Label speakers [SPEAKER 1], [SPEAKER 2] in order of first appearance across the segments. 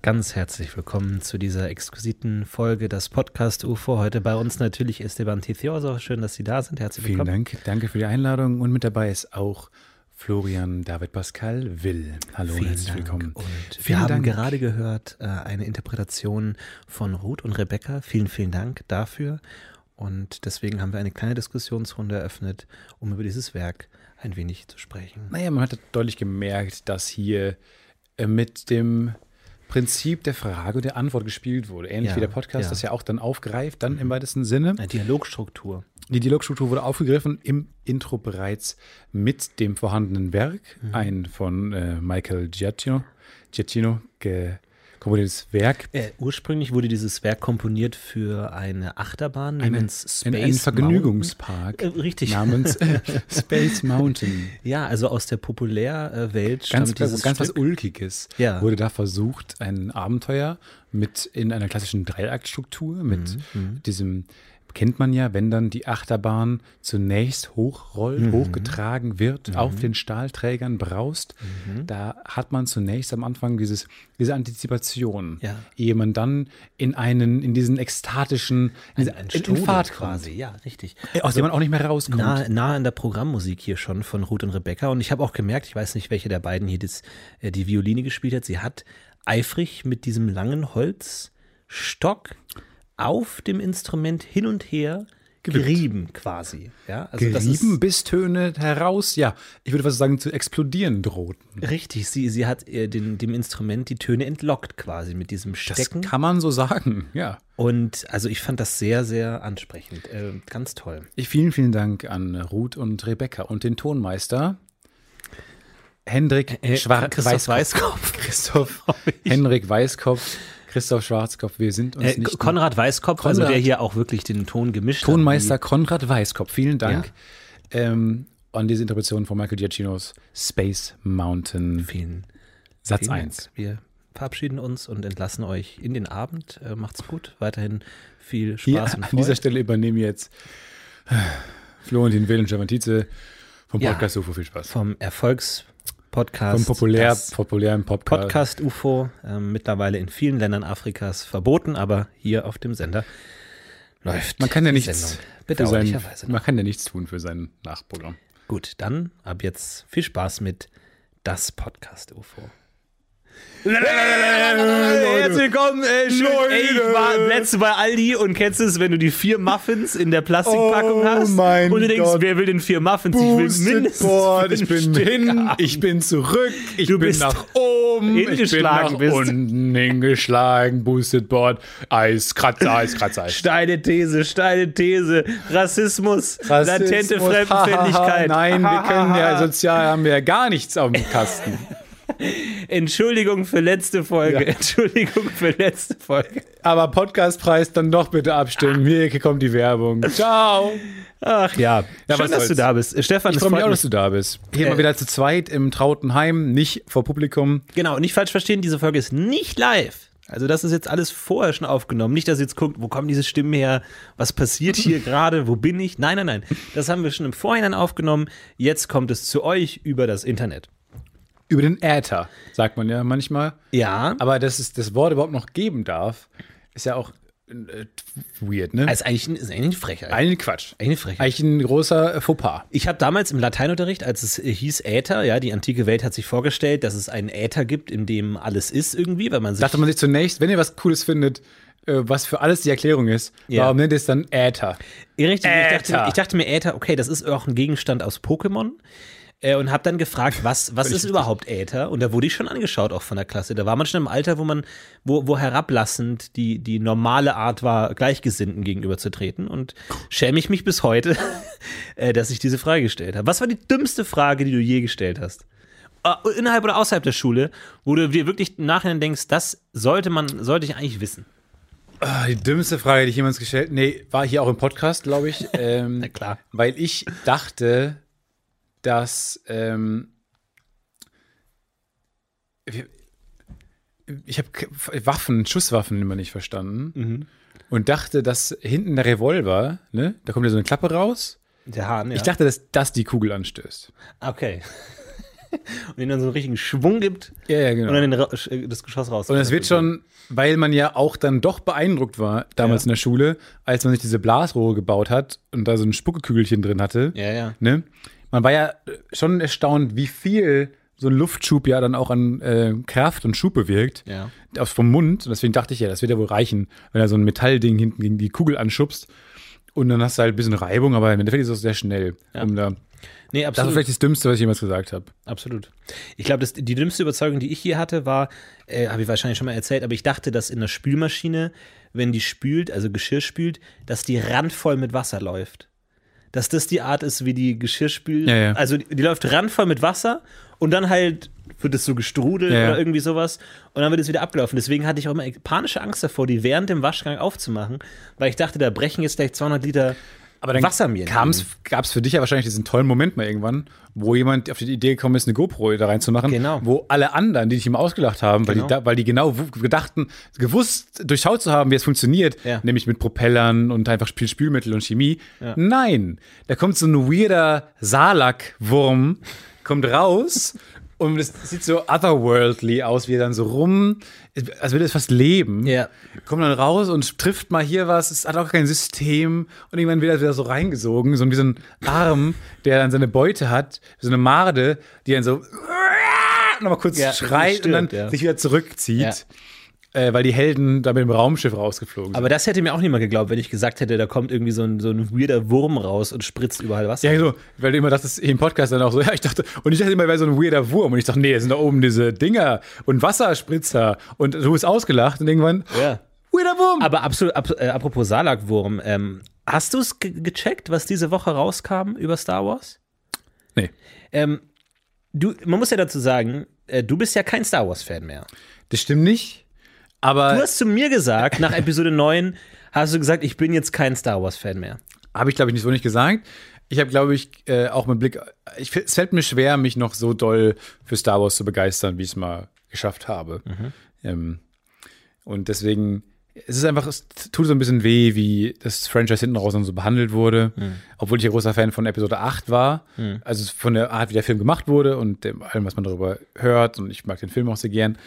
[SPEAKER 1] Ganz herzlich willkommen zu dieser exquisiten Folge des Podcast UFO. Heute bei uns natürlich Esteban Ticioso. Schön, dass Sie da sind. Herzlich
[SPEAKER 2] Vielen
[SPEAKER 1] willkommen.
[SPEAKER 2] Dank, danke für die Einladung und mit dabei ist auch Florian David Pascal Will. Hallo und herzlich willkommen.
[SPEAKER 1] Und wir
[SPEAKER 2] Vielen
[SPEAKER 1] haben
[SPEAKER 2] Dank.
[SPEAKER 1] gerade gehört äh, eine Interpretation von Ruth und Rebecca. Vielen, vielen Dank dafür. Und deswegen haben wir eine kleine Diskussionsrunde eröffnet, um über dieses Werk ein wenig zu sprechen.
[SPEAKER 2] Naja, man hat deutlich gemerkt, dass hier äh, mit dem Prinzip der Frage und der Antwort gespielt wurde. Ähnlich
[SPEAKER 1] Ja,
[SPEAKER 2] wie der Podcast
[SPEAKER 1] ja. Mhm.
[SPEAKER 2] das ja auch dann aufgreift, dann im weitesten Sinne.
[SPEAKER 1] Eine Dialogstruktur.
[SPEAKER 2] Die Dialogstruktur wurde aufgegriffen im Intro bereits mit dem vorhandenen Werk, ein von äh, Michael Giacchino, Giacchino ge- komponiertes Werk.
[SPEAKER 1] Äh, ursprünglich wurde dieses Werk komponiert für eine Achterbahn namens Space
[SPEAKER 2] ein, ein
[SPEAKER 1] Mountain.
[SPEAKER 2] Vergnügungspark
[SPEAKER 1] Äh, richtig.
[SPEAKER 2] namens äh, Space Mountain.
[SPEAKER 1] Ja, also aus der Populärwelt
[SPEAKER 2] Ganz,
[SPEAKER 1] stammt
[SPEAKER 2] was-
[SPEAKER 1] dieses
[SPEAKER 2] ganz was
[SPEAKER 1] Stück.
[SPEAKER 2] Ulkiges
[SPEAKER 1] Ja.
[SPEAKER 2] wurde da
[SPEAKER 1] Mhm,
[SPEAKER 2] versucht, ein Abenteuer mit in einer klassischen Dreiaktstruktur, mit diesem kennt man ja, wenn dann die Achterbahn zunächst hochrollt,
[SPEAKER 1] Mhm.
[SPEAKER 2] hochgetragen wird, auf den Stahlträgern braust,
[SPEAKER 1] Mhm.
[SPEAKER 2] da hat man zunächst am Anfang dieses, diese Antizipation,
[SPEAKER 1] Ja.
[SPEAKER 2] ehe man dann in einen, in diesen ekstatischen, in, diese-
[SPEAKER 1] Also
[SPEAKER 2] in, in
[SPEAKER 1] Strudel
[SPEAKER 2] Fahrt quasi,
[SPEAKER 1] quasi, ja, richtig.
[SPEAKER 2] aus dem man auch nicht mehr rauskommt.
[SPEAKER 1] Nah, nah an der Programmmusik hier schon von Ruth und Rebecca. Und ich habe auch gemerkt, ich weiß nicht, welche der beiden hier das, äh, die Violine gespielt hat. Sie hat eifrig mit diesem langen Holzstock auf dem Instrument hin und her gerieben quasi. Ja, also das ist-
[SPEAKER 2] Gerieben bis Töne heraus, ja, ich würde fast sagen, zu explodieren drohten.
[SPEAKER 1] Richtig, sie, sie hat äh, den, dem Instrument die Töne entlockt quasi mit diesem Stecken.
[SPEAKER 2] Das kann man so sagen, ja.
[SPEAKER 1] Und also ich fand das sehr, sehr ansprechend. Äh, ganz toll.
[SPEAKER 2] Ich vielen, vielen Dank an Ruth und Rebecca und den Tonmeister Hendrik Schwar Weißkopf.
[SPEAKER 1] Äh, Weißkopf.
[SPEAKER 2] Christoph Henrik Weißkopf, Christoph Schwarzkopf, wir sind uns
[SPEAKER 1] Äh,
[SPEAKER 2] nicht
[SPEAKER 1] Konrad Weißkopf, also
[SPEAKER 2] Konrad.
[SPEAKER 1] der hier auch wirklich den Ton gemischt hat.
[SPEAKER 2] Tonmeister Konrad Weißkopf, vielen Dank ähm, an diese Interpretation von Michael Giacchinos Space Mountain
[SPEAKER 1] Vielen,
[SPEAKER 2] Satz
[SPEAKER 1] vielen
[SPEAKER 2] 1.
[SPEAKER 1] Dank. Wir verabschieden uns und entlassen euch in den Abend. Äh, macht's gut. Weiterhin viel
[SPEAKER 2] Hier
[SPEAKER 1] Spaß und
[SPEAKER 2] an
[SPEAKER 1] Freude.
[SPEAKER 2] dieser Stelle übernehmen jetzt äh, Florentin Will und Stefan Tietze vom
[SPEAKER 1] Ja.
[SPEAKER 2] Podcast UFO. Viel Spaß.
[SPEAKER 1] vom Erfolgspodcast.
[SPEAKER 2] Vom populär,
[SPEAKER 1] das
[SPEAKER 2] populären Podcast.
[SPEAKER 1] Podcast UFO, ähm, mittlerweile in vielen Ländern Afrikas verboten, aber hier auf dem Sender läuft.
[SPEAKER 2] Man kann ja
[SPEAKER 1] die
[SPEAKER 2] nichts,
[SPEAKER 1] Sendung.
[SPEAKER 2] für sein,
[SPEAKER 1] Bedauerlicherweise.
[SPEAKER 2] man kann ja nichts tun für sein Nachprogramm.
[SPEAKER 1] Gut, dann ab jetzt viel Spaß mit das Podcast UFO. Herzlich willkommen, äh, schön. Ey, ich war letztes bei Aldi und kennst es, wenn du die vier Muffins in der Plastikpackung
[SPEAKER 2] Oh
[SPEAKER 1] hast
[SPEAKER 2] mein
[SPEAKER 1] und du denkst,
[SPEAKER 2] Gott.
[SPEAKER 1] wer will denn vier Muffins? ich will mindestens
[SPEAKER 2] Board, ich
[SPEAKER 1] fünf
[SPEAKER 2] bin
[SPEAKER 1] Stück
[SPEAKER 2] hin,
[SPEAKER 1] haben.
[SPEAKER 2] ich bin zurück, ich
[SPEAKER 1] Du
[SPEAKER 2] bin
[SPEAKER 1] bist
[SPEAKER 2] nach oben, ich bin nach
[SPEAKER 1] hingeschlagen bist.
[SPEAKER 2] unten hingeschlagen, Boosted Board, Eiskratzer, Eiskratzer, Eiskratzer.
[SPEAKER 1] Steile These, steile These, Rassismus, latente
[SPEAKER 2] Rassismus,
[SPEAKER 1] Fremdenfeindlichkeit.
[SPEAKER 2] haha, Nein, wir
[SPEAKER 1] Hahaha.
[SPEAKER 2] können ja also sozial haben wir ja gar nichts auf dem Kasten.
[SPEAKER 1] Entschuldigung für letzte Folge,
[SPEAKER 2] Ja.
[SPEAKER 1] Entschuldigung für letzte Folge.
[SPEAKER 2] Aber Podcastpreis dann doch bitte abstimmen. Hier kommt die Werbung. Ciao.
[SPEAKER 1] Ach ja,
[SPEAKER 2] was
[SPEAKER 1] schön, dass
[SPEAKER 2] soll's.
[SPEAKER 1] du da bist. Äh, Stefan,
[SPEAKER 2] Ich
[SPEAKER 1] es
[SPEAKER 2] freue mich
[SPEAKER 1] freut
[SPEAKER 2] auch,
[SPEAKER 1] mich.
[SPEAKER 2] dass du da bist. Äh, Hier mal wieder zu zweit im Trautenheim, nicht vor Publikum.
[SPEAKER 1] Genau, nicht falsch verstehen, diese Folge ist nicht live. Also das ist jetzt alles vorher schon aufgenommen. Nicht, dass ihr jetzt guckt, wo kommen diese Stimmen her, was passiert hier gerade, wo bin ich? Nein, nein, nein. Das haben wir schon im Vorhinein aufgenommen. Jetzt kommt es zu euch über das Internet.
[SPEAKER 2] Über den Äther, sagt man ja manchmal.
[SPEAKER 1] Ja, aber
[SPEAKER 2] Aber dass es das Wort überhaupt noch geben darf, ist ja auch äh, weird, ne?
[SPEAKER 1] ist eigentlich, ein- ist eigentlich eine Frechheit.
[SPEAKER 2] Eigentlich Quatsch.
[SPEAKER 1] Eigentlich eine Frechheit.
[SPEAKER 2] Eigentlich ein großer äh, Fauxpas.
[SPEAKER 1] Ich habe damals im Lateinunterricht, als es äh, hieß Äther, ja, die antike Welt hat sich vorgestellt, dass es einen Äther gibt, in dem alles ist irgendwie, wenn man sich
[SPEAKER 2] Dachte man sich zunächst, wenn ihr was Cooles findet, äh, was für alles die Erklärung ist,
[SPEAKER 1] Ja.
[SPEAKER 2] warum nennt ihr es dann Äther?
[SPEAKER 1] Ja, Richtig, ich dachte,
[SPEAKER 2] Äther.
[SPEAKER 1] ich dachte mir, Äther, okay, das ist auch ein Gegenstand aus Pokémon. Äh, und habe dann gefragt, was, was ist überhaupt Äther? Und da wurde ich schon angeschaut, auch von der Klasse. Da war man schon im Alter, wo man, wo, wo herablassend die, die normale Art war, Gleichgesinnten gegenüberzutreten. Und schäme ich mich bis heute, äh, dass ich diese Frage gestellt habe. Was war die dümmste Frage, die du je gestellt hast? Äh, Innerhalb oder außerhalb der Schule, wo du dir wirklich im Nachhinein denkst, das sollte man, sollte ich eigentlich wissen.
[SPEAKER 2] Ah, Die dümmste Frage, die ich jemals gestellt Nee, war hier auch im Podcast, glaube ich. Ähm, Na
[SPEAKER 1] klar.
[SPEAKER 2] Weil ich dachte, dass. Ähm, wir- ich habe Waffen, Schusswaffen immer nicht verstanden. Und dachte, dass hinten der Revolver, ne, da kommt ja so eine Klappe raus.
[SPEAKER 1] Der Hahn, ja.
[SPEAKER 2] Ich dachte, dass das die Kugel anstößt.
[SPEAKER 1] Okay. Und ihnen dann so einen richtigen Schwung gibt
[SPEAKER 2] Ja, ja, genau.
[SPEAKER 1] und dann den Ra äh, das Geschoss raus.
[SPEAKER 2] Und es wird schon, weil man ja auch dann doch beeindruckt war damals in der Schule, als man sich diese Blasrohre gebaut hat und da so ein Spuckekügelchen drin hatte.
[SPEAKER 1] Ja, ja.
[SPEAKER 2] Ne? Man war ja äh, schon erstaunt, wie viel so ein Luftschub ja dann auch an äh, Kraft und Schub bewirkt.
[SPEAKER 1] Ja.
[SPEAKER 2] Aus vom Mund. Und deswegen dachte ich ja, das wird ja wohl reichen, wenn er so ein Metallding hinten gegen die Kugel anschubst. Und dann hast du halt ein bisschen Reibung, aber im Endeffekt ist es sehr schnell. Um da,
[SPEAKER 1] Nee,
[SPEAKER 2] das war
[SPEAKER 1] absolut.
[SPEAKER 2] vielleicht das Dümmste, was ich jemals gesagt habe.
[SPEAKER 1] absolut. Ich glaube, das- die dümmste Überzeugung, die ich hier hatte, war, äh, habe ich wahrscheinlich schon mal erzählt, aber ich dachte, dass in der Spülmaschine, wenn die spült, also Geschirr spült, dass die randvoll mit Wasser läuft. Dass das die Art ist, wie die Geschirr spült.
[SPEAKER 2] Ja, ja.
[SPEAKER 1] Also die, die läuft randvoll mit Wasser und dann halt wird es so gestrudelt
[SPEAKER 2] Ja, ja.
[SPEAKER 1] oder irgendwie sowas und dann wird es wieder abgelaufen. Deswegen hatte ich auch immer panische Angst davor, die während dem Waschgang aufzumachen, weil ich dachte, da brechen jetzt gleich 200 Liter
[SPEAKER 2] Aber dann
[SPEAKER 1] Wassermehl
[SPEAKER 2] gab
[SPEAKER 1] nehmen.
[SPEAKER 2] es für dich ja wahrscheinlich diesen tollen Moment mal irgendwann, wo jemand auf die Idee gekommen ist, eine GoPro da reinzumachen,
[SPEAKER 1] Genau.
[SPEAKER 2] wo alle anderen, die dich immer ausgelacht haben, weil, die,
[SPEAKER 1] Genau.
[SPEAKER 2] da, weil die genau wu- gedachten, gewusst, durchschaut zu haben, wie es funktioniert,
[SPEAKER 1] Ja.
[SPEAKER 2] nämlich mit Propellern und einfach viel Spülmittel und Chemie. Nein, da kommt so ein weirder Salak-Wurm, kommt raus und es sieht so otherworldly aus, wie er dann so rum, als würde es fast leben
[SPEAKER 1] Ja.
[SPEAKER 2] kommt dann raus und trifft mal hier was. Es hat auch kein System. Und irgendwann wird er wieder so reingesogen, so wie so ein Arm, der dann seine Beute hat, so eine Marde, die dann so nochmal kurz
[SPEAKER 1] Ja,
[SPEAKER 2] schreit
[SPEAKER 1] stirbt,
[SPEAKER 2] und dann
[SPEAKER 1] ja.
[SPEAKER 2] sich wieder zurückzieht, äh, weil die Helden da mit dem Raumschiff rausgeflogen sind.
[SPEAKER 1] Aber das hätte mir auch niemand geglaubt, wenn ich gesagt hätte, da kommt irgendwie so ein, so ein weirder Wurm raus und spritzt überall Wasser.
[SPEAKER 2] ja, so, weil du immer dachtest, hier im Podcast dann auch so, ja, ich dachte, und ich dachte immer, er wäre so ein weirder Wurm. Und ich dachte, nee, es sind da oben diese Dinger und Wasserspritzer. Und du bist ausgelacht und irgendwann,
[SPEAKER 1] Ja.
[SPEAKER 2] weirder Wurm.
[SPEAKER 1] Aber absolut, ab, äh, apropos Salakwurm, ähm, hast du es ge gecheckt, was diese Woche rauskam über Star Wars?
[SPEAKER 2] Nee.
[SPEAKER 1] Ähm, du, man muss ja dazu sagen, äh, du bist ja kein Star Wars-Fan mehr.
[SPEAKER 2] Das stimmt nicht. Aber
[SPEAKER 1] Du hast zu mir gesagt, nach Episode 9 hast du gesagt, ich bin jetzt kein Star Wars-Fan mehr.
[SPEAKER 2] Habe ich, glaube ich, nicht so nicht gesagt. Ich habe, glaube ich, äh, auch mit Blick. Ich, f- es fällt mir schwer, mich noch so doll für Star Wars zu begeistern, wie ich es mal geschafft habe. Ähm, und deswegen, es ist einfach, es tut so ein bisschen weh, wie das Franchise hinten raus dann so behandelt wurde. Obwohl ich ja großer Fan von Episode 8 war. Also von der Art, wie der Film gemacht wurde und dem, allem, was man darüber hört. Und ich mag den Film auch sehr gern.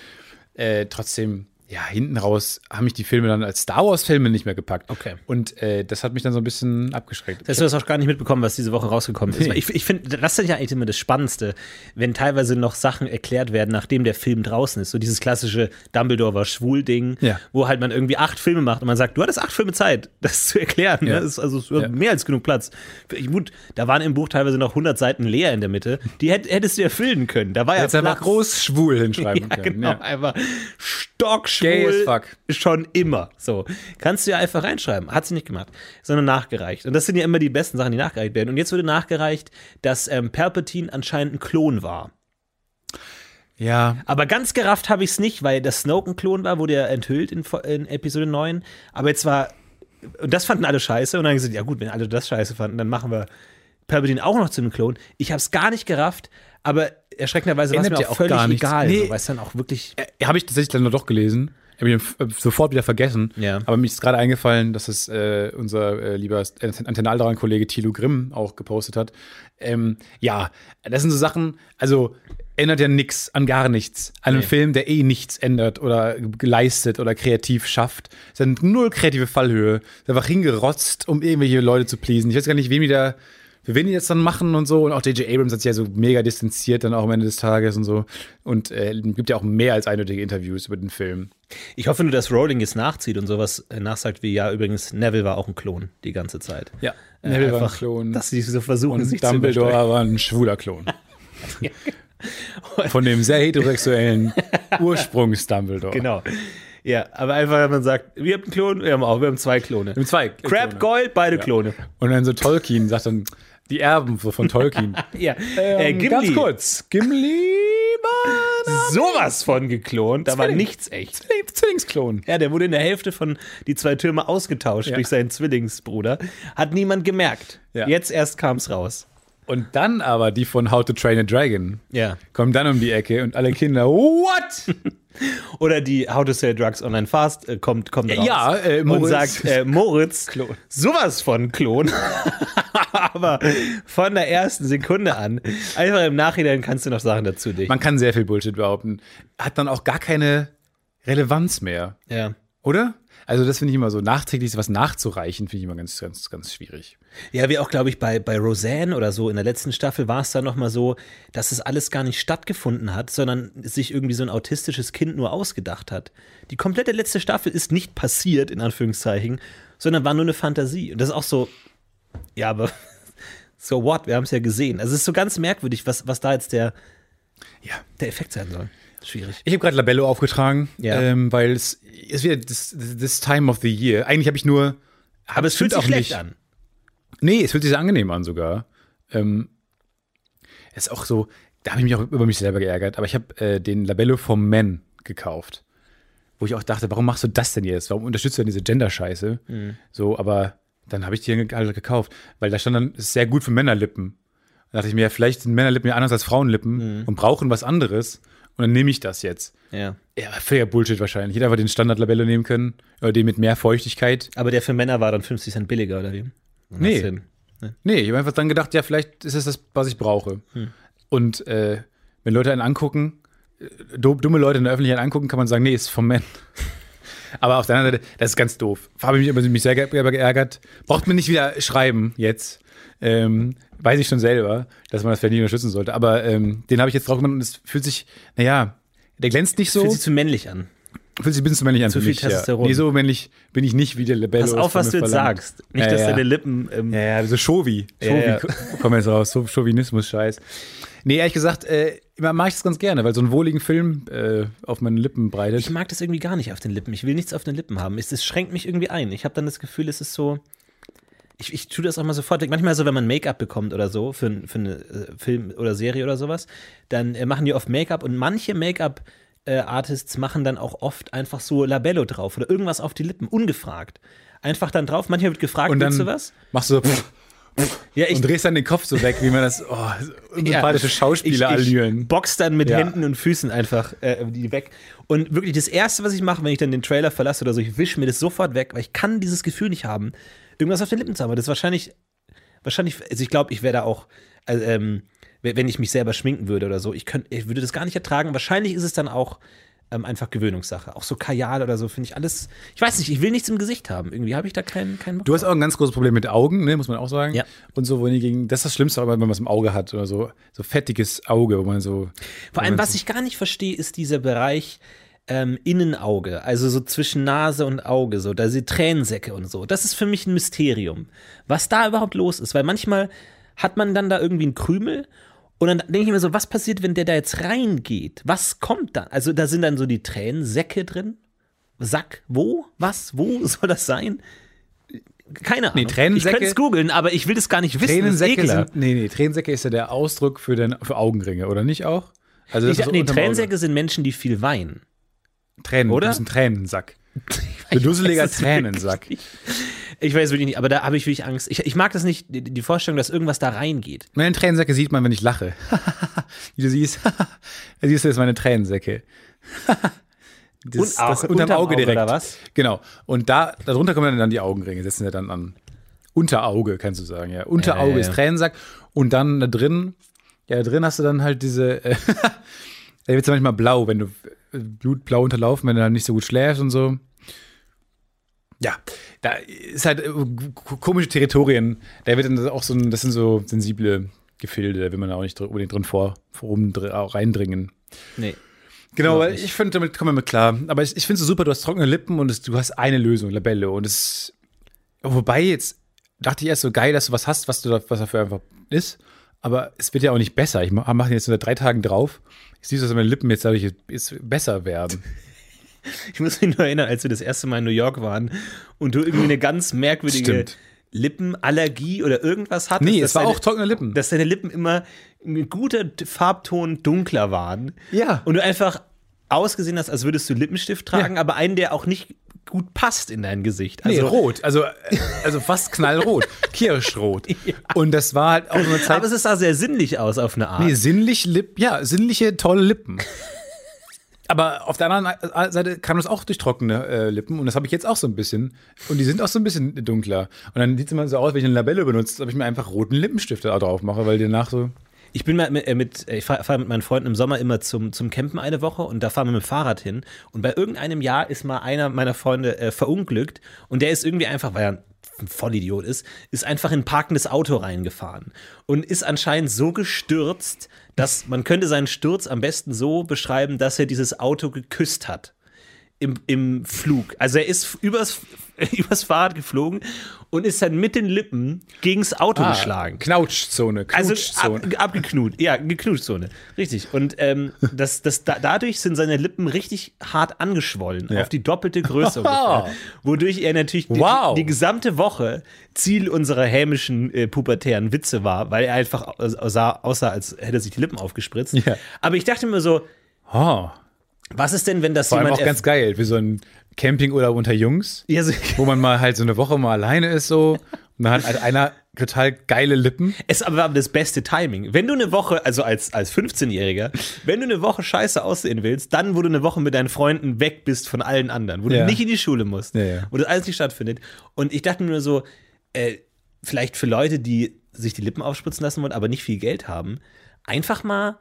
[SPEAKER 2] Äh, trotzdem, ja, hinten raus haben mich die Filme dann als Star Wars-Filme nicht mehr gepackt.
[SPEAKER 1] Okay.
[SPEAKER 2] Und äh, das hat mich dann so ein bisschen abgeschreckt.
[SPEAKER 1] Das hast du das auch gar nicht mitbekommen, was diese Woche rausgekommen ist.
[SPEAKER 2] Nee.
[SPEAKER 1] Weil Ich, ich finde, das ist ja eigentlich immer das Spannendste, wenn teilweise noch Sachen erklärt werden, nachdem der Film draußen ist. So dieses klassische Dumbledore war schwul Ding,
[SPEAKER 2] Ja.
[SPEAKER 1] wo halt man irgendwie acht Filme macht und man sagt, du hattest acht Filme Zeit, das zu erklären.
[SPEAKER 2] Ja.
[SPEAKER 1] Ne? Das ist also es war
[SPEAKER 2] Ja.
[SPEAKER 1] mehr als genug Platz. Ich- Gut, da waren im Buch teilweise noch 100 Seiten leer in der Mitte. Die hätt, hättest du ja füllen können. Da war ja
[SPEAKER 2] Jetzt einfach
[SPEAKER 1] Platz.
[SPEAKER 2] groß schwul hinschreiben
[SPEAKER 1] Ja,
[SPEAKER 2] können.
[SPEAKER 1] genau,
[SPEAKER 2] Ja.
[SPEAKER 1] einfach
[SPEAKER 2] Gay as
[SPEAKER 1] stockschwul
[SPEAKER 2] fuck.
[SPEAKER 1] schon immer. So, kannst du ja einfach reinschreiben. Hat sie nicht gemacht, sondern nachgereicht. Und das sind ja immer die besten Sachen, die nachgereicht werden. Und jetzt wurde nachgereicht, dass ähm, Palpatine anscheinend ein Klon war.
[SPEAKER 2] ja.
[SPEAKER 1] Aber ganz gerafft habe ich es nicht, weil das Snoke ein Klon war, wurde ja enthüllt in, Fo- in Episode 9. Aber jetzt war, und das fanden alle scheiße. Und dann haben sie gesagt, ja gut, wenn alle das scheiße fanden, dann machen wir Palpatine auch noch zu einem Klon. Ich habe es gar nicht gerafft, aber erschreckenderweise war es
[SPEAKER 2] Ändert
[SPEAKER 1] mir
[SPEAKER 2] ja
[SPEAKER 1] auch
[SPEAKER 2] auch gar
[SPEAKER 1] völlig
[SPEAKER 2] nichts.
[SPEAKER 1] egal.
[SPEAKER 2] Nee.
[SPEAKER 1] So, weil es dann auch wirklich
[SPEAKER 2] Äh, Habe ich tatsächlich dann doch gelesen. Habe ich dann f- äh, sofort wieder vergessen.
[SPEAKER 1] Ja.
[SPEAKER 2] Aber mir ist gerade eingefallen, dass es äh, unser äh, lieber Ant- Antenne Alderan Kollege Thilo Grimm auch gepostet hat. Ähm, ja, das sind so Sachen, also ändert ja nichts an gar nichts. An einem Film, der eh nichts ändert oder geleistet oder kreativ schafft. Ist dann null kreative Fallhöhe. Ist einfach hingerotzt, um irgendwelche Leute zu pleasen. Ich weiß gar nicht, wem die da für wen die das dann machen und so. Und auch J.J. Abrams hat sich ja so mega distanziert dann auch am Ende des Tages und so. Und äh, gibt ja auch mehr als eindeutige Interviews über den Film.
[SPEAKER 1] Ich hoffe nur, dass Rowling jetzt nachzieht und sowas äh, nachsagt wie, ja, übrigens, Neville war auch ein Klon die ganze Zeit.
[SPEAKER 2] Ja,
[SPEAKER 1] Äh,
[SPEAKER 2] Neville war ein
[SPEAKER 1] einfach,
[SPEAKER 2] Klon.
[SPEAKER 1] Dass sie so versuchen, sich
[SPEAKER 2] und
[SPEAKER 1] zu
[SPEAKER 2] Dumbledore
[SPEAKER 1] übersteigen.
[SPEAKER 2] war ein schwuler Klon. Von dem sehr heterosexuellen Ursprungs-Dumbledore.
[SPEAKER 1] Genau. Ja, aber einfach, wenn man sagt, wir haben einen Klon, wir haben auch, wir haben zwei Klone.
[SPEAKER 2] Im zwei
[SPEAKER 1] Crab
[SPEAKER 2] Klone.
[SPEAKER 1] Gold, beide Klone.
[SPEAKER 2] Und dann so Tolkien sagt dann, die Erben so von Tolkien.
[SPEAKER 1] Ja. äh,
[SPEAKER 2] Ähm,
[SPEAKER 1] Gimli,
[SPEAKER 2] ganz kurz. Gimli war
[SPEAKER 1] sowas von geklont, da war
[SPEAKER 2] Zwilling.
[SPEAKER 1] nichts echt.
[SPEAKER 2] ein Zwillingsklon.
[SPEAKER 1] Ja, der wurde in der Hälfte von die zwei Türme ausgetauscht
[SPEAKER 2] Ja.
[SPEAKER 1] durch seinen Zwillingsbruder. Hat niemand gemerkt.
[SPEAKER 2] Ja.
[SPEAKER 1] Jetzt erst kam es raus.
[SPEAKER 2] Und dann aber die von How to Train a Dragon.
[SPEAKER 1] Ja.
[SPEAKER 2] Kommen dann um die Ecke und alle Kinder, what?
[SPEAKER 1] Oder die How to Sell Drugs Online Fast äh, kommt, kommt raus
[SPEAKER 2] ja, äh,
[SPEAKER 1] und
[SPEAKER 2] Moritz.
[SPEAKER 1] sagt, äh, Moritz,
[SPEAKER 2] Klon.
[SPEAKER 1] sowas von Klon, aber von der ersten Sekunde an. Einfach im Nachhinein kannst du noch Sachen dazu dich.
[SPEAKER 2] Man kann sehr viel Bullshit behaupten. Hat dann auch gar keine Relevanz mehr,
[SPEAKER 1] Ja.
[SPEAKER 2] oder? Also, das finde ich immer so. Nachträglich was nachzureichen, finde ich immer ganz, ganz, ganz schwierig.
[SPEAKER 1] ja, wie auch, glaube ich, bei, bei Roseanne oder so in der letzten Staffel war es dann nochmal so, dass es alles gar nicht stattgefunden hat, sondern sich irgendwie so ein autistisches Kind nur ausgedacht hat. Die komplette letzte Staffel ist nicht passiert, in Anführungszeichen, sondern war nur eine Fantasie. Und das ist auch so, ja, aber so what? Wir haben es ja gesehen. Also es ist so ganz merkwürdig, was, was da jetzt der,
[SPEAKER 2] Ja.
[SPEAKER 1] der Effekt sein soll. Schwierig.
[SPEAKER 2] Ich habe gerade Labello aufgetragen,
[SPEAKER 1] Ja.
[SPEAKER 2] ähm, weil es ist wieder this, this time of the year. Eigentlich habe ich nur.
[SPEAKER 1] Aber es fühlt
[SPEAKER 2] stimmt
[SPEAKER 1] sich schlecht
[SPEAKER 2] nicht.
[SPEAKER 1] an.
[SPEAKER 2] Nee, es fühlt sich sehr angenehm an sogar. Ähm, ist auch so, da habe ich mich auch über mich selber geärgert, aber ich habe äh, den Labello vom Men gekauft. Wo ich auch dachte, warum machst du das denn jetzt? Warum unterstützt du denn diese Gender-Scheiße? So, aber Dann habe ich die alle gekauft, weil da stand dann, ist sehr gut für Männerlippen. Da dachte ich mir, ja, vielleicht sind Männerlippen ja anders als Frauenlippen und brauchen was anderes. Und dann nehme ich das jetzt.
[SPEAKER 1] Ja.
[SPEAKER 2] Ja, aber völliger Bullshit wahrscheinlich. Ich hätte einfach den Standard-Labello nehmen können, oder den mit mehr Feuchtigkeit.
[SPEAKER 1] Aber der für Männer war dann 50 Cent billiger, oder wie? Und
[SPEAKER 2] Nee.
[SPEAKER 1] das hin.
[SPEAKER 2] Nee, ich habe einfach dann gedacht, ja, vielleicht ist es das, was ich brauche.
[SPEAKER 1] Hm.
[SPEAKER 2] Und äh, wenn Leute einen angucken, äh, du- dumme Leute in der Öffentlichkeit angucken, kann man sagen, nee, ist vom Man. Aber auf der anderen Seite, das ist ganz doof. Habe ich mich, immer- mich sehr ge ge- geärgert. Braucht mir nicht wieder schreiben jetzt. Ähm, weiß ich schon selber, dass man das vielleicht nicht unterstützen sollte. Aber ähm, den habe ich jetzt drauf gemacht und es fühlt sich, naja, der glänzt nicht so.
[SPEAKER 1] Fühlt sich zu männlich an.
[SPEAKER 2] Fühlt sich ein bisschen zu männlich an.
[SPEAKER 1] zu
[SPEAKER 2] für
[SPEAKER 1] viel
[SPEAKER 2] mich, ja.
[SPEAKER 1] Testosteron.
[SPEAKER 2] Nee, so männlich bin ich nicht wie der Lebello.
[SPEAKER 1] Pass
[SPEAKER 2] es
[SPEAKER 1] auf,
[SPEAKER 2] von
[SPEAKER 1] was
[SPEAKER 2] mir
[SPEAKER 1] du jetzt
[SPEAKER 2] verlangt.
[SPEAKER 1] sagst. Nicht,
[SPEAKER 2] Ja,
[SPEAKER 1] dass
[SPEAKER 2] ja.
[SPEAKER 1] deine Lippen. Ähm,
[SPEAKER 2] Ja, ja, so Chauvi.
[SPEAKER 1] Ja,
[SPEAKER 2] Chauvi,
[SPEAKER 1] ja.
[SPEAKER 2] komm jetzt raus, so Chauvinismus-Scheiß. Nee, ehrlich gesagt, äh, immer mag ich das ganz gerne, weil so einen wohligen Film äh, auf meinen Lippen
[SPEAKER 1] Ich
[SPEAKER 2] breitet.
[SPEAKER 1] mag das irgendwie gar nicht auf den Lippen. Ich will nichts auf den Lippen haben. Es, es schränkt mich irgendwie ein. Ich habe dann das Gefühl, es ist so. Ich, ich tue das auch mal sofort weg. Manchmal so, wenn man Make-up bekommt oder so für, n- für einen äh, Film oder Serie oder sowas, dann äh, machen die oft Make-up und manche Make-up. äh, Artists machen dann auch oft einfach so Labello drauf oder irgendwas auf die Lippen, ungefragt. Einfach dann drauf. Manchmal wird gefragt,
[SPEAKER 2] Und dann
[SPEAKER 1] willst du was?
[SPEAKER 2] machst du so pff,
[SPEAKER 1] Ja, ich,
[SPEAKER 2] und drehst dann den Kopf so weg, wie man das, oh, so unsympathische
[SPEAKER 1] Ich, ich
[SPEAKER 2] Schauspielerallüren.
[SPEAKER 1] box dann mit
[SPEAKER 2] Ja.
[SPEAKER 1] Händen und Füßen einfach äh, die weg. Und wirklich das Erste, was ich mache, wenn ich dann den Trailer verlasse oder so, ich wische mir das sofort weg, weil ich kann dieses Gefühl nicht haben, irgendwas auf den Lippen zu haben. Aber Das ist wahrscheinlich, wahrscheinlich, also ich glaube, ich wäre da auch, also, ähm, w- wenn ich mich selber schminken würde oder so, ich, könnt, ich würde das gar nicht ertragen. Wahrscheinlich ist es dann auch ähm, einfach Gewöhnungssache. Auch so Kajal oder so finde ich alles, ich weiß nicht, ich will nichts im Gesicht haben. Irgendwie habe ich da keinen, keinen Bock.
[SPEAKER 2] Du hast auch ein ganz großes Problem mit Augen, ne, muss man auch sagen.
[SPEAKER 1] Ja.
[SPEAKER 2] Und so, wo die gegen, das ist das Schlimmste, wenn man was im Auge hat oder so, so fettiges Auge, wo man so.
[SPEAKER 1] Vor allem, was ich gar nicht verstehe, ist dieser Bereich ähm, Innenauge, also so zwischen Nase und Auge, so da sind Tränensäcke und so. Das ist für mich ein Mysterium, was da überhaupt los ist, weil manchmal hat man dann da irgendwie einen Krümel und dann denke ich mir so, was passiert, wenn der da jetzt reingeht? Was kommt dann? Also da sind dann so die Tränensäcke drin. Sack, wo? Was? Wo soll das sein? Keine Ahnung.
[SPEAKER 2] Tränensäcke-
[SPEAKER 1] ich könnte es googeln, aber ich will das gar nicht wissen.
[SPEAKER 2] Tränensäcke
[SPEAKER 1] das ist Ekeler.
[SPEAKER 2] sind, nee, nee, Tränensäcke ist ja der Ausdruck für, den, für Augenringe, oder nicht auch? Also
[SPEAKER 1] ich,
[SPEAKER 2] ist so
[SPEAKER 1] nee,
[SPEAKER 2] unterm Auge.
[SPEAKER 1] Tränensäcke sind Menschen, die viel weinen.
[SPEAKER 2] Tränen, Du
[SPEAKER 1] Oder?
[SPEAKER 2] bist ein Tränensack.
[SPEAKER 1] Ich weiß
[SPEAKER 2] Beduseliger
[SPEAKER 1] es
[SPEAKER 2] Tränensack.
[SPEAKER 1] wirklich nicht. Ich weiß wirklich nicht, aber da habe ich wirklich Angst. Ich, ich mag das nicht, die, die Vorstellung, dass irgendwas da reingeht.
[SPEAKER 2] Meine Tränensäcke sieht man, wenn ich lache. Wie du siehst, da siehst du jetzt meine Tränensäcke. das,
[SPEAKER 1] Und auch unterm Auge oder was?
[SPEAKER 2] Genau. Und da, darunter kommen dann die Augenringe, setzen ja dann an. Unterauge, kannst du sagen, ja. Unterauge
[SPEAKER 1] ja, ja.
[SPEAKER 2] ist Tränensack. Und dann da drin, ja, da drin hast du dann halt diese, äh, da wird es manchmal blau, wenn du äh, blutblau unterlaufen, wenn du dann nicht so gut schläfst und so. Ja, da ist halt äh, k- komische Territorien. Da wird dann auch so ein, das sind so sensible Gefilde, da will man auch nicht dr- unbedingt drin vor, vor oben dr- auch reindringen.
[SPEAKER 1] Nee.
[SPEAKER 2] Genau,
[SPEAKER 1] Glaub
[SPEAKER 2] weil
[SPEAKER 1] nicht.
[SPEAKER 2] ich finde, damit kommen wir mit klar. Aber ich, ich finde es so super, du hast trockene Lippen und es, du hast eine Lösung, Labelle. Und es. Wobei jetzt dachte ich erst so geil, dass du was hast, was, du da, was dafür einfach ist. Aber es wird ja auch nicht besser. Ich mache mach den jetzt seit drei Tagen drauf. Ich sehe, dass meine Lippen jetzt dadurch jetzt besser werden.
[SPEAKER 1] Ich muss mich nur erinnern, als wir das erste Mal in New York waren und du irgendwie eine ganz merkwürdige
[SPEAKER 2] Stimmt.
[SPEAKER 1] Lippenallergie oder irgendwas hattest.
[SPEAKER 2] Nee,
[SPEAKER 1] dass
[SPEAKER 2] es war
[SPEAKER 1] deine-
[SPEAKER 2] auch trockene Lippen.
[SPEAKER 1] Dass deine Lippen immer ein guter T- Farbton dunkler waren.
[SPEAKER 2] Ja.
[SPEAKER 1] Und du einfach ausgesehen hast, als würdest du Lippenstift tragen, aber einen, der auch nicht gut passt in dein Gesicht.
[SPEAKER 2] Nee,
[SPEAKER 1] Also,
[SPEAKER 2] rot. Also, also fast knallrot. Kirschrot. Und das war halt auch so eine Zeit.
[SPEAKER 1] aber es sah sehr sinnlich aus auf eine Art.
[SPEAKER 2] Nee, sinnlich Lip, ja, sinnliche, tolle Lippen. Aber auf der anderen Seite kam das auch durch trockene äh, Lippen und das habe ich jetzt auch so ein bisschen. Und die sind auch so ein bisschen dunkler. Und dann sieht es immer so aus, wenn ich eine Labelle benutze, ob ich mir einfach roten Lippenstift da drauf mache, weil die danach so.
[SPEAKER 1] Ich bin mal mit, äh, mit äh, ich fahre fahr mit meinen Freunden im Sommer immer zum, zum Campen eine Woche und da fahren wir mit dem Fahrrad hin. Und bei irgendeinem Jahr ist mal einer meiner Freunde äh, verunglückt und der ist irgendwie einfach, weil er ein Vollidiot ist, ist einfach in ein parkendes Auto reingefahren und ist anscheinend so gestürzt, dass man könnte seinen Sturz am besten so beschreiben, dass er dieses Auto geküsst hat im, im Flug. Also er ist übers, übers Fahrrad geflogen und ist dann mit den Lippen gegens Auto
[SPEAKER 2] Ah.
[SPEAKER 1] geschlagen.
[SPEAKER 2] Knautschzone,
[SPEAKER 1] Ah. Also
[SPEAKER 2] Knautschzone.
[SPEAKER 1] ab, abgeknut, ja, Geknutzone. Richtig. Und ähm, das, das, da, dadurch sind seine Lippen richtig hart angeschwollen,
[SPEAKER 2] Ja.
[SPEAKER 1] auf die doppelte Größe ungefähr. Wodurch er natürlich die-
[SPEAKER 2] Wow.
[SPEAKER 1] die, die gesamte Woche Ziel unserer hämischen äh, pubertären Witze war, weil er einfach au- sah, aussah, als hätte er sich die Lippen aufgespritzt.
[SPEAKER 2] Ja.
[SPEAKER 1] Aber ich dachte mir so,
[SPEAKER 2] oh.
[SPEAKER 1] Was ist denn, wenn das
[SPEAKER 2] Vor allem
[SPEAKER 1] jemand.
[SPEAKER 2] auch ganz geil, wie so ein Campingurlaub unter Jungs,
[SPEAKER 1] ja, so,
[SPEAKER 2] wo man mal halt so eine Woche mal alleine ist so und dann hat halt einer total geile Lippen.
[SPEAKER 1] Es war das beste Timing. Wenn du eine Woche, also als, als 15-Jähriger, wenn du eine Woche scheiße aussehen willst, dann, wo du eine Woche mit deinen Freunden weg bist von allen anderen, wo
[SPEAKER 2] Ja.
[SPEAKER 1] du nicht in die Schule musst,
[SPEAKER 2] Ja, ja.
[SPEAKER 1] wo das alles nicht stattfindet. Und ich dachte mir nur so, äh, vielleicht für Leute, die sich die Lippen aufspritzen lassen wollen, aber nicht viel Geld haben, einfach mal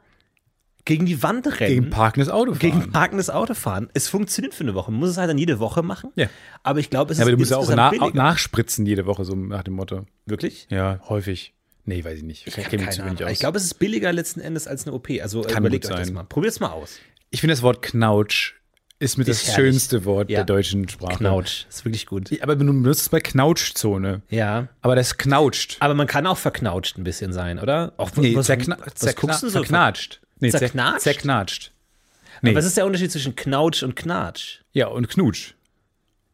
[SPEAKER 1] gegen die Wand rennen.
[SPEAKER 2] Gegen parkendes Auto fahren.
[SPEAKER 1] Äh, Gegen parkendes Auto fahren. Es funktioniert für eine Woche. Man muss es halt dann jede Woche machen.
[SPEAKER 2] Ja.
[SPEAKER 1] Aber ich glaube, es
[SPEAKER 2] ja,
[SPEAKER 1] ist
[SPEAKER 2] aber du musst ja auch
[SPEAKER 1] insgesamt
[SPEAKER 2] na
[SPEAKER 1] billiger.
[SPEAKER 2] nachspritzen jede Woche, so nach dem Motto.
[SPEAKER 1] Wirklich?
[SPEAKER 2] Ja, häufig. Nee, weiß ich nicht. Ich,
[SPEAKER 1] Ich,
[SPEAKER 2] kenn mich
[SPEAKER 1] keine
[SPEAKER 2] zu
[SPEAKER 1] Ahnung.
[SPEAKER 2] wenig aus.
[SPEAKER 1] ich glaube, es ist billiger letzten Endes als eine OP. Also äh,
[SPEAKER 2] Kann
[SPEAKER 1] überlegt
[SPEAKER 2] gut
[SPEAKER 1] euch das
[SPEAKER 2] sein.
[SPEAKER 1] mal. Probiert es mal aus.
[SPEAKER 2] Ich finde das Wort Knautsch ist mit
[SPEAKER 1] Ist
[SPEAKER 2] das
[SPEAKER 1] herrlich.
[SPEAKER 2] schönste Wort
[SPEAKER 1] Ja.
[SPEAKER 2] der deutschen Sprache.
[SPEAKER 1] Knautsch. Ist wirklich gut.
[SPEAKER 2] Aber du benutzt es bei Knautschzone.
[SPEAKER 1] Ja.
[SPEAKER 2] Aber das knautscht.
[SPEAKER 1] Aber man kann auch verknautscht ein bisschen sein, oder? Auch, was,
[SPEAKER 2] zerkna
[SPEAKER 1] was
[SPEAKER 2] zerkna
[SPEAKER 1] guckst du so?
[SPEAKER 2] verknatscht. Nee, zer-
[SPEAKER 1] Zerknatscht?
[SPEAKER 2] Zerknatscht.
[SPEAKER 1] Aber Was ist der Unterschied zwischen Knautsch und Knatsch?
[SPEAKER 2] Ja, und Knutsch.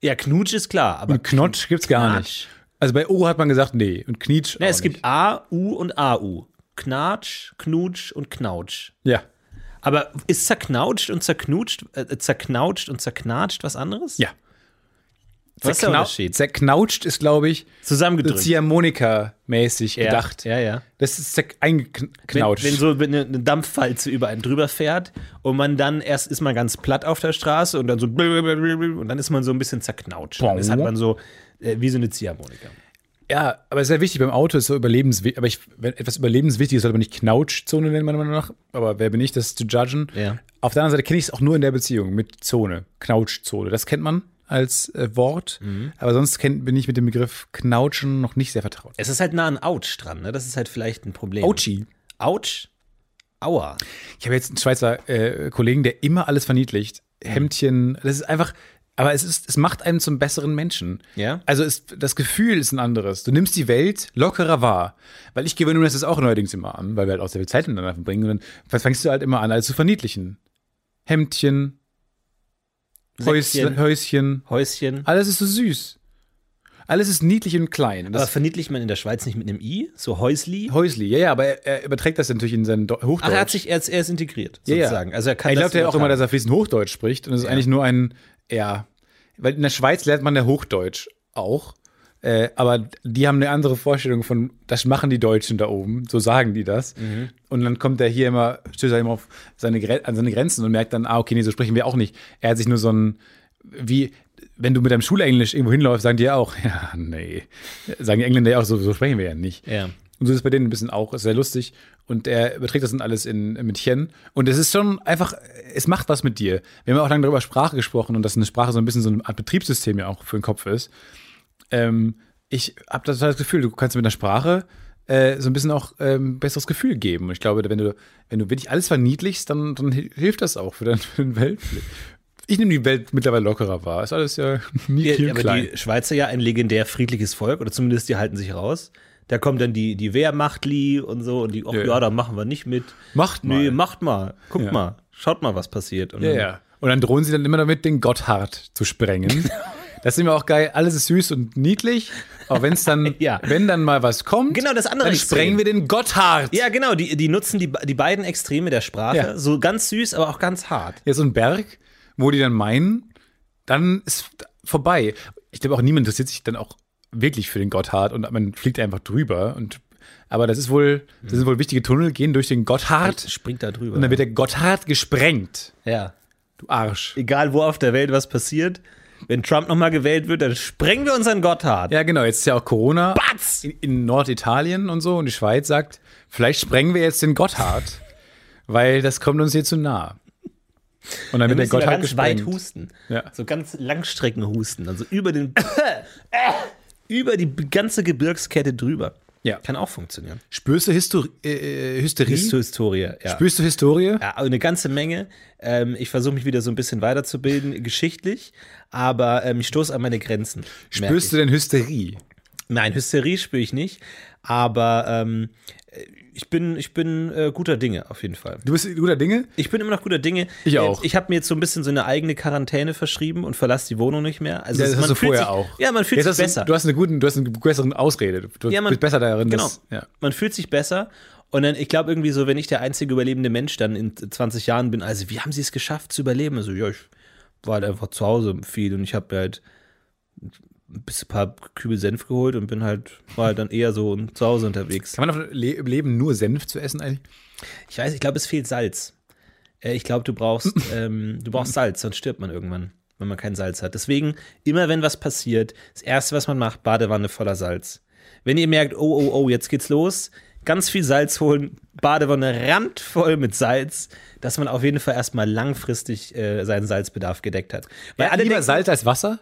[SPEAKER 1] Ja, Knutsch ist klar, aber.
[SPEAKER 2] Und Knotsch gibt's gar
[SPEAKER 1] Knatsch.
[SPEAKER 2] nicht. Also bei O hat man gesagt, nee. Und Knitsch.
[SPEAKER 1] Ne,
[SPEAKER 2] auch
[SPEAKER 1] es
[SPEAKER 2] nicht.
[SPEAKER 1] gibt A, U und AU. Knatsch, Knutsch und Knautsch.
[SPEAKER 2] Ja.
[SPEAKER 1] Aber ist zerknautscht und zerknutscht, äh, zerknautscht und zerknatscht was anderes?
[SPEAKER 2] Ja.
[SPEAKER 1] Was ist der
[SPEAKER 2] Zerknau-
[SPEAKER 1] Unterschied?
[SPEAKER 2] Zerknautscht ist, glaube ich, so
[SPEAKER 1] Zusammengedrückt.
[SPEAKER 2] Ziehharmonika-mäßig
[SPEAKER 1] ja,
[SPEAKER 2] gedacht.
[SPEAKER 1] Ja, ja.
[SPEAKER 2] Das ist
[SPEAKER 1] Wenn,
[SPEAKER 2] eingeknautscht.
[SPEAKER 1] wenn so eine, eine Dampfwalze über einen drüber fährt und man dann erst ist man ganz platt auf der Straße und dann so und dann ist man so ein bisschen zerknautscht.
[SPEAKER 2] Boah.
[SPEAKER 1] Das hat man so äh, wie so eine Ziehharmonika.
[SPEAKER 2] Ja, aber sehr wichtig beim Auto ist so überlebenswichtig. Aber ich, wenn etwas überlebenswichtig ist, sollte man nicht Knautschzone nennen, meiner Meinung nach. Aber wer bin ich, das zu judgen?
[SPEAKER 1] Ja.
[SPEAKER 2] Auf der anderen Seite kenne ich es auch nur in der Beziehung mit Zone, Knautschzone. Das kennt man als äh, Wort.
[SPEAKER 1] Mhm.
[SPEAKER 2] Aber sonst kenn, bin ich mit dem Begriff Knautschen noch nicht sehr vertraut.
[SPEAKER 1] Es ist halt nah an Autsch dran, ne? Das ist halt vielleicht ein Problem.
[SPEAKER 2] Ouchi.
[SPEAKER 1] Autsch? Aua.
[SPEAKER 2] Ich habe jetzt einen Schweizer äh, Kollegen, der immer alles verniedlicht.
[SPEAKER 1] Mhm.
[SPEAKER 2] Hemdchen, das ist einfach. Aber es, ist, es macht einem zum besseren Menschen.
[SPEAKER 1] Ja.
[SPEAKER 2] Also ist, das Gefühl ist ein anderes. Du nimmst die Welt lockerer wahr. Weil ich gewöhne mir das jetzt auch neuerdings immer an, weil wir halt auch sehr viel Zeit miteinander verbringen. Und dann fängst du halt immer an, alles zu verniedlichen. Hemdchen, Häuschen,
[SPEAKER 1] Säckchen,
[SPEAKER 2] Häuschen.
[SPEAKER 1] Häuschen.
[SPEAKER 2] Alles ist so süß. Alles ist niedlich und klein. Und
[SPEAKER 1] Aber
[SPEAKER 2] Das
[SPEAKER 1] verniedlicht man in der Schweiz nicht mit einem I? So Häusli?
[SPEAKER 2] Häusli, ja, ja, aber er, er überträgt das natürlich in seinen Do Hochdeutsch.
[SPEAKER 1] Ach, er hat sich er ist, er ist integriert,
[SPEAKER 2] Ja, ja.
[SPEAKER 1] sozusagen. Also er kann
[SPEAKER 2] ich
[SPEAKER 1] das
[SPEAKER 2] glaube ja auch immer, dass
[SPEAKER 1] übertragen.
[SPEAKER 2] er fließend Hochdeutsch spricht. Und es ist eigentlich nur ein, ja, weil in der Schweiz lernt man ja Hochdeutsch auch. Äh, aber die haben eine andere Vorstellung von, das machen die Deutschen da oben, so sagen die das.
[SPEAKER 1] Mhm.
[SPEAKER 2] Und dann kommt er hier immer, stößt er immer auf seine, Gre- an seine Grenzen und merkt dann, ah, okay, nee, so sprechen wir auch nicht. Er hat sich nur so ein, wie, wenn du mit deinem Schulenglisch irgendwo hinläufst, sagen die ja auch, ja, nee. Sagen die Engländer ja auch, so, so sprechen wir ja nicht.
[SPEAKER 1] Ja.
[SPEAKER 2] Und so ist es bei denen ein bisschen auch, ist sehr lustig. Und er überträgt das dann alles in Mädchen. Und es ist schon einfach, es macht was mit dir. Wir haben ja auch lange darüber Sprache gesprochen und dass eine Sprache so ein bisschen so eine Art Betriebssystem ja auch für den Kopf ist. Ähm, ich habe das, halt das Gefühl, du kannst mit einer Sprache äh, so ein bisschen auch ähm, besseres Gefühl geben. Und ich glaube, wenn du, wenn du wirklich alles verniedlichst, dann, dann hi- hilft das auch für, dein, für den Weltblick. Ich nehme die Welt mittlerweile lockerer wahr. Ist alles ja nie
[SPEAKER 1] Ja,
[SPEAKER 2] viel
[SPEAKER 1] aber
[SPEAKER 2] klein.
[SPEAKER 1] die Schweizer ja ein legendär friedliches Volk, oder zumindest die halten sich raus. Da kommt dann die, die Wehrmachtli und so und die, ach
[SPEAKER 2] Ja.
[SPEAKER 1] ja, da machen wir nicht mit.
[SPEAKER 2] Macht mal.
[SPEAKER 1] Nee, macht mal. Guckt
[SPEAKER 2] Ja.
[SPEAKER 1] mal. Schaut mal, was passiert. Und
[SPEAKER 2] Ja,
[SPEAKER 1] dann-
[SPEAKER 2] ja. Und dann drohen sie dann immer damit, den Gotthard zu sprengen. Das ist immer auch geil. Alles ist süß und niedlich. Aber wenn es dann,
[SPEAKER 1] Ja.
[SPEAKER 2] wenn dann mal was kommt,
[SPEAKER 1] Genau, das andere
[SPEAKER 2] dann
[SPEAKER 1] Extrem.
[SPEAKER 2] sprengen wir den Gotthard.
[SPEAKER 1] Ja, genau, die, die nutzen die, die beiden Extreme der Sprache,
[SPEAKER 2] Ja.
[SPEAKER 1] so ganz süß, aber auch ganz hart.
[SPEAKER 2] Ja, so ein Berg, wo die dann meinen, dann ist vorbei. Ich glaube auch niemand interessiert sich dann auch wirklich für den Gotthard und man fliegt einfach drüber. Und, aber das ist wohl, das sind wohl wichtige Tunnel, gehen durch den Gotthard
[SPEAKER 1] Springt da drüber.
[SPEAKER 2] und dann wird der Gotthard gesprengt.
[SPEAKER 1] ja.
[SPEAKER 2] Du Arsch.
[SPEAKER 1] Egal, wo auf der Welt was passiert, wenn Trump nochmal gewählt wird, dann sprengen wir unseren Gotthard.
[SPEAKER 2] Ja, genau, jetzt ist ja auch Corona.
[SPEAKER 1] Batz!
[SPEAKER 2] in, in Norditalien und so und die Schweiz sagt, vielleicht sprengen wir jetzt den Gotthard, weil das kommt uns hier zu nah. Und dann wird der
[SPEAKER 1] müssen wir
[SPEAKER 2] Gotthard
[SPEAKER 1] ganz weit
[SPEAKER 2] gesprengt.
[SPEAKER 1] husten.
[SPEAKER 2] Ja.
[SPEAKER 1] So ganz Langstrecken husten. Also über den über die ganze Gebirgskette drüber.
[SPEAKER 2] Ja.
[SPEAKER 1] Kann auch funktionieren.
[SPEAKER 2] Spürst du Histori äh, äh, Hysterie?
[SPEAKER 1] Historie, ja.
[SPEAKER 2] Spürst du Historie?
[SPEAKER 1] ja, eine ganze Menge. Ähm, ich versuche mich wieder so ein bisschen weiterzubilden, geschichtlich, aber ähm, ich stoße an meine Grenzen. merk
[SPEAKER 2] Spürst du denn Hysterie?
[SPEAKER 1] ich. Nein, Hysterie spüre ich nicht, aber ähm, ich bin, ich bin äh, guter Dinge auf jeden Fall.
[SPEAKER 2] Du bist guter Dinge?
[SPEAKER 1] Ich bin immer noch guter Dinge.
[SPEAKER 2] Ich auch.
[SPEAKER 1] Ich habe mir jetzt so ein bisschen so eine eigene Quarantäne verschrieben und verlasse die Wohnung nicht mehr. Also
[SPEAKER 2] Ja,
[SPEAKER 1] es-
[SPEAKER 2] das hast
[SPEAKER 1] man
[SPEAKER 2] du
[SPEAKER 1] fühlt
[SPEAKER 2] vorher
[SPEAKER 1] sich,
[SPEAKER 2] auch.
[SPEAKER 1] Ja, man fühlt
[SPEAKER 2] Jetzt
[SPEAKER 1] sich
[SPEAKER 2] hast du-
[SPEAKER 1] besser.
[SPEAKER 2] Du hast, eine guten, du hast eine bessere Ausrede. Du
[SPEAKER 1] ja, man,
[SPEAKER 2] bist besser darin.
[SPEAKER 1] Genau.
[SPEAKER 2] Das, ja.
[SPEAKER 1] Man fühlt sich besser Und dann, ich glaube irgendwie so, wenn ich der einzige überlebende Mensch dann in 20 Jahren bin, also wie haben sie es geschafft zu überleben? Also ja, ich war halt einfach zu Hause viel und ich habe mir halt ein bisschen- paar Kübel Senf geholt und bin halt, war halt dann eher so zu Hause unterwegs.
[SPEAKER 2] Kann man auf Le im Leben nur Senf zu essen eigentlich?
[SPEAKER 1] Ich weiß, ich glaube, es fehlt Salz. Äh, Ich glaube, du brauchst, ähm, du brauchst Salz, sonst stirbt man irgendwann, wenn man kein Salz hat. Deswegen, immer wenn was passiert, das Erste, was man macht, Badewanne voller Salz. Wenn ihr merkt, oh, oh, oh, jetzt geht's los, ganz viel Salz holen, Badewanne randvoll mit Salz, dass man auf jeden Fall erstmal langfristig äh, seinen Salzbedarf gedeckt hat. Weil alle
[SPEAKER 2] Lieber
[SPEAKER 1] denken,
[SPEAKER 2] Salz als Wasser?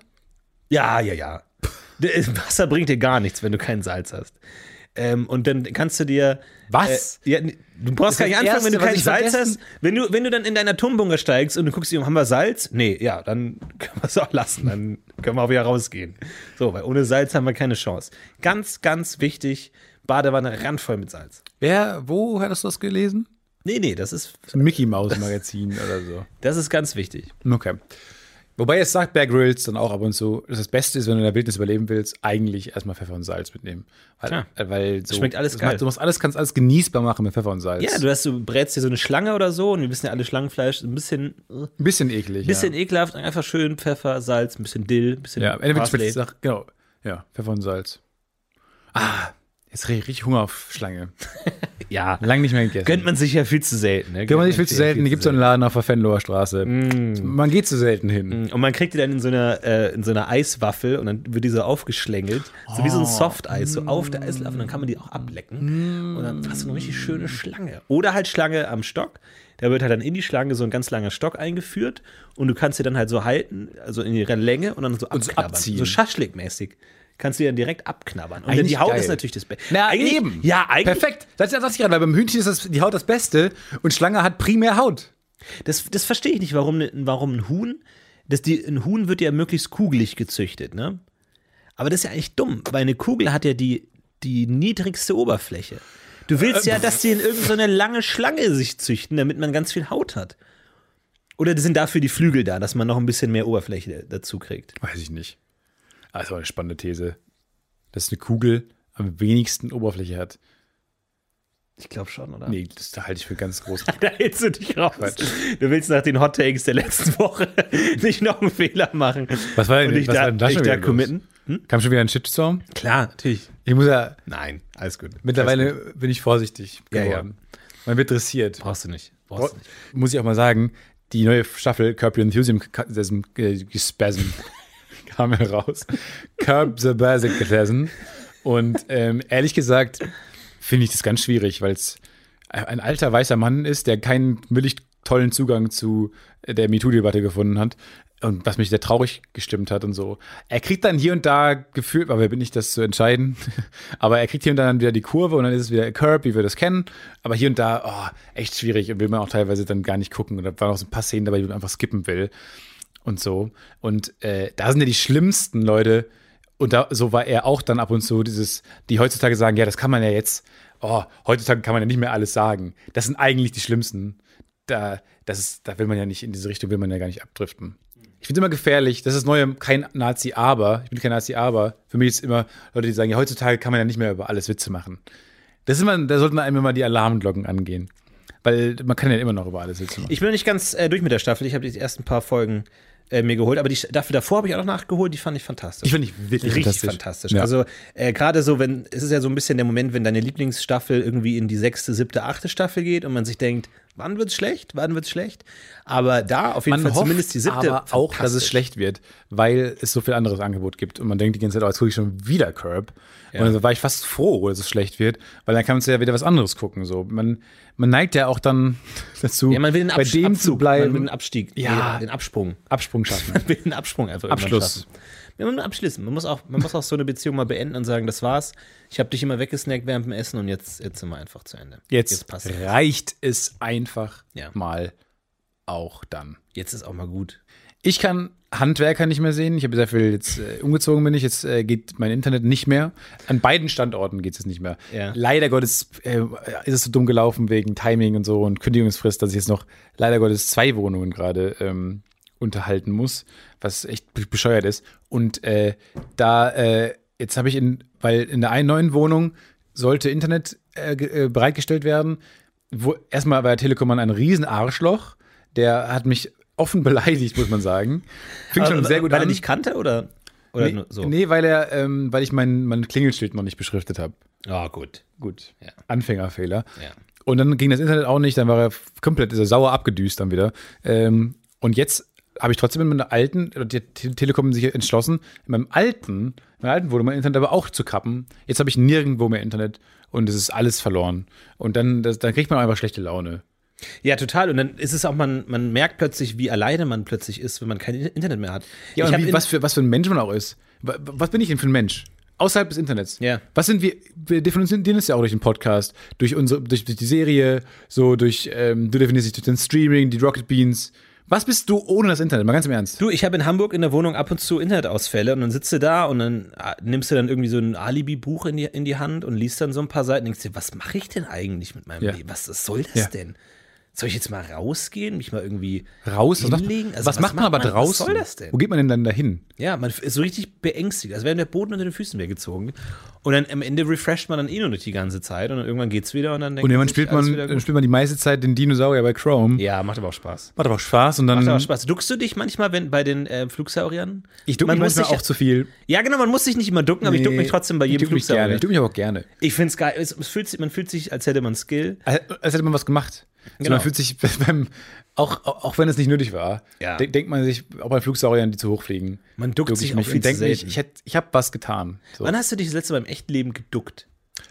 [SPEAKER 1] ja, ja, ja. Wasser bringt dir gar nichts, wenn du kein Salz hast. Ähm, und dann kannst du dir
[SPEAKER 2] Was?
[SPEAKER 1] äh, ja, n- du brauchst gar
[SPEAKER 2] ist
[SPEAKER 1] nicht
[SPEAKER 2] das
[SPEAKER 1] anfangen, wenn du
[SPEAKER 2] Erste, was
[SPEAKER 1] kein
[SPEAKER 2] ich
[SPEAKER 1] Salz hast.
[SPEAKER 2] vergessen-
[SPEAKER 1] Wenn du, wenn du dann in deinen Atombunker steigst und du guckst, dir, haben wir Salz? Nee, ja, dann können wir es auch lassen. Dann können wir auch wieder rausgehen. So, weil ohne Salz haben wir keine Chance. Ganz, ganz wichtig, Badewanne randvoll mit Salz.
[SPEAKER 2] Wer, wo hattest du das gelesen?
[SPEAKER 1] Nee, nee, das ist,
[SPEAKER 2] Das Mickey Mouse Magazin oder so.
[SPEAKER 1] das ist ganz wichtig.
[SPEAKER 2] Okay. Wobei jetzt sagt Bear Grylls dann auch ab und zu, dass das Beste ist, wenn du in der Wildnis überleben willst, eigentlich erstmal Pfeffer und Salz mitnehmen. Weil,
[SPEAKER 1] Klar.
[SPEAKER 2] äh, weil so,
[SPEAKER 1] Schmeckt alles
[SPEAKER 2] das
[SPEAKER 1] geil.
[SPEAKER 2] macht- Du musst alles, kannst alles genießbar machen mit Pfeffer und Salz.
[SPEAKER 1] Ja, du hast, du brätst dir so eine Schlange oder so und wir wissen ja alle Schlangenfleisch, ein bisschen, ein
[SPEAKER 2] ein bisschen eklig.
[SPEAKER 1] bisschen ekelhaft, einfach schön Pfeffer, Salz, ein bisschen Dill, ein bisschen
[SPEAKER 2] ja. ja, am Ende wird
[SPEAKER 1] Parsley.
[SPEAKER 2] es sag- Genau. Ja, Pfeffer und Salz. Ah, jetzt krieg ich richtig Hunger auf Schlange.
[SPEAKER 1] Ja,
[SPEAKER 2] Lang nicht mehr gegessen.
[SPEAKER 1] gönnt man sich ja viel zu selten. Ne?
[SPEAKER 2] Gönnt man nicht viel zu selten. Hier gibt es so einen Laden auf der Fenloher Straße.
[SPEAKER 1] Mm.
[SPEAKER 2] Man geht zu selten hin.
[SPEAKER 1] Und man kriegt die dann in so einer, äh, in so einer Eiswaffel und dann wird die so aufgeschlängelt. So wie so
[SPEAKER 2] Oh.
[SPEAKER 1] ein Softeis, so auf der Eiswaffel. Und dann kann man die auch ablecken. Und dann hast du eine richtig schöne Schlange. Oder halt Schlange am Stock. Da wird halt dann in die Schlange so ein ganz langer Stock eingeführt. Und du kannst sie dann halt so halten, also in ihrer Länge und dann so
[SPEAKER 2] so
[SPEAKER 1] abknabbern.
[SPEAKER 2] abziehen.
[SPEAKER 1] so Schaschlik-mäßig. Kannst du die dann direkt abknabbern. Und dann
[SPEAKER 2] Eigentlich
[SPEAKER 1] die Haut
[SPEAKER 2] geil.
[SPEAKER 1] ist natürlich das Beste.
[SPEAKER 2] Na, eben.
[SPEAKER 1] Ja, eigentlich.
[SPEAKER 2] Perfekt. Das ist das, was ich gerade, weil beim Hühnchen ist das, die Haut das Beste und Schlange hat primär Haut.
[SPEAKER 1] Das, das verstehe ich nicht, warum, ne- warum ein Huhn, das die, ein Huhn wird ja möglichst kugelig gezüchtet, ne? Aber das ist ja eigentlich dumm, weil eine Kugel hat ja die, die niedrigste Oberfläche. Du willst ja, dass die in irgendeine lange Schlange sich züchten, damit man ganz viel Haut hat. Oder sind dafür die Flügel da, dass man noch ein bisschen mehr Oberfläche dazu kriegt?
[SPEAKER 2] Weiß ich nicht. Also eine spannende These. Dass eine Kugel am wenigsten Oberfläche hat.
[SPEAKER 1] Ich glaube schon, oder?
[SPEAKER 2] Nee, das halte ich für ganz groß.
[SPEAKER 1] Da hältst du dich raus. Du willst nach den Hot Takes der letzten Woche nicht noch einen Fehler machen.
[SPEAKER 2] Was war denn-
[SPEAKER 1] Und dich
[SPEAKER 2] was
[SPEAKER 1] da,
[SPEAKER 2] war denn da
[SPEAKER 1] dich
[SPEAKER 2] schon
[SPEAKER 1] da
[SPEAKER 2] wieder los?
[SPEAKER 1] committen? Hm?
[SPEAKER 2] Kam schon wieder ein Shitstorm?
[SPEAKER 1] Klar, natürlich.
[SPEAKER 2] Ich muss ja,
[SPEAKER 1] Nein, alles gut.
[SPEAKER 2] mittlerweile bin ich vorsichtig
[SPEAKER 1] Ja, ja.
[SPEAKER 2] geworden. Man wird dressiert.
[SPEAKER 1] Brauchst du nicht. Brauchst du nicht.
[SPEAKER 2] Muss ich auch mal sagen, die neue Staffel Curb Your Enthusiasm äh, gespasm kam heraus. Curb the Basic Gespasm. Und ähm, ehrlich gesagt finde ich das ganz schwierig, weil es ein alter weißer Mann ist, der keinen wirklich tollen Zugang zu der MeToo-Debatte gefunden hat. Und was mich sehr traurig gestimmt hat und so. Er kriegt dann hier und da gefühlt, aber wer bin ich, das zu entscheiden? aber er kriegt hier und da dann wieder die Kurve und dann ist es wieder Curb, wie wir das kennen. Aber hier und da, oh, echt schwierig und will man auch teilweise dann gar nicht gucken. Und da waren auch so ein paar Szenen dabei, die man einfach skippen will und so. Und äh, da sind ja die schlimmsten Leute. Und da, so war er auch dann ab und zu dieses, die heutzutage sagen, ja, das kann man ja jetzt, oh, heutzutage kann man ja nicht mehr alles sagen. Das sind eigentlich die schlimmsten. Da, das ist, da will man ja nicht, in diese Richtung will man ja gar nicht abdriften. Ich finde es immer gefährlich, das ist das neue, kein Nazi, aber, ich bin kein Nazi, aber, für mich ist immer Leute, die sagen, ja, heutzutage kann man ja nicht mehr über alles Witze machen. Das ist immer, da sollten einem immer die Alarmglocken angehen. Weil man kann ja immer noch über alles Witze machen.
[SPEAKER 1] Ich bin noch nicht ganz äh, durch mit der Staffel. Ich habe die ersten paar Folgen äh, mir geholt, aber die Staffel davor habe ich auch noch nachgeholt. Die fand ich fantastisch.
[SPEAKER 2] finde ich wirklich
[SPEAKER 1] Richtig fantastisch.
[SPEAKER 2] Ja.
[SPEAKER 1] Also äh, gerade so, wenn es ist ja so ein bisschen der Moment, wenn deine Lieblingsstaffel irgendwie in die sechste, siebte, achte Staffel geht und man sich denkt, wann wird's schlecht, wann wird's schlecht. Aber da auf jeden
[SPEAKER 2] man
[SPEAKER 1] Fall
[SPEAKER 2] hofft
[SPEAKER 1] zumindest die siebte.
[SPEAKER 2] aber auch, dass es
[SPEAKER 1] fantastisch.
[SPEAKER 2] schlecht wird, weil es so viel anderes Angebot gibt. Und man denkt die ganze Zeit, oh, jetzt gucke ich schon wieder Curb. Und dann war ich fast froh, dass es schlecht wird, weil dann kann man ja wieder was anderes gucken. So. Man, man neigt ja auch dann dazu,
[SPEAKER 1] Ja, man will den
[SPEAKER 2] bei
[SPEAKER 1] Abs
[SPEAKER 2] dem
[SPEAKER 1] Abzug,
[SPEAKER 2] zu bleiben,
[SPEAKER 1] man will den Abstieg,
[SPEAKER 2] Ja.
[SPEAKER 1] nee, den Absprung.
[SPEAKER 2] Absprung schaffen.
[SPEAKER 1] Man will den Absprung einfach irgendwann
[SPEAKER 2] Abschluss.
[SPEAKER 1] schaffen. Ja, man muss abschließen. Man muss, auch, man muss auch so eine Beziehung mal beenden und sagen, das war's. Ich habe dich immer weggesnackt während dem Essen und jetzt, jetzt sind wir einfach zu Ende.
[SPEAKER 2] Jetzt,
[SPEAKER 1] passt es.
[SPEAKER 2] reicht es einfach
[SPEAKER 1] Ja.
[SPEAKER 2] mal auch dann.
[SPEAKER 1] Jetzt ist auch mal gut.
[SPEAKER 2] Ich kann Handwerker nicht mehr sehen. Ich habe sehr viel jetzt äh, umgezogen bin ich. Jetzt äh, geht mein Internet nicht mehr. An beiden Standorten geht es nicht mehr.
[SPEAKER 1] Ja.
[SPEAKER 2] Leider Gottes äh, ist es so dumm gelaufen wegen Timing und so und Kündigungsfrist, dass ich jetzt noch leider Gottes zwei Wohnungen gerade ähm, unterhalten muss, was echt be- bescheuert ist. Und äh, da äh, jetzt habe ich in, weil in der einen neuen Wohnung sollte Internet äh, ge- äh, bereitgestellt werden. Wo, erstmal war Telekom ein riesen Arschloch. Der hat mich offen beleidigt, muss man sagen. Fing schon
[SPEAKER 1] Aber-
[SPEAKER 2] sehr gut
[SPEAKER 1] weil
[SPEAKER 2] an.
[SPEAKER 1] er dich kannte oder, oder
[SPEAKER 2] nee,
[SPEAKER 1] nur so?
[SPEAKER 2] nee, weil er, ähm, weil ich mein, mein Klingelschild noch nicht beschriftet habe.
[SPEAKER 1] Ah, gut.
[SPEAKER 2] Gut. Anfängerfehler.
[SPEAKER 1] Ja.
[SPEAKER 2] Und dann ging das Internet auch nicht, dann war er f- komplett ist er sauer abgedüst dann wieder. Ähm, und jetzt habe ich trotzdem in meiner alten, oder die Te Telekom sich entschlossen, in meinem alten, in meinem alten wurde mein Internet aber auch zu kappen. Jetzt habe ich nirgendwo mehr Internet und es ist alles verloren. Und dann, das, dann kriegt man einfach schlechte Laune.
[SPEAKER 1] Ja, total. Und dann ist es auch, man, man merkt plötzlich, wie alleine man plötzlich ist, wenn man kein Internet mehr hat.
[SPEAKER 2] Ja,
[SPEAKER 1] ich
[SPEAKER 2] und
[SPEAKER 1] hab
[SPEAKER 2] wie,
[SPEAKER 1] in-
[SPEAKER 2] was, für, was für ein Mensch man auch ist. Wa- Was bin ich denn für ein Mensch? Außerhalb des Internets.
[SPEAKER 1] Ja.
[SPEAKER 2] Was sind wir? Wir definieren es ja auch durch den Podcast, durch unsere, durch, durch die Serie, so durch, ähm, du definierst dich durch den Streaming, die Rocket Beans. Was bist du ohne das Internet? Mal ganz im Ernst.
[SPEAKER 1] Du, ich habe in Hamburg in der Wohnung ab und zu Internetausfälle und dann sitzt du da und dann ah, nimmst du dann irgendwie so ein Alibi-Buch in die, in die Hand und liest dann so ein paar Seiten und denkst dir, was mache ich denn eigentlich mit meinem
[SPEAKER 2] Ja.
[SPEAKER 1] Leben? Was soll das
[SPEAKER 2] Ja.
[SPEAKER 1] denn? Soll ich jetzt mal rausgehen, mich mal irgendwie
[SPEAKER 2] Raus, was macht,
[SPEAKER 1] hinlegen?
[SPEAKER 2] was
[SPEAKER 1] Also
[SPEAKER 2] macht man aber draußen?
[SPEAKER 1] Was soll das denn?
[SPEAKER 2] Wo geht man denn dann dahin?
[SPEAKER 1] Ja, man ist so richtig beängstigt. Also wäre der Boden unter den Füßen weggezogen. Und dann am Ende refresht man dann eh nur nicht die ganze Zeit und dann irgendwann geht's wieder und dann denkt
[SPEAKER 2] Und irgendwann
[SPEAKER 1] sich,
[SPEAKER 2] spielt
[SPEAKER 1] alles
[SPEAKER 2] man,
[SPEAKER 1] wieder
[SPEAKER 2] äh,
[SPEAKER 1] gut.
[SPEAKER 2] spielt man die meiste Zeit den Dinosaurier bei Chrome.
[SPEAKER 1] Ja, macht aber auch Spaß.
[SPEAKER 2] Macht aber auch Spaß und dann.
[SPEAKER 1] Macht aber auch Spaß. Duckst du dich manchmal wenn, bei den äh, Flugsauriern?
[SPEAKER 2] Ich ducke
[SPEAKER 1] Man
[SPEAKER 2] mich
[SPEAKER 1] muss
[SPEAKER 2] manchmal auch
[SPEAKER 1] sich-
[SPEAKER 2] zu viel.
[SPEAKER 1] Ja, genau, man muss sich nicht immer ducken, aber ich duck mich trotzdem bei
[SPEAKER 2] Ich
[SPEAKER 1] jedem
[SPEAKER 2] duck mich gerne.
[SPEAKER 1] Flugsaurier.
[SPEAKER 2] Ich ducke mich aber auch gerne.
[SPEAKER 1] Ich find's geil. Es, es fühlt sich, man fühlt sich, als hätte man Skill.
[SPEAKER 2] als, als hätte man was gemacht. Also
[SPEAKER 1] Genau.
[SPEAKER 2] Man fühlt sich beim, auch, auch auch wenn es nicht nötig war,
[SPEAKER 1] Ja.
[SPEAKER 2] de denkt man sich, auch bei Flugsauriern, die zu hoch fliegen,
[SPEAKER 1] Man duckt
[SPEAKER 2] duck
[SPEAKER 1] sich
[SPEAKER 2] ich
[SPEAKER 1] auch
[SPEAKER 2] mich
[SPEAKER 1] viel
[SPEAKER 2] und
[SPEAKER 1] zu
[SPEAKER 2] denkt mich,
[SPEAKER 1] selten.
[SPEAKER 2] ich, hätt- ich habe was getan. So.
[SPEAKER 1] Wann hast du dich das letzte Mal im echten Leben geduckt?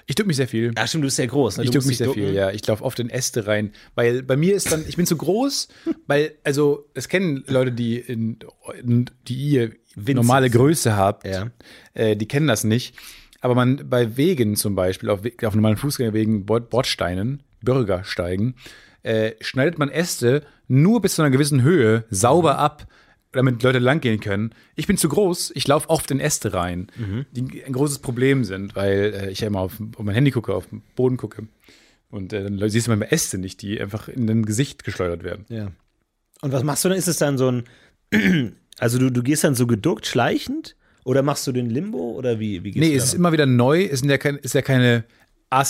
[SPEAKER 2] Ich duck mich sehr viel.
[SPEAKER 1] Ja, stimmt, du bist sehr groß. Ne?
[SPEAKER 2] Ich
[SPEAKER 1] du
[SPEAKER 2] duck mich sehr viel, ja. Ich laufe oft in Äste rein, weil bei mir ist dann, ich bin zu groß, weil, also, es kennen Leute, die, in, in, die ihr
[SPEAKER 1] Winzig
[SPEAKER 2] normale
[SPEAKER 1] sind.
[SPEAKER 2] Größe habt,
[SPEAKER 1] Ja.
[SPEAKER 2] äh, die kennen das nicht. Aber man bei Wegen zum Beispiel, auf, We- auf normalen Fußgängerwegen, Bord, Bordsteinen, Bürgersteigen, äh, schneidet man Äste nur bis zu einer gewissen Höhe sauber ab, damit Leute langgehen können. Ich bin zu groß, ich laufe oft in Äste rein, die ein großes Problem sind, weil äh, ich ja immer auf, auf mein Handy gucke, auf den Boden gucke. Und äh, dann siehst du manchmal Äste nicht, die einfach in dein Gesicht geschleudert werden.
[SPEAKER 1] Ja. Und was machst du dann? Ist es dann so ein. Also, du, du gehst dann so geduckt, schleichend? Oder machst du den Limbo? Oder wie, wie geht's
[SPEAKER 2] Nee,
[SPEAKER 1] dir
[SPEAKER 2] es ist
[SPEAKER 1] dann?
[SPEAKER 2] immer wieder neu, es sind ja kein, ist ja keine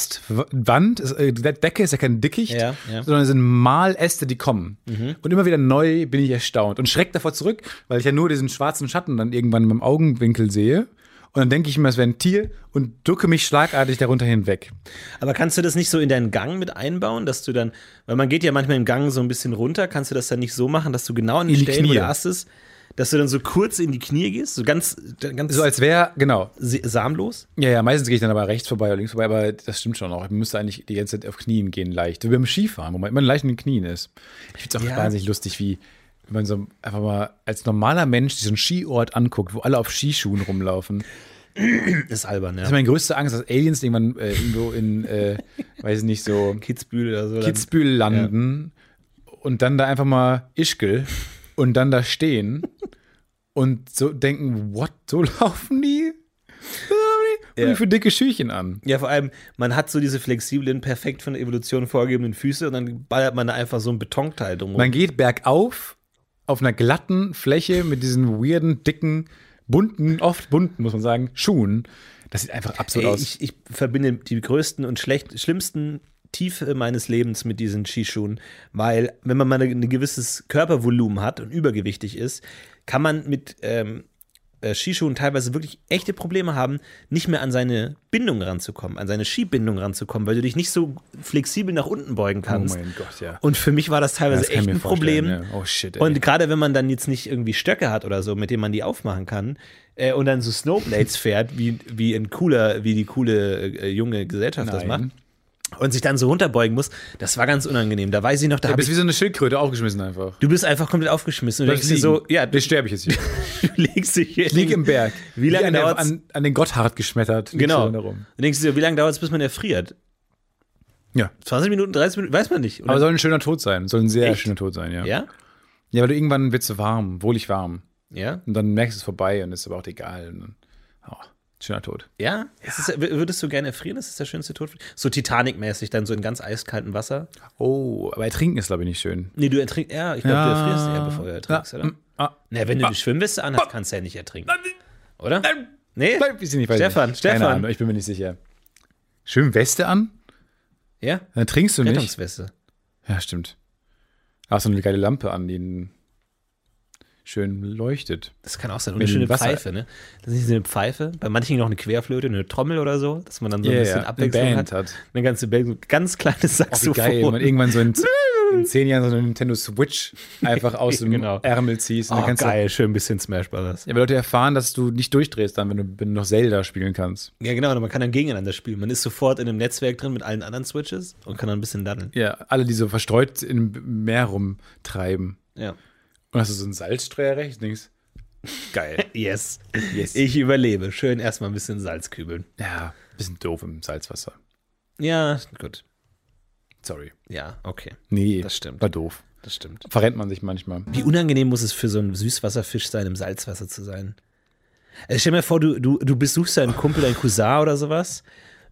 [SPEAKER 2] Astwand, es- äh, De- Decke ist ja kein Dickicht,
[SPEAKER 1] Ja, ja. Mhm.
[SPEAKER 2] sondern es sind Maläste, die kommen. Und immer wieder neu bin ich erstaunt und schreck davor zurück, weil ich ja nur diesen schwarzen Schatten dann irgendwann in meinem Augenwinkel sehe. Und dann denke ich mir, es wäre ein Tier und ducke mich schlagartig darunter hinweg.
[SPEAKER 1] Aber kannst du das nicht so in deinen Gang mit einbauen, dass du dann, weil man geht ja manchmal im Gang so ein bisschen runter, kannst du das dann nicht so machen, dass du genau an den
[SPEAKER 2] In die
[SPEAKER 1] Stellen, wo
[SPEAKER 2] Knie.
[SPEAKER 1] du hast es, dass du dann so kurz in die Knie gehst, so ganz, ganz
[SPEAKER 2] So als wäre, genau.
[SPEAKER 1] si- sahmlos?
[SPEAKER 2] Ja, ja, meistens gehe ich dann aber rechts vorbei oder links vorbei, aber das stimmt schon auch. Ich müsste eigentlich die ganze Zeit auf Knien gehen, leicht. Wie beim Skifahren, wo man immer leicht in den Knien ist. Ich finde es auch
[SPEAKER 1] Ja.
[SPEAKER 2] wahnsinnig lustig, wie wenn man so einfach mal als normaler Mensch diesen Skiort anguckt, wo alle auf Skischuhen rumlaufen.
[SPEAKER 1] Ist albern,
[SPEAKER 2] Das ist
[SPEAKER 1] ja.
[SPEAKER 2] meine größte Angst, dass Aliens irgendwann äh, irgendwo in, äh, weiß nicht, so
[SPEAKER 1] Kitzbühel oder so. dann-
[SPEAKER 2] Kitzbühel landen und dann da einfach mal Ischgl und dann da stehen und so denken, what, so laufen die? So laufen die?
[SPEAKER 1] Ja.
[SPEAKER 2] Und die für dicke Schüchen an.
[SPEAKER 1] Ja, vor allem, man hat so diese flexiblen, perfekt von der Evolution vorgegebenen Füße und dann ballert man da einfach so ein Betonteil drumrum.
[SPEAKER 2] Man geht bergauf auf einer glatten Fläche mit diesen weirden, dicken, bunten, oft bunten, muss man sagen, Schuhen. Das sieht einfach absurd
[SPEAKER 1] Ey,
[SPEAKER 2] aus.
[SPEAKER 1] ich, ich verbinde die größten und schlecht, schlimmsten Tiefe meines Lebens mit diesen Skischuhen, weil wenn man mal eine- ein gewisses Körpervolumen hat und übergewichtig ist, kann man mit ähm, äh, Skischuhen teilweise wirklich echte Probleme haben, nicht mehr an seine Bindung ranzukommen, an seine Skibindung ranzukommen, weil du dich nicht so flexibel nach unten beugen kannst.
[SPEAKER 2] Gott, Oh ja.
[SPEAKER 1] und für mich war das teilweise
[SPEAKER 2] Das kann ich
[SPEAKER 1] echt
[SPEAKER 2] mir
[SPEAKER 1] ein
[SPEAKER 2] vorstellen,
[SPEAKER 1] Problem.
[SPEAKER 2] ja. Oh shit, ey.
[SPEAKER 1] Und gerade wenn man dann jetzt nicht irgendwie Stöcke hat oder so, mit denen man die aufmachen kann äh, und dann so Snowblades fährt, wie, wie ein cooler, wie die coole äh, junge Gesellschaft das macht
[SPEAKER 2] Nein.
[SPEAKER 1] und sich dann so runterbeugen muss, das war ganz unangenehm. Da weiß ich noch, da
[SPEAKER 2] Du
[SPEAKER 1] hab
[SPEAKER 2] bist
[SPEAKER 1] ich,
[SPEAKER 2] wie so eine Schildkröte aufgeschmissen einfach.
[SPEAKER 1] du bist einfach komplett aufgeschmissen und denkst dir so, ja, du
[SPEAKER 2] Jetzt sterbe ich jetzt hier.
[SPEAKER 1] legst dich hier
[SPEAKER 2] Ich liege im Berg.
[SPEAKER 1] Wie lange
[SPEAKER 2] Wie an, der,
[SPEAKER 1] dauert's?
[SPEAKER 2] an, an den Gotthard geschmettert. liegst
[SPEAKER 1] Genau.
[SPEAKER 2] du dann da rum.
[SPEAKER 1] Du denkst dir so, wie lange dauert es, bis man erfriert?
[SPEAKER 2] Ja.
[SPEAKER 1] 20 Minuten, 30 Minuten, weiß man nicht. Und
[SPEAKER 2] Aber
[SPEAKER 1] dann-
[SPEAKER 2] soll ein schöner Tod sein. Soll ein sehr
[SPEAKER 1] Echt?
[SPEAKER 2] schöner Tod sein, ja.
[SPEAKER 1] ja?
[SPEAKER 2] Ja, weil du irgendwann wird so warm, wohlig warm.
[SPEAKER 1] Ja?
[SPEAKER 2] Und dann merkst du es vorbei und ist aber auch egal. Und dann, oh, schöner Tod.
[SPEAKER 1] Ja? Es Ist, w- würdest du gerne erfrieren? Das ist der schönste Tod. So Titanic-mäßig, dann so in ganz eiskaltem Wasser.
[SPEAKER 2] Oh, aber ertrinken ist, glaube ich, nicht schön.
[SPEAKER 1] Nee, du ertrinkst, ja, ich glaube, du
[SPEAKER 2] Ja.
[SPEAKER 1] erfrierst eher, bevor du ertrinkst,
[SPEAKER 2] Ja,
[SPEAKER 1] oder?
[SPEAKER 2] mm, ah.
[SPEAKER 1] Na, wenn du eine Schwimmweste anhast, kannst du ja nicht ertrinken. Oder? Nee?
[SPEAKER 2] Nein, weiß ich nicht, weiß ich
[SPEAKER 1] Stefan,
[SPEAKER 2] nicht.
[SPEAKER 1] Stefan.
[SPEAKER 2] Keine Ahnung, ich bin mir nicht sicher. Schön Weste an,
[SPEAKER 1] Ja?
[SPEAKER 2] dann trinkst du nicht.
[SPEAKER 1] Rettungsweste.
[SPEAKER 2] Ja, stimmt. Hast du eine geile Lampe an, die schön leuchtet.
[SPEAKER 1] Das kann auch sein. Und
[SPEAKER 2] Mit
[SPEAKER 1] eine schöne
[SPEAKER 2] Wasser.
[SPEAKER 1] Pfeife, ne? Das ist nicht so eine Pfeife. Bei manchen noch eine Querflöte, eine Trommel oder so, dass man dann so ein bisschen
[SPEAKER 2] eine
[SPEAKER 1] Abwechslung
[SPEAKER 2] Band
[SPEAKER 1] hat.
[SPEAKER 2] hat.
[SPEAKER 1] Eine ganze Band, so ein ganz kleines
[SPEAKER 2] Ach, wie
[SPEAKER 1] Saxophon.
[SPEAKER 2] geil, wenn man irgendwann so in, in zehn Jahren so eine Nintendo Switch einfach aus dem
[SPEAKER 1] Genau.
[SPEAKER 2] Ärmel ziehst. Und dann
[SPEAKER 1] oh,
[SPEAKER 2] kannst
[SPEAKER 1] geil, schön ein bisschen Smash Brothers.
[SPEAKER 2] Du, ja, aber Leute erfahren, dass du nicht durchdrehst dann, wenn du, wenn du noch Zelda spielen kannst.
[SPEAKER 1] Ja, genau, und man kann dann gegeneinander spielen. Man ist sofort in einem Netzwerk drin mit allen anderen Switches und kann dann ein bisschen daddeln.
[SPEAKER 2] Ja, alle, die so verstreut im Meer rumtreiben.
[SPEAKER 1] Ja.
[SPEAKER 2] Und hast du so einen Salzstreuer rechts, links. Geil.
[SPEAKER 1] Yes.
[SPEAKER 2] Yes.
[SPEAKER 1] Ich überlebe. Schön erstmal ein bisschen Salz kübeln.
[SPEAKER 2] ja, bisschen doof im Salzwasser.
[SPEAKER 1] Ja, gut.
[SPEAKER 2] Sorry.
[SPEAKER 1] Ja, okay.
[SPEAKER 2] Nee,
[SPEAKER 1] Das stimmt.
[SPEAKER 2] war doof.
[SPEAKER 1] Das stimmt.
[SPEAKER 2] Verrennt man sich manchmal.
[SPEAKER 1] Wie unangenehm muss es für so einen Süßwasserfisch sein, im Salzwasser zu sein? Also stell mir vor, du, du, du besuchst deinen Kumpel, deinen Cousin oder sowas,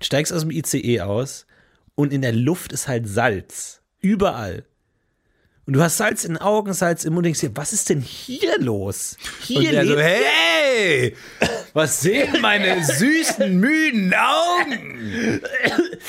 [SPEAKER 1] steigst aus dem ICE aus und in der Luft ist halt Salz. Überall. Und du hast Salz in den Augen, Salz im Mund, denkst dir, was ist denn hier los?
[SPEAKER 2] Und
[SPEAKER 1] Hier
[SPEAKER 2] der so,
[SPEAKER 1] lebt-
[SPEAKER 2] hey, was sehen meine süßen, müden Augen?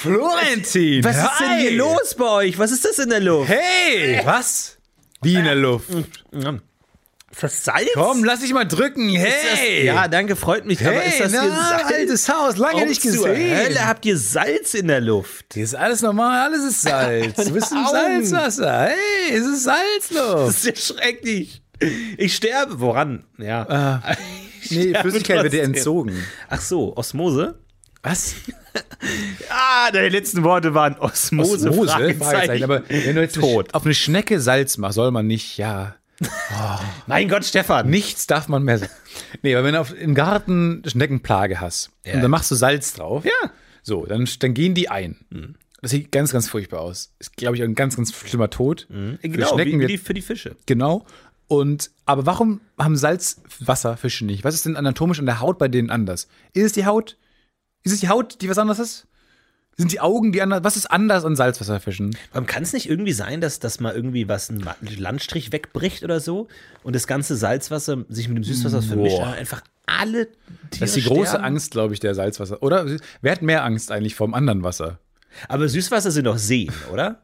[SPEAKER 2] Florentin,
[SPEAKER 1] was ist denn
[SPEAKER 2] hi.
[SPEAKER 1] hier los bei euch? Was ist das in der Luft?
[SPEAKER 2] Hey, was? Wie
[SPEAKER 1] Äh,
[SPEAKER 2] in der Luft.
[SPEAKER 1] Ist das Salz?
[SPEAKER 2] Komm, lass dich mal drücken.
[SPEAKER 1] Ist das,
[SPEAKER 2] Hey,
[SPEAKER 1] ja, danke, freut mich. aber
[SPEAKER 2] hey,
[SPEAKER 1] ist das
[SPEAKER 2] na,
[SPEAKER 1] hier Salz?
[SPEAKER 2] altes Haus, lange
[SPEAKER 1] Warum
[SPEAKER 2] nicht
[SPEAKER 1] zur Hölle
[SPEAKER 2] gesehen.
[SPEAKER 1] habt ihr Salz in der Luft?
[SPEAKER 2] Hier ist alles normal, alles ist Salz. Du bist im
[SPEAKER 1] Augen.
[SPEAKER 2] Salzwasser. Hey, es ist Salzluft.
[SPEAKER 1] Das ist ja schrecklich. Ich sterbe. Woran? Ja.
[SPEAKER 2] Ah.
[SPEAKER 1] Ich
[SPEAKER 2] Nee,
[SPEAKER 1] sterbe
[SPEAKER 2] Flüssigkeit wird dir
[SPEAKER 1] trotzdem.
[SPEAKER 2] entzogen.
[SPEAKER 1] Ach so, Osmose?
[SPEAKER 2] Was?
[SPEAKER 1] Ah, deine letzten Worte waren Osmose.
[SPEAKER 2] Osmose?
[SPEAKER 1] Fragezeichen.
[SPEAKER 2] Fragezeichen. Aber wenn du jetzt
[SPEAKER 1] Tot.
[SPEAKER 2] auf eine Schnecke Salz machst, soll man nicht, ja.
[SPEAKER 1] mein Gott, Stefan.
[SPEAKER 2] Nichts darf man mehr. Nee, aber wenn du auf, im Garten Schneckenplage hast und dann machst du Salz drauf,
[SPEAKER 1] Ja.
[SPEAKER 2] so, dann, dann gehen die ein. Das sieht ganz, ganz furchtbar aus. Ist, glaube ich, ein ganz, ganz schlimmer Tod.
[SPEAKER 1] Genau,
[SPEAKER 2] Für Schnecken
[SPEAKER 1] wie, wie
[SPEAKER 2] wird-
[SPEAKER 1] die, für die Fische.
[SPEAKER 2] Genau. Und, aber warum haben Salzwasserfische nicht? Was ist denn anatomisch an der Haut bei denen anders? Ist es die Haut? Ist es die Haut, die was anderes ist? Sind die Augen, die anders? Was ist anders an Salzwasserfischen?
[SPEAKER 1] Warum kann es nicht irgendwie sein, dass, dass mal irgendwie was ein Ma- Landstrich wegbricht oder so und das ganze Salzwasser sich mit dem Süßwasser vermischt und einfach alle Tiere
[SPEAKER 2] Das ist die große
[SPEAKER 1] sterben?
[SPEAKER 2] Angst, glaube ich, der Salzwasser. Oder wer hat mehr Angst eigentlich vom anderen Wasser?
[SPEAKER 1] Aber Süßwasser sind doch Seen, oder?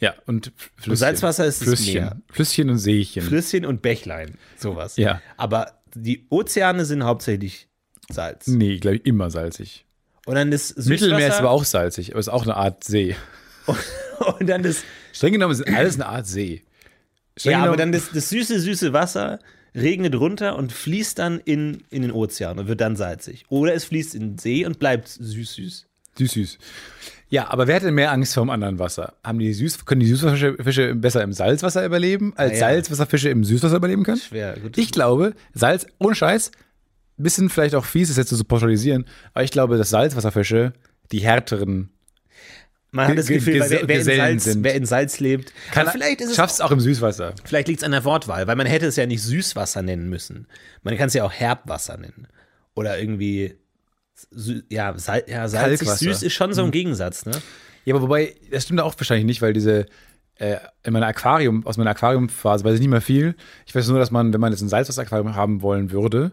[SPEAKER 2] Ja, und Flüsschen.
[SPEAKER 1] Salzwasser ist das
[SPEAKER 2] Flüsschen.
[SPEAKER 1] Meer.
[SPEAKER 2] Flüsschen und Seechen.
[SPEAKER 1] Flüsschen und Bächlein, sowas.
[SPEAKER 2] Ja.
[SPEAKER 1] Aber die Ozeane sind hauptsächlich Salz.
[SPEAKER 2] nee, glaube ich, immer salzig.
[SPEAKER 1] Und dann das Süßwasser
[SPEAKER 2] Mittelmeer ist aber auch salzig, aber ist auch eine Art See.
[SPEAKER 1] und dann das, Genau.
[SPEAKER 2] Streng genommen ist alles eine Art See. Streng
[SPEAKER 1] ja, aber
[SPEAKER 2] genommen-
[SPEAKER 1] dann das, das süße, süße Wasser regnet runter und fließt dann in, in den Ozean und wird dann salzig. Oder es fließt in den See und bleibt süß, süß.
[SPEAKER 2] Süß, süß. Ja, aber wer hat denn mehr Angst vorm anderen Wasser? Haben die süß, können die Süßwasserfische Fische besser im Salzwasser überleben, als
[SPEAKER 1] ja.
[SPEAKER 2] Salzwasserfische im Süßwasser überleben können?
[SPEAKER 1] Schwer, gut.
[SPEAKER 2] Ich glaube, Salz, ohne Scheiß, bisschen vielleicht auch fies, das jetzt so zu pauschalisieren, aber ich glaube, dass Salzwasserfische die härteren.
[SPEAKER 1] Man hat das
[SPEAKER 2] Ge-
[SPEAKER 1] Gefühl, weil
[SPEAKER 2] Gese-
[SPEAKER 1] wer, wer, in
[SPEAKER 2] Gesellen
[SPEAKER 1] Salz,
[SPEAKER 2] sind.
[SPEAKER 1] wer in Salz lebt,
[SPEAKER 2] Kann,
[SPEAKER 1] Aber vielleicht ist es
[SPEAKER 2] schafft's auch im Süßwasser.
[SPEAKER 1] Vielleicht liegt es an der Wortwahl, weil man hätte es ja nicht Süßwasser nennen müssen. Man kann es ja auch Herbwasser nennen. Oder irgendwie. sü- Ja, sal ja salzig
[SPEAKER 2] Kalkwasser.
[SPEAKER 1] süß ist schon so ein Gegensatz, ne?
[SPEAKER 2] Ja, aber wobei, das stimmt auch wahrscheinlich nicht, weil diese äh, in meiner Aquarium, aus meiner Aquariumphase weiß ich nicht mehr viel. Ich weiß nur, dass man, wenn man jetzt ein Salzwasseraquarium haben wollen würde,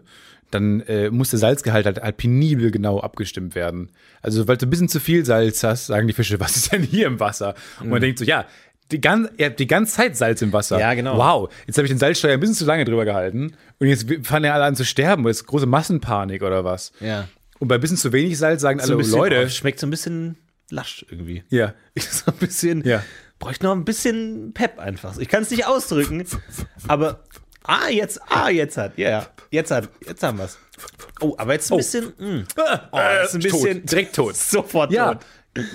[SPEAKER 2] dann äh, muss der Salzgehalt halt, halt penibel genau abgestimmt werden. Also, sobald du ein bisschen zu viel Salz hast, sagen die Fische, was ist denn hier im Wasser? Und man denkt so, ja, die ganze, ihr habt die ganze Zeit Salz im Wasser.
[SPEAKER 1] Mhm. Ja, genau.
[SPEAKER 2] Wow, jetzt habe ich den Salzsteuer ein bisschen zu lange drüber gehalten und jetzt fangen ja alle an zu sterben. Das ist große Massenpanik oder was.
[SPEAKER 1] Ja.
[SPEAKER 2] Und bei ein bisschen zu wenig Salz sagen
[SPEAKER 1] So ein
[SPEAKER 2] alle,
[SPEAKER 1] bisschen,
[SPEAKER 2] Leute.
[SPEAKER 1] oh, schmeckt so ein bisschen lasch irgendwie.
[SPEAKER 2] Ja.
[SPEAKER 1] So ein bisschen.
[SPEAKER 2] Ja.
[SPEAKER 1] Bräuchte noch ein bisschen Pep einfach. Ich kann es nicht ausdrücken, aber. Ah, jetzt, ah, jetzt hat, ja, ja, jetzt hat, jetzt haben wir's. Oh, aber jetzt ein bisschen, mh, oh, jetzt ein
[SPEAKER 2] Äh, Tot,
[SPEAKER 1] bisschen,
[SPEAKER 2] direkt tot.
[SPEAKER 1] sofort
[SPEAKER 2] Ja,
[SPEAKER 1] tot.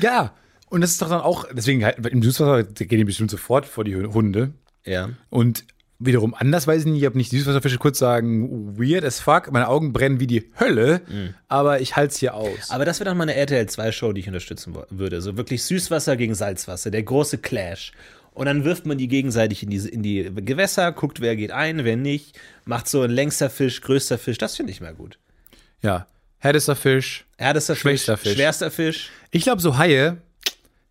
[SPEAKER 2] ja. Und das ist doch dann auch, deswegen halt, im Süßwasser gehen die bestimmt sofort vor die Hunde.
[SPEAKER 1] Ja.
[SPEAKER 2] Und wiederum anders weiß ich nicht, ob nicht Süßwasserfische kurz sagen, weird as fuck, meine Augen brennen wie die Hölle, aber ich halte es hier aus.
[SPEAKER 1] Aber das wäre dann mal eine RTL 2-Show, die ich unterstützen wo- würde. So wirklich Süßwasser gegen Salzwasser, der große Clash. Und dann wirft man die gegenseitig in die, in die Gewässer, guckt, wer geht ein, wer nicht. Macht so ein längster Fisch, größter Fisch. Das finde ich mal gut.
[SPEAKER 2] ja, härtester Fisch.
[SPEAKER 1] Erdester
[SPEAKER 2] Schwächster
[SPEAKER 1] Fisch,
[SPEAKER 2] Fisch.
[SPEAKER 1] schwerster Fisch.
[SPEAKER 2] Ich glaube, so Haie,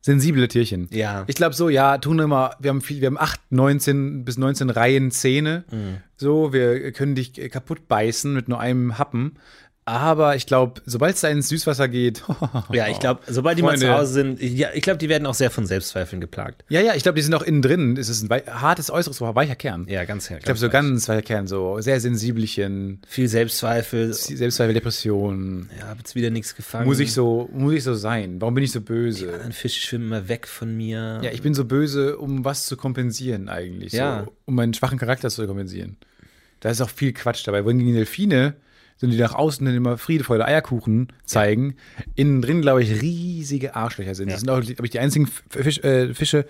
[SPEAKER 2] sensible Tierchen.
[SPEAKER 1] Ja.
[SPEAKER 2] Ich glaube, so, ja, tun immer, wir haben viel, wir haben 8, 19 bis 19
[SPEAKER 1] Mhm.
[SPEAKER 2] Reihen Zähne. So, wir können dich äh, kaputt beißen mit nur einem Happen. Aber ich glaube, sobald es da ins Süßwasser geht.
[SPEAKER 1] Ja, ich glaube, sobald die mal zu
[SPEAKER 2] Genau. Freunde.
[SPEAKER 1] Hause sind, ich- ja, ich glaube, die werden auch sehr von Selbstzweifeln geplagt.
[SPEAKER 2] Ja, ja, ich glaube, die sind auch innen drin. Es ist ein wei- hartes Äußeres, aber weicher Kern.
[SPEAKER 1] Ja, ganz her.
[SPEAKER 2] Ich glaube, so ganz weicher Kern, so sehr sensibelchen,
[SPEAKER 1] viel Selbstzweifel.
[SPEAKER 2] Selbstzweifel, Depressionen.
[SPEAKER 1] Ja, hab jetzt wieder nichts gefangen.
[SPEAKER 2] Muss ich so, muss ich so sein? Warum bin ich so böse?
[SPEAKER 1] Ein Fisch schwimmt immer weg von mir.
[SPEAKER 2] Ja, ich bin so böse, um was zu kompensieren eigentlich.
[SPEAKER 1] Ja.
[SPEAKER 2] So, um meinen schwachen Charakter zu kompensieren. Da ist auch viel Quatsch dabei. Wohingegen Delfine, so die nach außen dann immer Friede, Freude, Eierkuchen zeigen, innen drin, glaube ich, riesige Arschlöcher sind. Das sind auch, glaube ich, die einzigen F- Fisch, äh, Fische,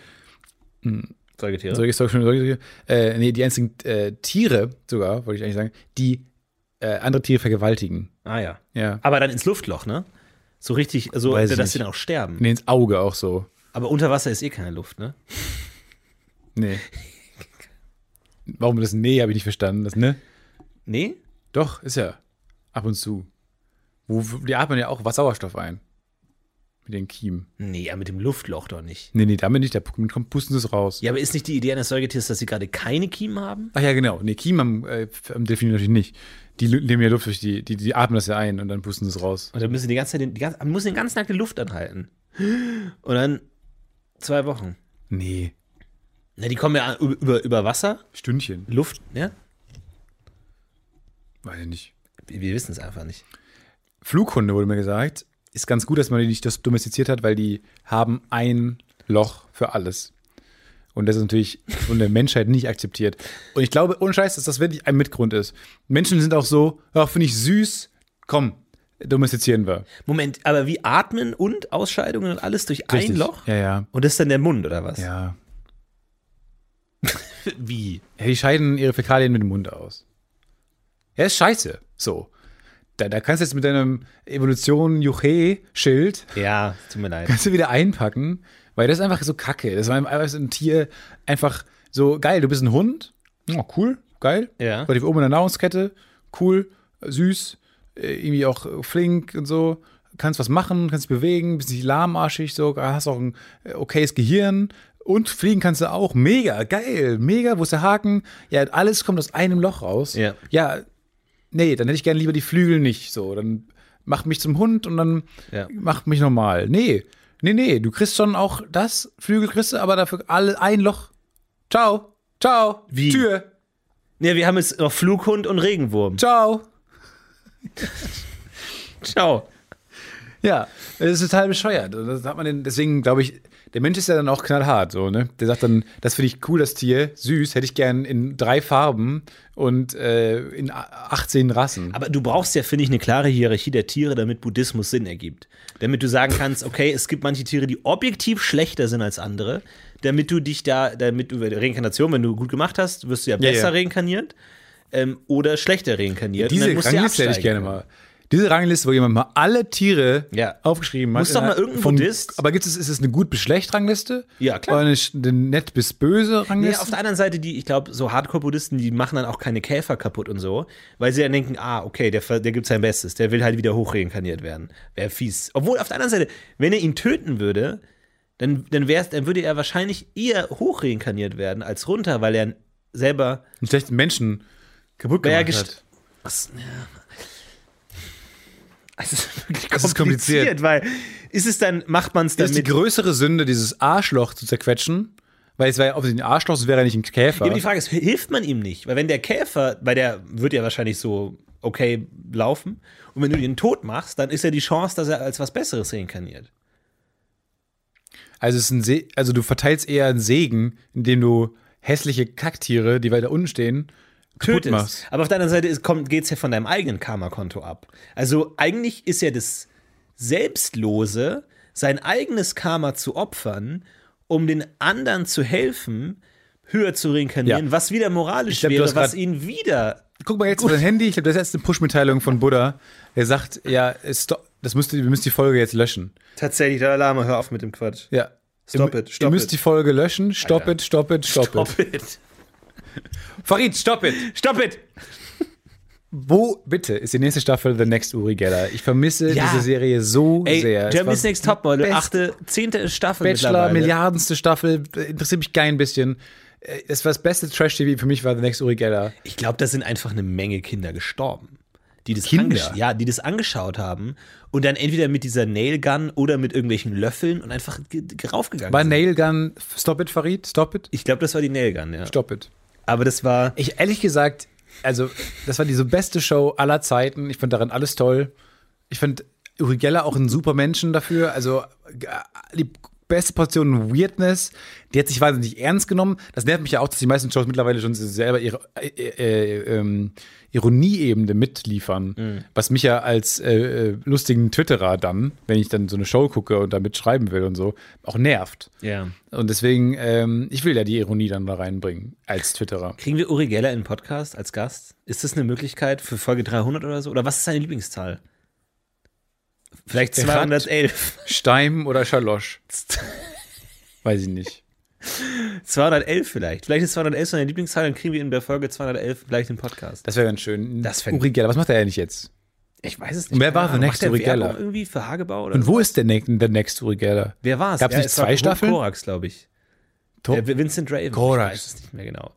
[SPEAKER 1] Säugetiere.
[SPEAKER 2] Säugetiere, Säugetiere, Säugetiere. Äh, nee, die einzigen äh, Tiere sogar, wollte ich eigentlich sagen, die äh, andere Tiere vergewaltigen.
[SPEAKER 1] ah ja.
[SPEAKER 2] Ja.
[SPEAKER 1] Aber dann ins Luftloch, ne? So richtig, so,
[SPEAKER 2] Weiß ich
[SPEAKER 1] dass sie
[SPEAKER 2] nicht.
[SPEAKER 1] dann auch sterben.
[SPEAKER 2] Nee, ins Auge auch so.
[SPEAKER 1] Aber unter Wasser ist eh keine Luft, ne?
[SPEAKER 2] Nee. Warum das Nee habe ich nicht verstanden. Das Ne?
[SPEAKER 1] Nee?
[SPEAKER 2] Doch, ist ja. Ab und zu. Wo, die atmen ja auch was Sauerstoff ein. Mit den Kiemen.
[SPEAKER 1] Nee, ja, mit dem Luftloch doch nicht.
[SPEAKER 2] Nee, nee, damit nicht. Da kommt, pusten sie es raus.
[SPEAKER 1] Ja, aber ist nicht die Idee eines Säugetiers, dass sie gerade keine Kiemen haben?
[SPEAKER 2] Ach ja, genau. Nee, Kiemen haben, äh, haben Delfine natürlich nicht. Die lu- nehmen ja Luft durch die, die, die atmen das ja ein und dann pusten sie es raus.
[SPEAKER 1] Und dann müssen die ganze Zeit, den- die ganze, muss den ganzen Tag die Luft anhalten. Und dann zwei Wochen.
[SPEAKER 2] Nee.
[SPEAKER 1] Na, die kommen ja über, über, über Wasser,
[SPEAKER 2] Stündchen.
[SPEAKER 1] Luft, ne?
[SPEAKER 2] Weiß ich nicht.
[SPEAKER 1] Wir, wir wissen es einfach nicht.
[SPEAKER 2] Flughunde wurde mir gesagt, ist ganz gut, dass man die nicht das domestiziert hat, weil die haben ein Loch für alles. Und das ist natürlich von der Menschheit nicht akzeptiert. Und ich glaube, ohne Scheiß, dass das wirklich ein Mitgrund ist. Menschen sind auch so, ach, finde ich süß, komm, domestizieren wir.
[SPEAKER 1] Moment, aber wie atmen und Ausscheidungen und alles durch ein
[SPEAKER 2] Richtig.
[SPEAKER 1] Loch?
[SPEAKER 2] Ja, ja.
[SPEAKER 1] Und das ist dann der Mund, oder was?
[SPEAKER 2] Ja.
[SPEAKER 1] Wie?
[SPEAKER 2] Ja, die scheiden ihre Fäkalien mit dem Mund aus. Ja, ist scheiße. So. Da, da kannst du jetzt mit deinem Evolution-Juche-Schild
[SPEAKER 1] Ja, tut mir leid.
[SPEAKER 2] kannst du wieder einpacken, weil das ist einfach so kacke. Das war einfach so ein Tier einfach so geil. Du bist ein Hund, oh, cool, geil,
[SPEAKER 1] Ja.
[SPEAKER 2] relativ oben in der Nahrungskette, cool, äh, süß, äh, irgendwie auch äh, flink und so. Kannst was machen, kannst dich bewegen, bist nicht lahmarschig, so hast auch ein äh, okayes Gehirn und fliegen kannst du auch. Mega, geil, mega, wo ist der Haken? Ja, alles kommt aus einem Loch raus.
[SPEAKER 1] Ja.
[SPEAKER 2] Ja, nee, dann hätte ich gerne lieber die Flügel nicht. So, dann mach mich zum Hund und dann
[SPEAKER 1] Ja.
[SPEAKER 2] mach mich normal. Nee, nee, nee, du kriegst schon auch das, Flügel kriegst du, aber dafür alle ein Loch. Ciao, ciao,
[SPEAKER 1] Wie?
[SPEAKER 2] Tür,
[SPEAKER 1] Ja, wir haben jetzt noch Flughund und Regenwurm.
[SPEAKER 2] ciao.
[SPEAKER 1] Ciao.
[SPEAKER 2] Ja, das ist total bescheuert. Und Das hat man den, deswegen glaube ich, der Mensch ist ja dann auch knallhart, so, ne? Der sagt dann, das finde ich cool, das Tier, süß, hätte ich gern in drei Farben und äh, in a- 18 Rassen.
[SPEAKER 1] Aber du brauchst ja, finde ich, eine klare Hierarchie der Tiere, damit Buddhismus Sinn ergibt. Damit du sagen kannst, okay, es gibt manche Tiere, die objektiv schlechter sind als andere, damit du dich da, damit du Reinkarnation, wenn du gut gemacht hast, wirst du ja
[SPEAKER 2] Ja,
[SPEAKER 1] besser
[SPEAKER 2] ja.
[SPEAKER 1] reinkarniert ähm, oder schlechter reinkarniert. Und
[SPEAKER 2] Diese
[SPEAKER 1] dann musst du ja
[SPEAKER 2] Rangliste hätte ich gerne
[SPEAKER 1] absteigen.
[SPEAKER 2] mal. Diese Rangliste, wo jemand mal alle Tiere
[SPEAKER 1] Ja.
[SPEAKER 2] aufgeschrieben hat.
[SPEAKER 1] Muss doch mal
[SPEAKER 2] Innerhalb
[SPEAKER 1] irgendein Buddhist-
[SPEAKER 2] Aber gibt es, ist es eine gut bis schlecht Rangliste?
[SPEAKER 1] Ja, klar.
[SPEAKER 2] Oder eine, sch- eine nett bis böse
[SPEAKER 1] Nee,
[SPEAKER 2] Rangliste?
[SPEAKER 1] auf der anderen Seite, die, ich glaube, so Hardcore-Buddhisten, die machen dann auch keine Käfer kaputt und so, weil sie dann denken, ah, okay, der, ver- der gibt sein Bestes, der will halt wieder hochreinkarniert werden. Wäre fies. Obwohl, auf der anderen Seite, wenn er ihn töten würde, dann, dann, wär's, dann würde er wahrscheinlich eher hochreinkarniert werden als runter, weil er selber.
[SPEAKER 2] einen schlechten Menschen kaputt
[SPEAKER 1] Wer
[SPEAKER 2] gemacht
[SPEAKER 1] gest-
[SPEAKER 2] hat.
[SPEAKER 1] Was, ja. Es ist wirklich kompliziert,
[SPEAKER 2] Es ist kompliziert.
[SPEAKER 1] weil ist es dann, macht man es
[SPEAKER 2] Das ist die
[SPEAKER 1] damit.
[SPEAKER 2] größere Sünde, dieses Arschloch zu zerquetschen. Weil es wäre ja offensichtlich ein Arschloch, es wäre ja nicht ein Käfer.
[SPEAKER 1] Ja, aber die Frage ist, hilft man ihm nicht? Weil wenn der Käfer, weil der wird ja wahrscheinlich so okay laufen und wenn du ihn tot machst, dann ist ja die Chance, dass er als was Besseres reinkarniert.
[SPEAKER 2] also, es ist ein Se also du verteilst eher einen Segen, indem du hässliche Kacktiere, die weiter unten stehen, kaputt machst.
[SPEAKER 1] Tötest. Aber auf der anderen Seite geht es ja von deinem eigenen Karma-Konto ab. Also eigentlich ist ja das Selbstlose, sein eigenes Karma zu opfern, um den anderen zu helfen, höher zu reinkarnieren,
[SPEAKER 2] Ja.
[SPEAKER 1] was wieder moralisch
[SPEAKER 2] Ich glaub, du
[SPEAKER 1] wäre,
[SPEAKER 2] hast
[SPEAKER 1] was
[SPEAKER 2] grad-
[SPEAKER 1] ihn wieder
[SPEAKER 2] Guck mal jetzt auf dein Handy. Ich glaube, das ist jetzt eine Push-Mitteilung von Buddha. Er sagt, ja, es sto- das müsst ihr, ihr müsst die Folge jetzt löschen.
[SPEAKER 1] tatsächlich, der Alarm, hör auf mit dem Quatsch.
[SPEAKER 2] Ja.
[SPEAKER 1] Stop
[SPEAKER 2] ihr,
[SPEAKER 1] it, stop
[SPEAKER 2] ihr müsst
[SPEAKER 1] it.
[SPEAKER 2] die Folge löschen. Stop
[SPEAKER 1] Alter.
[SPEAKER 2] it, stop it, stop, it.
[SPEAKER 1] Stop it.
[SPEAKER 2] Farid, stop it.
[SPEAKER 1] Stop it.
[SPEAKER 2] Wo, bitte, ist die nächste Staffel The Next Uri Geller? Ich vermisse
[SPEAKER 1] Ja.
[SPEAKER 2] diese Serie so
[SPEAKER 1] Ey,
[SPEAKER 2] sehr. Es
[SPEAKER 1] Germany's
[SPEAKER 2] war
[SPEAKER 1] Next Topmodel,
[SPEAKER 2] best-
[SPEAKER 1] achte, zehnte Staffel
[SPEAKER 2] Bachelor,
[SPEAKER 1] mittlerweile.
[SPEAKER 2] milliardenste Staffel, äh, interessiert mich kein bisschen. Äh, Das war das beste Trash-TV für mich, war The Next Uri Geller.
[SPEAKER 1] Ich glaube, da sind einfach eine Menge Kinder gestorben. die das,
[SPEAKER 2] Kinder?
[SPEAKER 1] angesch- ja, die das angeschaut haben und dann entweder mit dieser Ne- Nailgun oder mit irgendwelchen Löffeln und einfach ge- ge- raufgegangen
[SPEAKER 2] War
[SPEAKER 1] sind.
[SPEAKER 2] Nailgun Stop It, Farid? Stop It?
[SPEAKER 1] Ich glaube, das war die Nailgun, ja.
[SPEAKER 2] Stop It.
[SPEAKER 1] Aber das war.
[SPEAKER 2] Ich ehrlich gesagt, also, das war diese beste Show aller Zeiten. Ich fand daran alles toll. Ich fand Uri Geller auch einen super Menschen dafür. Also, g- die beste Portion Weirdness. Die hat sich wahnsinnig ernst genommen. Das nervt mich ja auch, dass die meisten Shows mittlerweile schon selber ihre äh, äh, ähm, Ironieebene mitliefern. Was mich ja als äh, äh, lustigen Twitterer dann, wenn ich dann so eine Show gucke und da mitschreiben will und so, auch nervt.
[SPEAKER 1] Ja.
[SPEAKER 2] Und deswegen, ähm, ich will ja die Ironie dann da reinbringen, als Twitterer.
[SPEAKER 1] Kriegen wir Uri Geller in den Podcast als Gast? Ist das eine Möglichkeit für Folge 300 oder so? Oder was ist seine Lieblingszahl? Vielleicht
[SPEAKER 2] Er hat-
[SPEAKER 1] 211.
[SPEAKER 2] Steim oder Schalosch? Weiß ich nicht.
[SPEAKER 1] 211 vielleicht. Vielleicht ist 211 seine Lieblingszahl, dann kriegen wir in der Folge 211 vielleicht den Podcast.
[SPEAKER 2] Das wäre ganz schön.
[SPEAKER 1] Das fänd-
[SPEAKER 2] Uri Geller, was macht er eigentlich jetzt?
[SPEAKER 1] Ich weiß es
[SPEAKER 2] Und wer
[SPEAKER 1] Keine
[SPEAKER 2] war the
[SPEAKER 1] Ahnung.
[SPEAKER 2] next
[SPEAKER 1] Macht der
[SPEAKER 2] Uri
[SPEAKER 1] Werbung
[SPEAKER 2] Geller?
[SPEAKER 1] irgendwie für Hagebau oder
[SPEAKER 2] Und wo ist der, ne der Next Uri Geller?
[SPEAKER 1] Wer war es?
[SPEAKER 2] Gab's nicht
[SPEAKER 1] es war
[SPEAKER 2] zwei
[SPEAKER 1] Ruth
[SPEAKER 2] Staffeln?
[SPEAKER 1] Korax, glaube ich.
[SPEAKER 2] To-
[SPEAKER 1] Äh, Vincent Draven.
[SPEAKER 2] Korax.
[SPEAKER 1] Ich weiß es nicht mehr genau.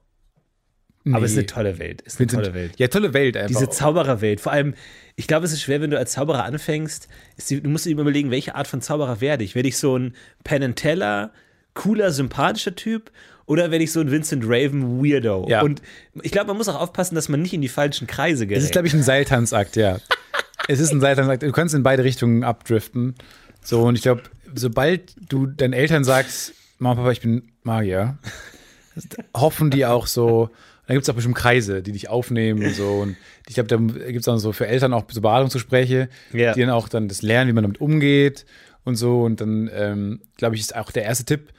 [SPEAKER 2] Nee.
[SPEAKER 1] Aber es ist eine tolle Welt. Es ist eine
[SPEAKER 2] Vincent-
[SPEAKER 1] tolle Welt.
[SPEAKER 2] Ja, tolle Welt einfach.
[SPEAKER 1] Diese Zaubererwelt. Vor allem, ich glaube, es ist schwer, wenn du als Zauberer anfängst. Ist die, du musst dir immer überlegen, welche Art von Zauberer werde ich? Werde ich so ein Penn and Teller, cooler, sympathischer Typ? Oder werde ich so ein Vincent Raven Weirdo?
[SPEAKER 2] Ja.
[SPEAKER 1] Und ich glaube, man muss auch aufpassen, dass man nicht in die falschen Kreise gerät.
[SPEAKER 2] es ist, glaube ich, ein Seiltanzakt, ja. es ist ein Seiltanzakt. Du kannst in beide Richtungen abdriften. So, und ich glaube, sobald du deinen Eltern sagst, Mama, Papa, ich bin Magier, hoffen die auch so. Da gibt es auch bestimmt Kreise, die dich aufnehmen und so. Und ich glaube, da gibt es dann so für Eltern auch so Beratungsgespräche,
[SPEAKER 1] Ja.
[SPEAKER 2] die dann auch dann das lernen, wie man damit umgeht und so. Und dann, ähm, glaube ich, ist auch der erste Tipp,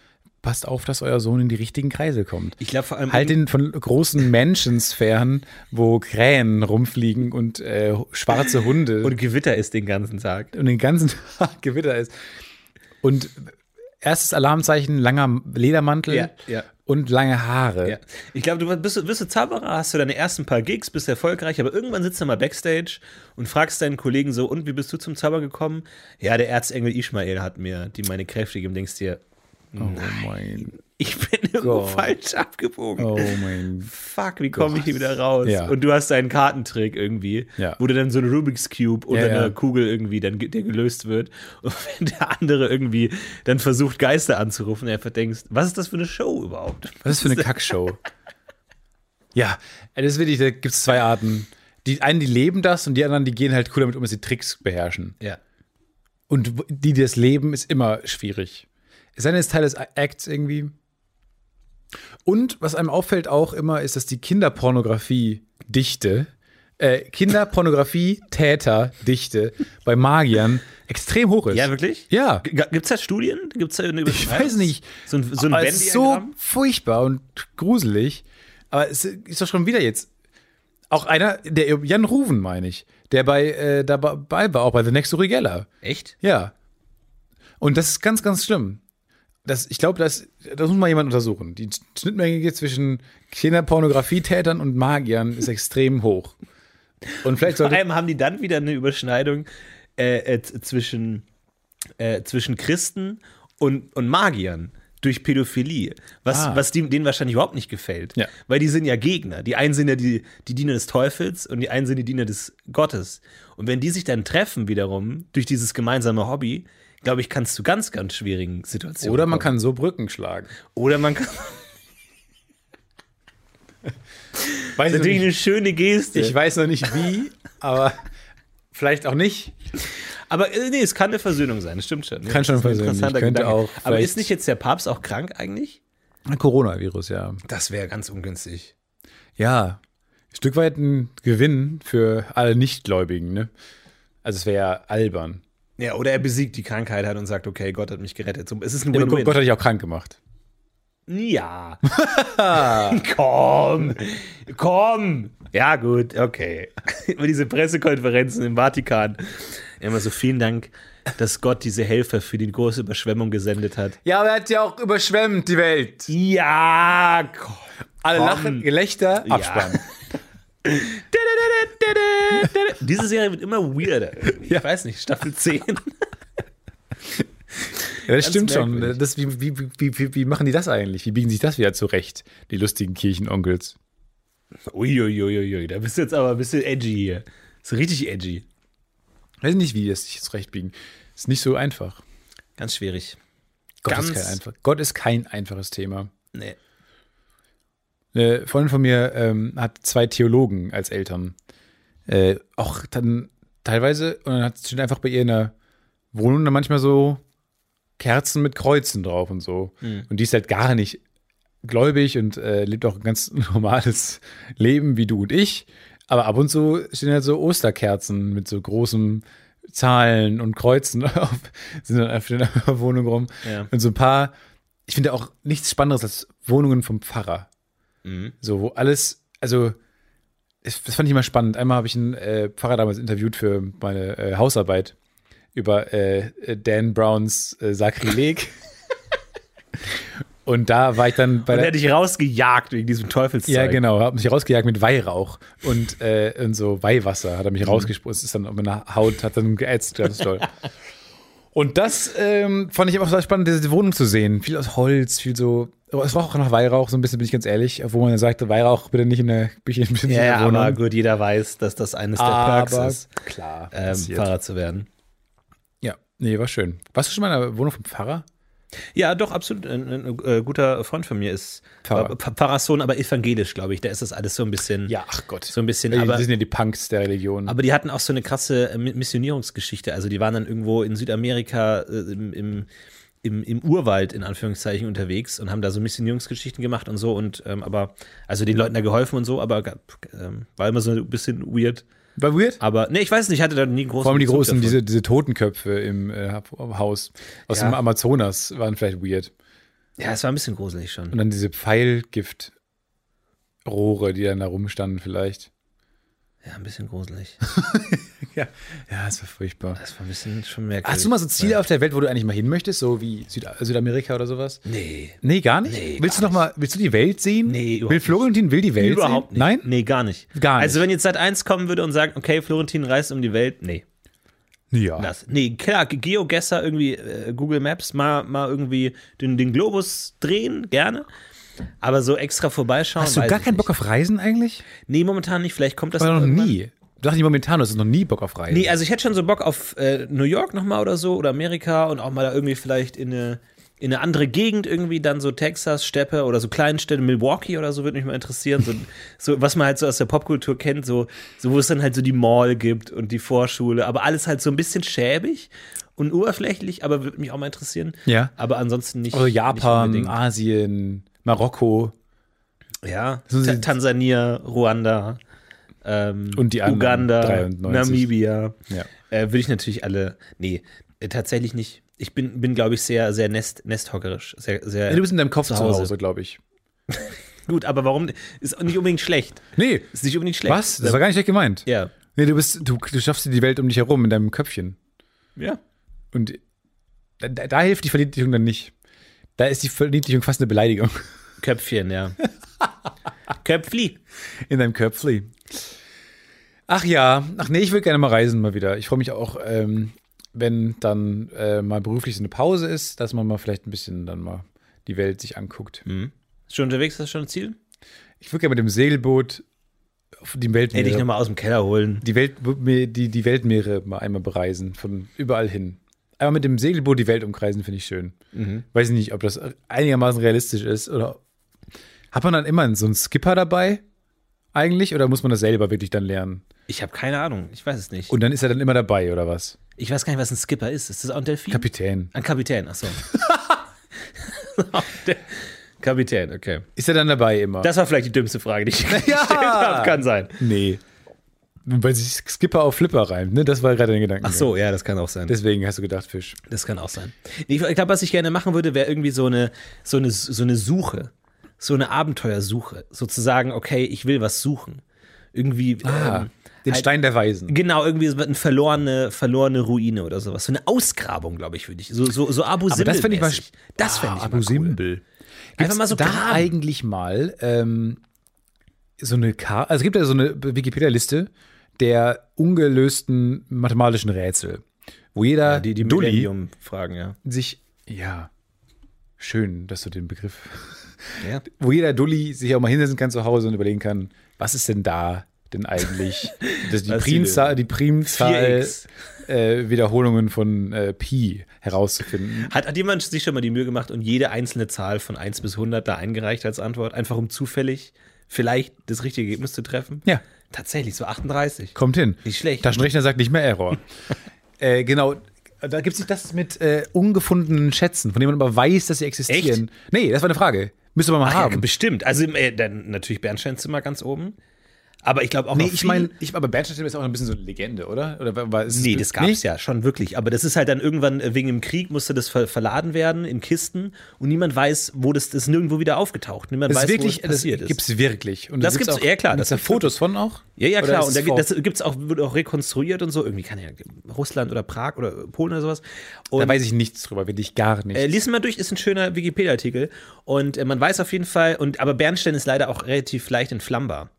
[SPEAKER 2] passt auf, dass euer Sohn in die richtigen Kreise kommt.
[SPEAKER 1] Ich glaube vor allem.
[SPEAKER 2] Halt den von großen Menschensphären, wo Krähen rumfliegen und äh, schwarze Hunde
[SPEAKER 1] und Gewitter ist den ganzen Tag.
[SPEAKER 2] und den ganzen Tag Gewitter ist. Und erstes Alarmzeichen, langer Ledermantel
[SPEAKER 1] Ja, ja.
[SPEAKER 2] und lange Haare.
[SPEAKER 1] Ja. Ich glaube, du bist, bist du Zauberer, hast du deine ersten paar Gigs, bist erfolgreich, aber irgendwann sitzt du mal Backstage und fragst deinen Kollegen so, und wie bist du zum Zauber gekommen? Ja, der Erzengel Ishmael hat mir die meine Kräfte gegeben, denkst dir,
[SPEAKER 2] Oh mein,
[SPEAKER 1] ich bin irgendwo
[SPEAKER 2] Gott.
[SPEAKER 1] falsch abgebogen.
[SPEAKER 2] oh mein.
[SPEAKER 1] Fuck, wie komme ich hier wieder raus?
[SPEAKER 2] Ja.
[SPEAKER 1] Und du hast deinen Kartentrick irgendwie,
[SPEAKER 2] Ja.
[SPEAKER 1] wo du dann so ein Rubik's Cube unter
[SPEAKER 2] Ja, ja.
[SPEAKER 1] einer Kugel irgendwie, dann, ge- der gelöst wird. Und wenn der andere irgendwie dann versucht, Geister anzurufen, einfach denkst, was ist das für eine Show überhaupt?
[SPEAKER 2] Was ist für eine Kackshow? ja, das ist wirklich, da gibt es zwei Arten. Die einen, die leben das und die anderen, die gehen halt cool damit um, dass sie Tricks beherrschen.
[SPEAKER 1] Ja.
[SPEAKER 2] Und w- die, die das leben, ist immer schwierig. Es sei denn, es ist Teil des Acts irgendwie. Und was einem auffällt auch immer, ist, dass die Kinderpornografie-Dichte, äh, Kinderpornografie-Täter-Dichte bei Magiern extrem hoch ist.
[SPEAKER 1] Ja, wirklich?
[SPEAKER 2] Ja.
[SPEAKER 1] Gibt es da Studien? Gibt's da eine
[SPEAKER 2] Ich weiß nicht.
[SPEAKER 1] So ein, so ein
[SPEAKER 2] Aber es ist so
[SPEAKER 1] Venn-Diagramm?
[SPEAKER 2] furchtbar und gruselig. Aber es ist doch schon wieder jetzt. Auch einer, der Jan Ruven, meine ich, der bei äh, dabei war, auch bei The Next Urigella.
[SPEAKER 1] Echt?
[SPEAKER 2] Ja. Und das ist ganz, ganz schlimm. Das, ich glaube, das, das muss mal jemand untersuchen. Die Schnittmenge zwischen Kinderpornografietätern und Magiern ist extrem hoch. Und vielleicht
[SPEAKER 1] Vor
[SPEAKER 2] sollte.
[SPEAKER 1] allem haben die dann wieder eine Überschneidung äh, äh, z- zwischen, äh, zwischen Christen und, und Magiern durch Pädophilie, was,
[SPEAKER 2] Ah.
[SPEAKER 1] was die, denen wahrscheinlich überhaupt nicht gefällt.
[SPEAKER 2] Ja.
[SPEAKER 1] Weil die sind ja Gegner. Die einen sind ja die, die Diener des Teufels und die einen sind die Diener des Gottes. Und wenn die sich dann treffen wiederum durch dieses gemeinsame Hobby, glaube ich, kann es zu ganz, ganz schwierigen Situationen
[SPEAKER 2] Oder man
[SPEAKER 1] kommen.
[SPEAKER 2] kann so Brücken schlagen.
[SPEAKER 1] Oder man kann...
[SPEAKER 2] Weiß ich, noch
[SPEAKER 1] Natürlich eine
[SPEAKER 2] nicht,
[SPEAKER 1] schöne Geste.
[SPEAKER 2] ich weiß noch nicht wie, aber vielleicht auch nicht.
[SPEAKER 1] Aber äh, nee, es kann eine Versöhnung sein, das stimmt schon.
[SPEAKER 2] Kann schon
[SPEAKER 1] Das ist
[SPEAKER 2] Versöhnung,
[SPEAKER 1] ein interessanter
[SPEAKER 2] ich könnte
[SPEAKER 1] Gedanke.
[SPEAKER 2] auch
[SPEAKER 1] Aber
[SPEAKER 2] vielleicht-
[SPEAKER 1] ist nicht jetzt der Papst auch krank eigentlich?
[SPEAKER 2] Coronavirus, ja.
[SPEAKER 1] Das wäre ganz ungünstig.
[SPEAKER 2] Ja. Ein Stück weit ein Gewinn für alle Nichtgläubigen, ne? Also es wäre ja albern.
[SPEAKER 1] Ja, oder er besiegt die Krankheit halt und sagt, okay, Gott hat mich gerettet. So, es ist ein
[SPEAKER 2] Ja, aber
[SPEAKER 1] Win-Win.
[SPEAKER 2] Gott hat dich auch krank gemacht.
[SPEAKER 1] Ja. komm. Komm. Ja, gut, okay. Immer diese Pressekonferenzen im Vatikan. Immer so, vielen Dank, dass Gott diese Helfer für die große Überschwemmung gesendet hat.
[SPEAKER 2] Ja, aber er hat ja auch überschwemmt, die Welt.
[SPEAKER 1] Ja, komm.
[SPEAKER 2] Alle
[SPEAKER 1] Komm.
[SPEAKER 2] lachen, Gelächter, Abspann.
[SPEAKER 1] Diese Serie wird immer weirder. Ich weiß nicht, Staffel 10.
[SPEAKER 2] Ja, das
[SPEAKER 1] Ganz
[SPEAKER 2] stimmt schon.
[SPEAKER 1] merkwürdig.
[SPEAKER 2] Das, wie, wie, wie, wie, wie machen die das eigentlich? Wie biegen sich das wieder zurecht, die lustigen Kirchenonkels?
[SPEAKER 1] Uiuiuiui, da bist du jetzt aber ein bisschen edgy hier. Ist richtig edgy.
[SPEAKER 2] Weiß nicht, wie die es sich jetzt rechtbiegen. Ist nicht so einfach.
[SPEAKER 1] Ganz schwierig.
[SPEAKER 2] Gott, ist
[SPEAKER 1] Ganz-
[SPEAKER 2] kein, einfach, Gott ist kein einfaches Thema.
[SPEAKER 1] Nee.
[SPEAKER 2] Eine Freundin von mir ähm, hat zwei Theologen als Eltern. Äh, auch dann teilweise, und dann hat sie einfach bei ihr in der Wohnung dann manchmal so Kerzen mit Kreuzen drauf und so. Und die ist halt gar nicht gläubig und äh, lebt auch ein ganz normales Leben wie du und ich. Aber ab und zu stehen halt so Osterkerzen mit so großen Zahlen und Kreuzen auf, sind dann einfach in der Wohnung rum.
[SPEAKER 1] Ja.
[SPEAKER 2] Und so ein paar, ich finde auch nichts Spannenderes als Wohnungen vom Pfarrer.
[SPEAKER 1] Mhm.
[SPEAKER 2] So, wo alles, also, es- das fand ich immer spannend. Einmal habe ich einen äh, Pfarrer damals interviewt für meine äh, Hausarbeit über äh, äh, Dan Browns äh, Sakrileg. Und da war ich dann bei
[SPEAKER 1] Und er
[SPEAKER 2] der.
[SPEAKER 1] hat dich rausgejagt wegen diesem Teufelszeug.
[SPEAKER 2] Ja, genau, hat mich rausgejagt mit Weihrauch und, äh, und so Weihwasser hat er
[SPEAKER 1] Mhm.
[SPEAKER 2] mich rausgespritzt. Es ist dann auf meiner Haut, hat dann geätzt, ganz toll. Und das ähm, fand ich immer total spannend, diese Wohnung zu sehen. Viel aus Holz, viel so. aber Es roch auch nach Weihrauch, so ein bisschen, bin ich ganz ehrlich, obwohl man ja sagte, Weihrauch bitte nicht in der, bitte nicht in
[SPEAKER 1] Ja,
[SPEAKER 2] der
[SPEAKER 1] ja
[SPEAKER 2] Wohnung.
[SPEAKER 1] aber gut, jeder weiß, dass das eines der Perks
[SPEAKER 2] Aber
[SPEAKER 1] ist,
[SPEAKER 2] klar,
[SPEAKER 1] ähm,
[SPEAKER 2] passiert.
[SPEAKER 1] Pfarrer zu werden.
[SPEAKER 2] Ja, nee, war schön. Warst du schon mal in der Wohnung vom Pfarrer?
[SPEAKER 1] Ja, doch, absolut. Ein, ein, äh, guter Freund von mir ist
[SPEAKER 2] Pfarrer.
[SPEAKER 1] Pfarrer. Pfarrersohn, aber evangelisch, glaube ich. Da ist das alles so ein bisschen.
[SPEAKER 2] ach Gott.
[SPEAKER 1] So ein bisschen,
[SPEAKER 2] die,
[SPEAKER 1] aber-
[SPEAKER 2] die sind ja die Punks der Religion.
[SPEAKER 1] Aber die hatten auch so eine krasse äh, Mi- Missionierungsgeschichte. Also die waren dann irgendwo in Südamerika äh, im, im, im, im Urwald in Anführungszeichen unterwegs und haben da so Missionierungsgeschichten gemacht und so. Und ähm, aber also den Leuten da geholfen und so, aber ähm, war immer so ein bisschen weird.
[SPEAKER 2] war weird?
[SPEAKER 1] Aber nee, ich weiß nicht, ich hatte da nie großen.
[SPEAKER 2] Vor allem die
[SPEAKER 1] Bezug
[SPEAKER 2] großen,
[SPEAKER 1] davon.
[SPEAKER 2] diese, diese Totenköpfe im äh, Haus aus
[SPEAKER 1] Ja.
[SPEAKER 2] dem Amazonas waren vielleicht weird.
[SPEAKER 1] Ja, es war ein bisschen gruselig
[SPEAKER 2] Und
[SPEAKER 1] schon.
[SPEAKER 2] dann diese Pfeilgiftrohre, die dann da rumstanden, vielleicht.
[SPEAKER 1] Ja, ein bisschen gruselig.
[SPEAKER 2] Ja, es war furchtbar.
[SPEAKER 1] Das war ein bisschen schon merkwürdig.
[SPEAKER 2] Hast du mal so Ziele auf der Welt, wo du eigentlich mal hin möchtest, so wie Süd Südamerika oder sowas?
[SPEAKER 1] Nee.
[SPEAKER 2] Nee, gar nicht.
[SPEAKER 1] Nee,
[SPEAKER 2] willst
[SPEAKER 1] gar
[SPEAKER 2] du noch mal, willst du die Welt sehen?
[SPEAKER 1] Nee, überhaupt
[SPEAKER 2] will Florentin will die Welt
[SPEAKER 1] Überhaupt
[SPEAKER 2] sehen?
[SPEAKER 1] nicht.
[SPEAKER 2] Nein?
[SPEAKER 1] Nee, gar nicht.
[SPEAKER 2] Gar nicht.
[SPEAKER 1] Also, wenn jetzt Sat 1 kommen würde und sagen, okay, Florentin reist um die Welt, nee.
[SPEAKER 2] Ja.
[SPEAKER 1] Das. Nee, klar, GeoGuessr irgendwie, äh, Google Maps, mal, mal irgendwie den, den Globus drehen, gerne. Aber so extra vorbeischauen.
[SPEAKER 2] Hast du
[SPEAKER 1] weiß
[SPEAKER 2] gar
[SPEAKER 1] ich
[SPEAKER 2] keinen
[SPEAKER 1] nicht.
[SPEAKER 2] Bock auf Reisen eigentlich?
[SPEAKER 1] Nee, momentan nicht. Vielleicht kommt das
[SPEAKER 2] Oder noch
[SPEAKER 1] irgendwann.
[SPEAKER 2] nie? Du dachtest momentan, du hast noch nie Bock auf Reisen.
[SPEAKER 1] Nee, also ich hätte schon so Bock auf äh, New York nochmal oder so oder Amerika und auch mal da irgendwie vielleicht in eine, in eine andere Gegend irgendwie, dann so Texas, Steppe oder so Kleinstädte, Milwaukee oder so, würde mich mal interessieren. So, so, was man halt so aus der Popkultur kennt, so, so wo es dann halt so die Mall gibt und die Vorschule, aber alles halt so ein bisschen schäbig und oberflächlich, aber würde mich auch mal interessieren.
[SPEAKER 2] Ja.
[SPEAKER 1] Aber ansonsten äh, nicht.
[SPEAKER 2] Also Japan,
[SPEAKER 1] Nicht unbedingt.
[SPEAKER 2] Asien, Marokko.
[SPEAKER 1] ja.
[SPEAKER 2] So
[SPEAKER 1] Ta
[SPEAKER 2] sie-
[SPEAKER 1] Tansania, Ruanda. Ähm,
[SPEAKER 2] Und die anderen
[SPEAKER 1] Uganda,
[SPEAKER 2] 93.
[SPEAKER 1] Namibia.
[SPEAKER 2] Ja.
[SPEAKER 1] Äh, Würde ich natürlich alle. Nee, äh, tatsächlich nicht. Ich bin, bin glaube ich, sehr, sehr nest, nesthockerisch. Sehr, sehr
[SPEAKER 2] Ja, du bist in deinem Kopf zu Hause,
[SPEAKER 1] Hause,
[SPEAKER 2] glaube ich.
[SPEAKER 1] gut, aber warum? Ist auch nicht unbedingt schlecht.
[SPEAKER 2] Nee,
[SPEAKER 1] Ist nicht unbedingt schlecht.
[SPEAKER 2] was? Das war gar nicht schlecht gemeint.
[SPEAKER 1] ja.
[SPEAKER 2] Äh, Nee, du bist, du, du schaffst dir die Welt um dich herum in deinem Köpfchen.
[SPEAKER 1] Ja.
[SPEAKER 2] Und da, da da hilft die Verniedlichung dann nicht. Da ist die Verniedlichung fast eine Beleidigung.
[SPEAKER 1] Köpfchen, ja. Köpfli.
[SPEAKER 2] In deinem Köpfli. Ach ja, ach nee, ich will gerne mal reisen mal wieder. Ich freue mich auch, ähm, wenn dann äh, mal beruflich so eine Pause ist, dass man mal vielleicht ein bisschen dann mal die Welt sich anguckt.
[SPEAKER 1] Schon unterwegs, das ist schon ein Ziel?
[SPEAKER 2] Ich würde gerne mit dem Segelboot auf die Weltmeere,
[SPEAKER 1] Hätte ich nochmal aus dem Keller holen.
[SPEAKER 2] die, Welt, die, die Weltmeere mal einmal bereisen, von überall hin. Einmal mit dem Segelboot die Welt umkreisen, finde ich schön.
[SPEAKER 1] Mhm.
[SPEAKER 2] Weiß ich nicht, ob das einigermaßen realistisch ist oder hat man dann immer so einen Skipper dabei eigentlich oder muss man das selber wirklich dann lernen?
[SPEAKER 1] Ich habe keine Ahnung. Ich weiß es nicht.
[SPEAKER 2] Und dann ist er dann immer dabei, oder was?
[SPEAKER 1] ich weiß gar nicht, was ein Skipper ist. Ist das auch ein Delfin?
[SPEAKER 2] Kapitän.
[SPEAKER 1] ein Kapitän, achso. Kapitän, okay.
[SPEAKER 2] Ist er dann dabei immer?
[SPEAKER 1] Das war vielleicht die dümmste Frage, die ich gestellt
[SPEAKER 2] Ja.
[SPEAKER 1] habe. Kann sein.
[SPEAKER 2] nee. Weil sich Skipper auf Flipper reimt, ne? Das war gerade dein Gedanke.
[SPEAKER 1] Ach so, ja, das kann auch sein.
[SPEAKER 2] Deswegen hast du gedacht, Fisch.
[SPEAKER 1] Das kann auch sein. Nee, Ich glaube, was ich gerne machen würde, wäre irgendwie so eine, so, eine, so eine Suche, so eine Abenteuersuche. Sozusagen, okay, ich will was suchen. Irgendwie.
[SPEAKER 2] Ah,
[SPEAKER 1] ähm,
[SPEAKER 2] den
[SPEAKER 1] halt-
[SPEAKER 2] Stein der Weisen.
[SPEAKER 1] Genau, irgendwie so eine verlorene, verlorene Ruine oder sowas. So eine Ausgrabung, glaube ich, würde ich. So, so, so Abu
[SPEAKER 2] Aber
[SPEAKER 1] Simbel.
[SPEAKER 2] das fänd ich mal
[SPEAKER 1] mäßig. Das fände ich
[SPEAKER 2] Ah,
[SPEAKER 1] mal cool.
[SPEAKER 2] Simbel. Gibt's
[SPEAKER 1] Einfach mal so
[SPEAKER 2] da
[SPEAKER 1] graben.
[SPEAKER 2] eigentlich mal ähm, so eine Karte, also es gibt ja so eine Wikipedia-Liste der ungelösten mathematischen Rätsel, wo jeder
[SPEAKER 1] Die, die
[SPEAKER 2] Dulli
[SPEAKER 1] Millennium-Fragen, ja.
[SPEAKER 2] sich, ja, schön, dass du den Begriff
[SPEAKER 1] ja.
[SPEAKER 2] wo jeder Dulli sich auch mal hinsetzen kann zu Hause und überlegen kann, was ist denn da denn eigentlich? Das, die
[SPEAKER 1] Was sie
[SPEAKER 2] Primzahl,
[SPEAKER 1] denn?
[SPEAKER 2] die Primzahl
[SPEAKER 1] 4x.
[SPEAKER 2] äh, Wiederholungen von äh, Pi herauszufinden.
[SPEAKER 1] Hat, hat jemand sich schon mal die Mühe gemacht und jede einzelne Zahl von 1 bis 100 da eingereicht als Antwort, einfach um zufällig vielleicht das richtige Ergebnis zu treffen?
[SPEAKER 2] Ja,
[SPEAKER 1] Tatsächlich, so 38.
[SPEAKER 2] kommt hin.
[SPEAKER 1] Nicht schlecht.
[SPEAKER 2] Taschenrechner sagt nicht mehr Error. äh, genau. Da gibt es das mit äh, ungefundenen Schätzen, von denen man aber weiß, dass sie existieren. Nee, das war eine Frage. Müsste man mal
[SPEAKER 1] Ach ja,
[SPEAKER 2] haben.
[SPEAKER 1] bestimmt. Also äh, dann natürlich Bernsteinzimmer ganz oben. Aber ich glaube auch
[SPEAKER 2] nee,
[SPEAKER 1] noch
[SPEAKER 2] ich
[SPEAKER 1] viel-
[SPEAKER 2] meine, ich, aber Bernstein ist auch ein bisschen so eine Legende, oder? oder war, war, ist es-
[SPEAKER 1] Nee, das gab
[SPEAKER 2] Nee?
[SPEAKER 1] es ja schon wirklich. Aber das ist halt dann irgendwann äh, wegen dem Krieg musste das ver verladen werden in Kisten und niemand weiß, wo das, das ist nirgendwo wieder aufgetaucht. Niemand
[SPEAKER 2] Das ist
[SPEAKER 1] weiß,
[SPEAKER 2] wirklich,
[SPEAKER 1] wo das
[SPEAKER 2] das
[SPEAKER 1] passiert ist.
[SPEAKER 2] gibt es wirklich. Und
[SPEAKER 1] Das
[SPEAKER 2] gibt's
[SPEAKER 1] gibt's- ja, klar,
[SPEAKER 2] gibt's
[SPEAKER 1] das
[SPEAKER 2] da
[SPEAKER 1] gibt's
[SPEAKER 2] Fotos von auch?
[SPEAKER 1] Ja, ja,
[SPEAKER 2] Oder
[SPEAKER 1] klar.
[SPEAKER 2] ist
[SPEAKER 1] Und
[SPEAKER 2] es
[SPEAKER 1] da gibt,
[SPEAKER 2] vor-
[SPEAKER 1] das gibt's auch, wird auch rekonstruiert und so. Irgendwie kann ja Russland oder Prag oder Polen oder sowas. Und
[SPEAKER 2] da weiß ich nichts drüber, will ich gar nicht.
[SPEAKER 1] äh, lies ihn mal durch, ist ein schöner Wikipedia-Artikel. Und äh, man weiß auf jeden Fall, und aber Bernstein ist leider auch relativ leicht entflammbar.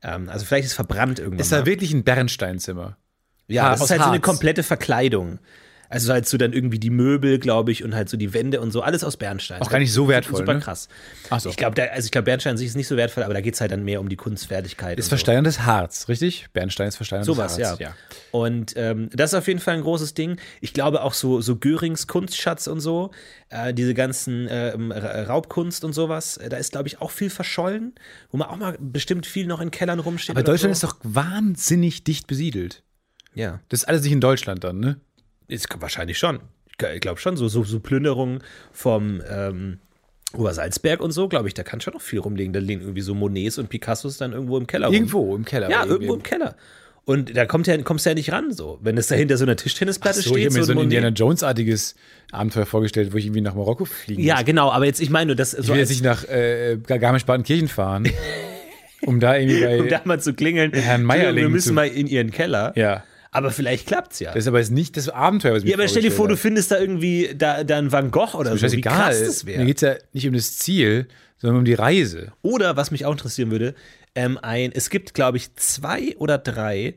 [SPEAKER 1] Ähm, also vielleicht ist verbrannt irgendwann.
[SPEAKER 2] ist da
[SPEAKER 1] mal.
[SPEAKER 2] wirklich ein Bernsteinzimmer?
[SPEAKER 1] ja,
[SPEAKER 2] Ah,
[SPEAKER 1] das
[SPEAKER 2] aus
[SPEAKER 1] ist halt so eine
[SPEAKER 2] Harz.
[SPEAKER 1] komplette Verkleidung. Also halt so dann irgendwie die Möbel, glaube ich, und halt so die Wände und so, alles aus Bernstein.
[SPEAKER 2] Auch gar nicht so wertvoll,
[SPEAKER 1] Super
[SPEAKER 2] ne?
[SPEAKER 1] krass.
[SPEAKER 2] Ach so.
[SPEAKER 1] Ich glaube, also ich glaube, Bernstein an sich ist nicht so wertvoll, aber da geht es halt dann mehr um die Kunstfertigkeit.
[SPEAKER 2] Ist
[SPEAKER 1] und so.
[SPEAKER 2] versteinertes Harz, richtig? Bernstein ist versteinertes
[SPEAKER 1] Sowas, ja.
[SPEAKER 2] Harz.
[SPEAKER 1] Und ähm, das ist auf jeden Fall ein großes Ding. Ich glaube auch so, so Görings Kunstschatz und so, äh, diese ganzen äh, ähm, Ra- Raubkunst und sowas, äh, da ist, glaube ich, auch viel verschollen, wo man auch mal bestimmt viel noch in Kellern rumsteht.
[SPEAKER 2] Aber
[SPEAKER 1] oder
[SPEAKER 2] Deutschland ist
[SPEAKER 1] so.
[SPEAKER 2] doch wahnsinnig dicht besiedelt.
[SPEAKER 1] Ja,
[SPEAKER 2] Das ist alles nicht in Deutschland dann, ne?
[SPEAKER 1] ist wahrscheinlich schon. Ich glaube schon, so, so, so Plünderungen vom ähm, Obersalzberg und so, glaube ich, da kann schon noch viel rumliegen. Da liegen irgendwie so Monets und Picassos dann irgendwo im Keller rum.
[SPEAKER 2] Irgendwo im Keller.
[SPEAKER 1] Ja,
[SPEAKER 2] irgendwie.
[SPEAKER 1] irgendwo im Keller. Und da kommt ja, kommst du ja nicht ran, so. Wenn es da hinter so einer Tischtennisplatte
[SPEAKER 2] So, ich
[SPEAKER 1] steht,
[SPEAKER 2] habe mir so
[SPEAKER 1] ein
[SPEAKER 2] ein
[SPEAKER 1] Monet-
[SPEAKER 2] Indiana Jones-artiges Abenteuer vorgestellt, wo ich irgendwie nach Marokko fliegen
[SPEAKER 1] Ja,
[SPEAKER 2] muss.
[SPEAKER 1] genau, aber jetzt, ich meine nur, das
[SPEAKER 2] Ich
[SPEAKER 1] so
[SPEAKER 2] will jetzt
[SPEAKER 1] als,
[SPEAKER 2] nicht nach äh, Garmisch-Partenkirchen fahren, um da irgendwie bei.
[SPEAKER 1] um da mal zu klingeln.
[SPEAKER 2] Herrn Meierling
[SPEAKER 1] Wir müssen
[SPEAKER 2] zu-
[SPEAKER 1] mal in ihren Keller.
[SPEAKER 2] ja.
[SPEAKER 1] Aber vielleicht klappt's ja.
[SPEAKER 2] Das ist aber jetzt nicht das Abenteuer, was ich mir
[SPEAKER 1] ja, aber stell dir vor, du
[SPEAKER 2] vorgestellt
[SPEAKER 1] findest da irgendwie da, da einen Van Gogh oder
[SPEAKER 2] habe.
[SPEAKER 1] so. Wie
[SPEAKER 2] Scheißegal.
[SPEAKER 1] krass das
[SPEAKER 2] Mir
[SPEAKER 1] wäre.
[SPEAKER 2] geht es ja nicht um das Ziel, sondern um die Reise.
[SPEAKER 1] Oder, was mich auch interessieren würde, ähm, ein, es gibt, glaube ich, zwei oder drei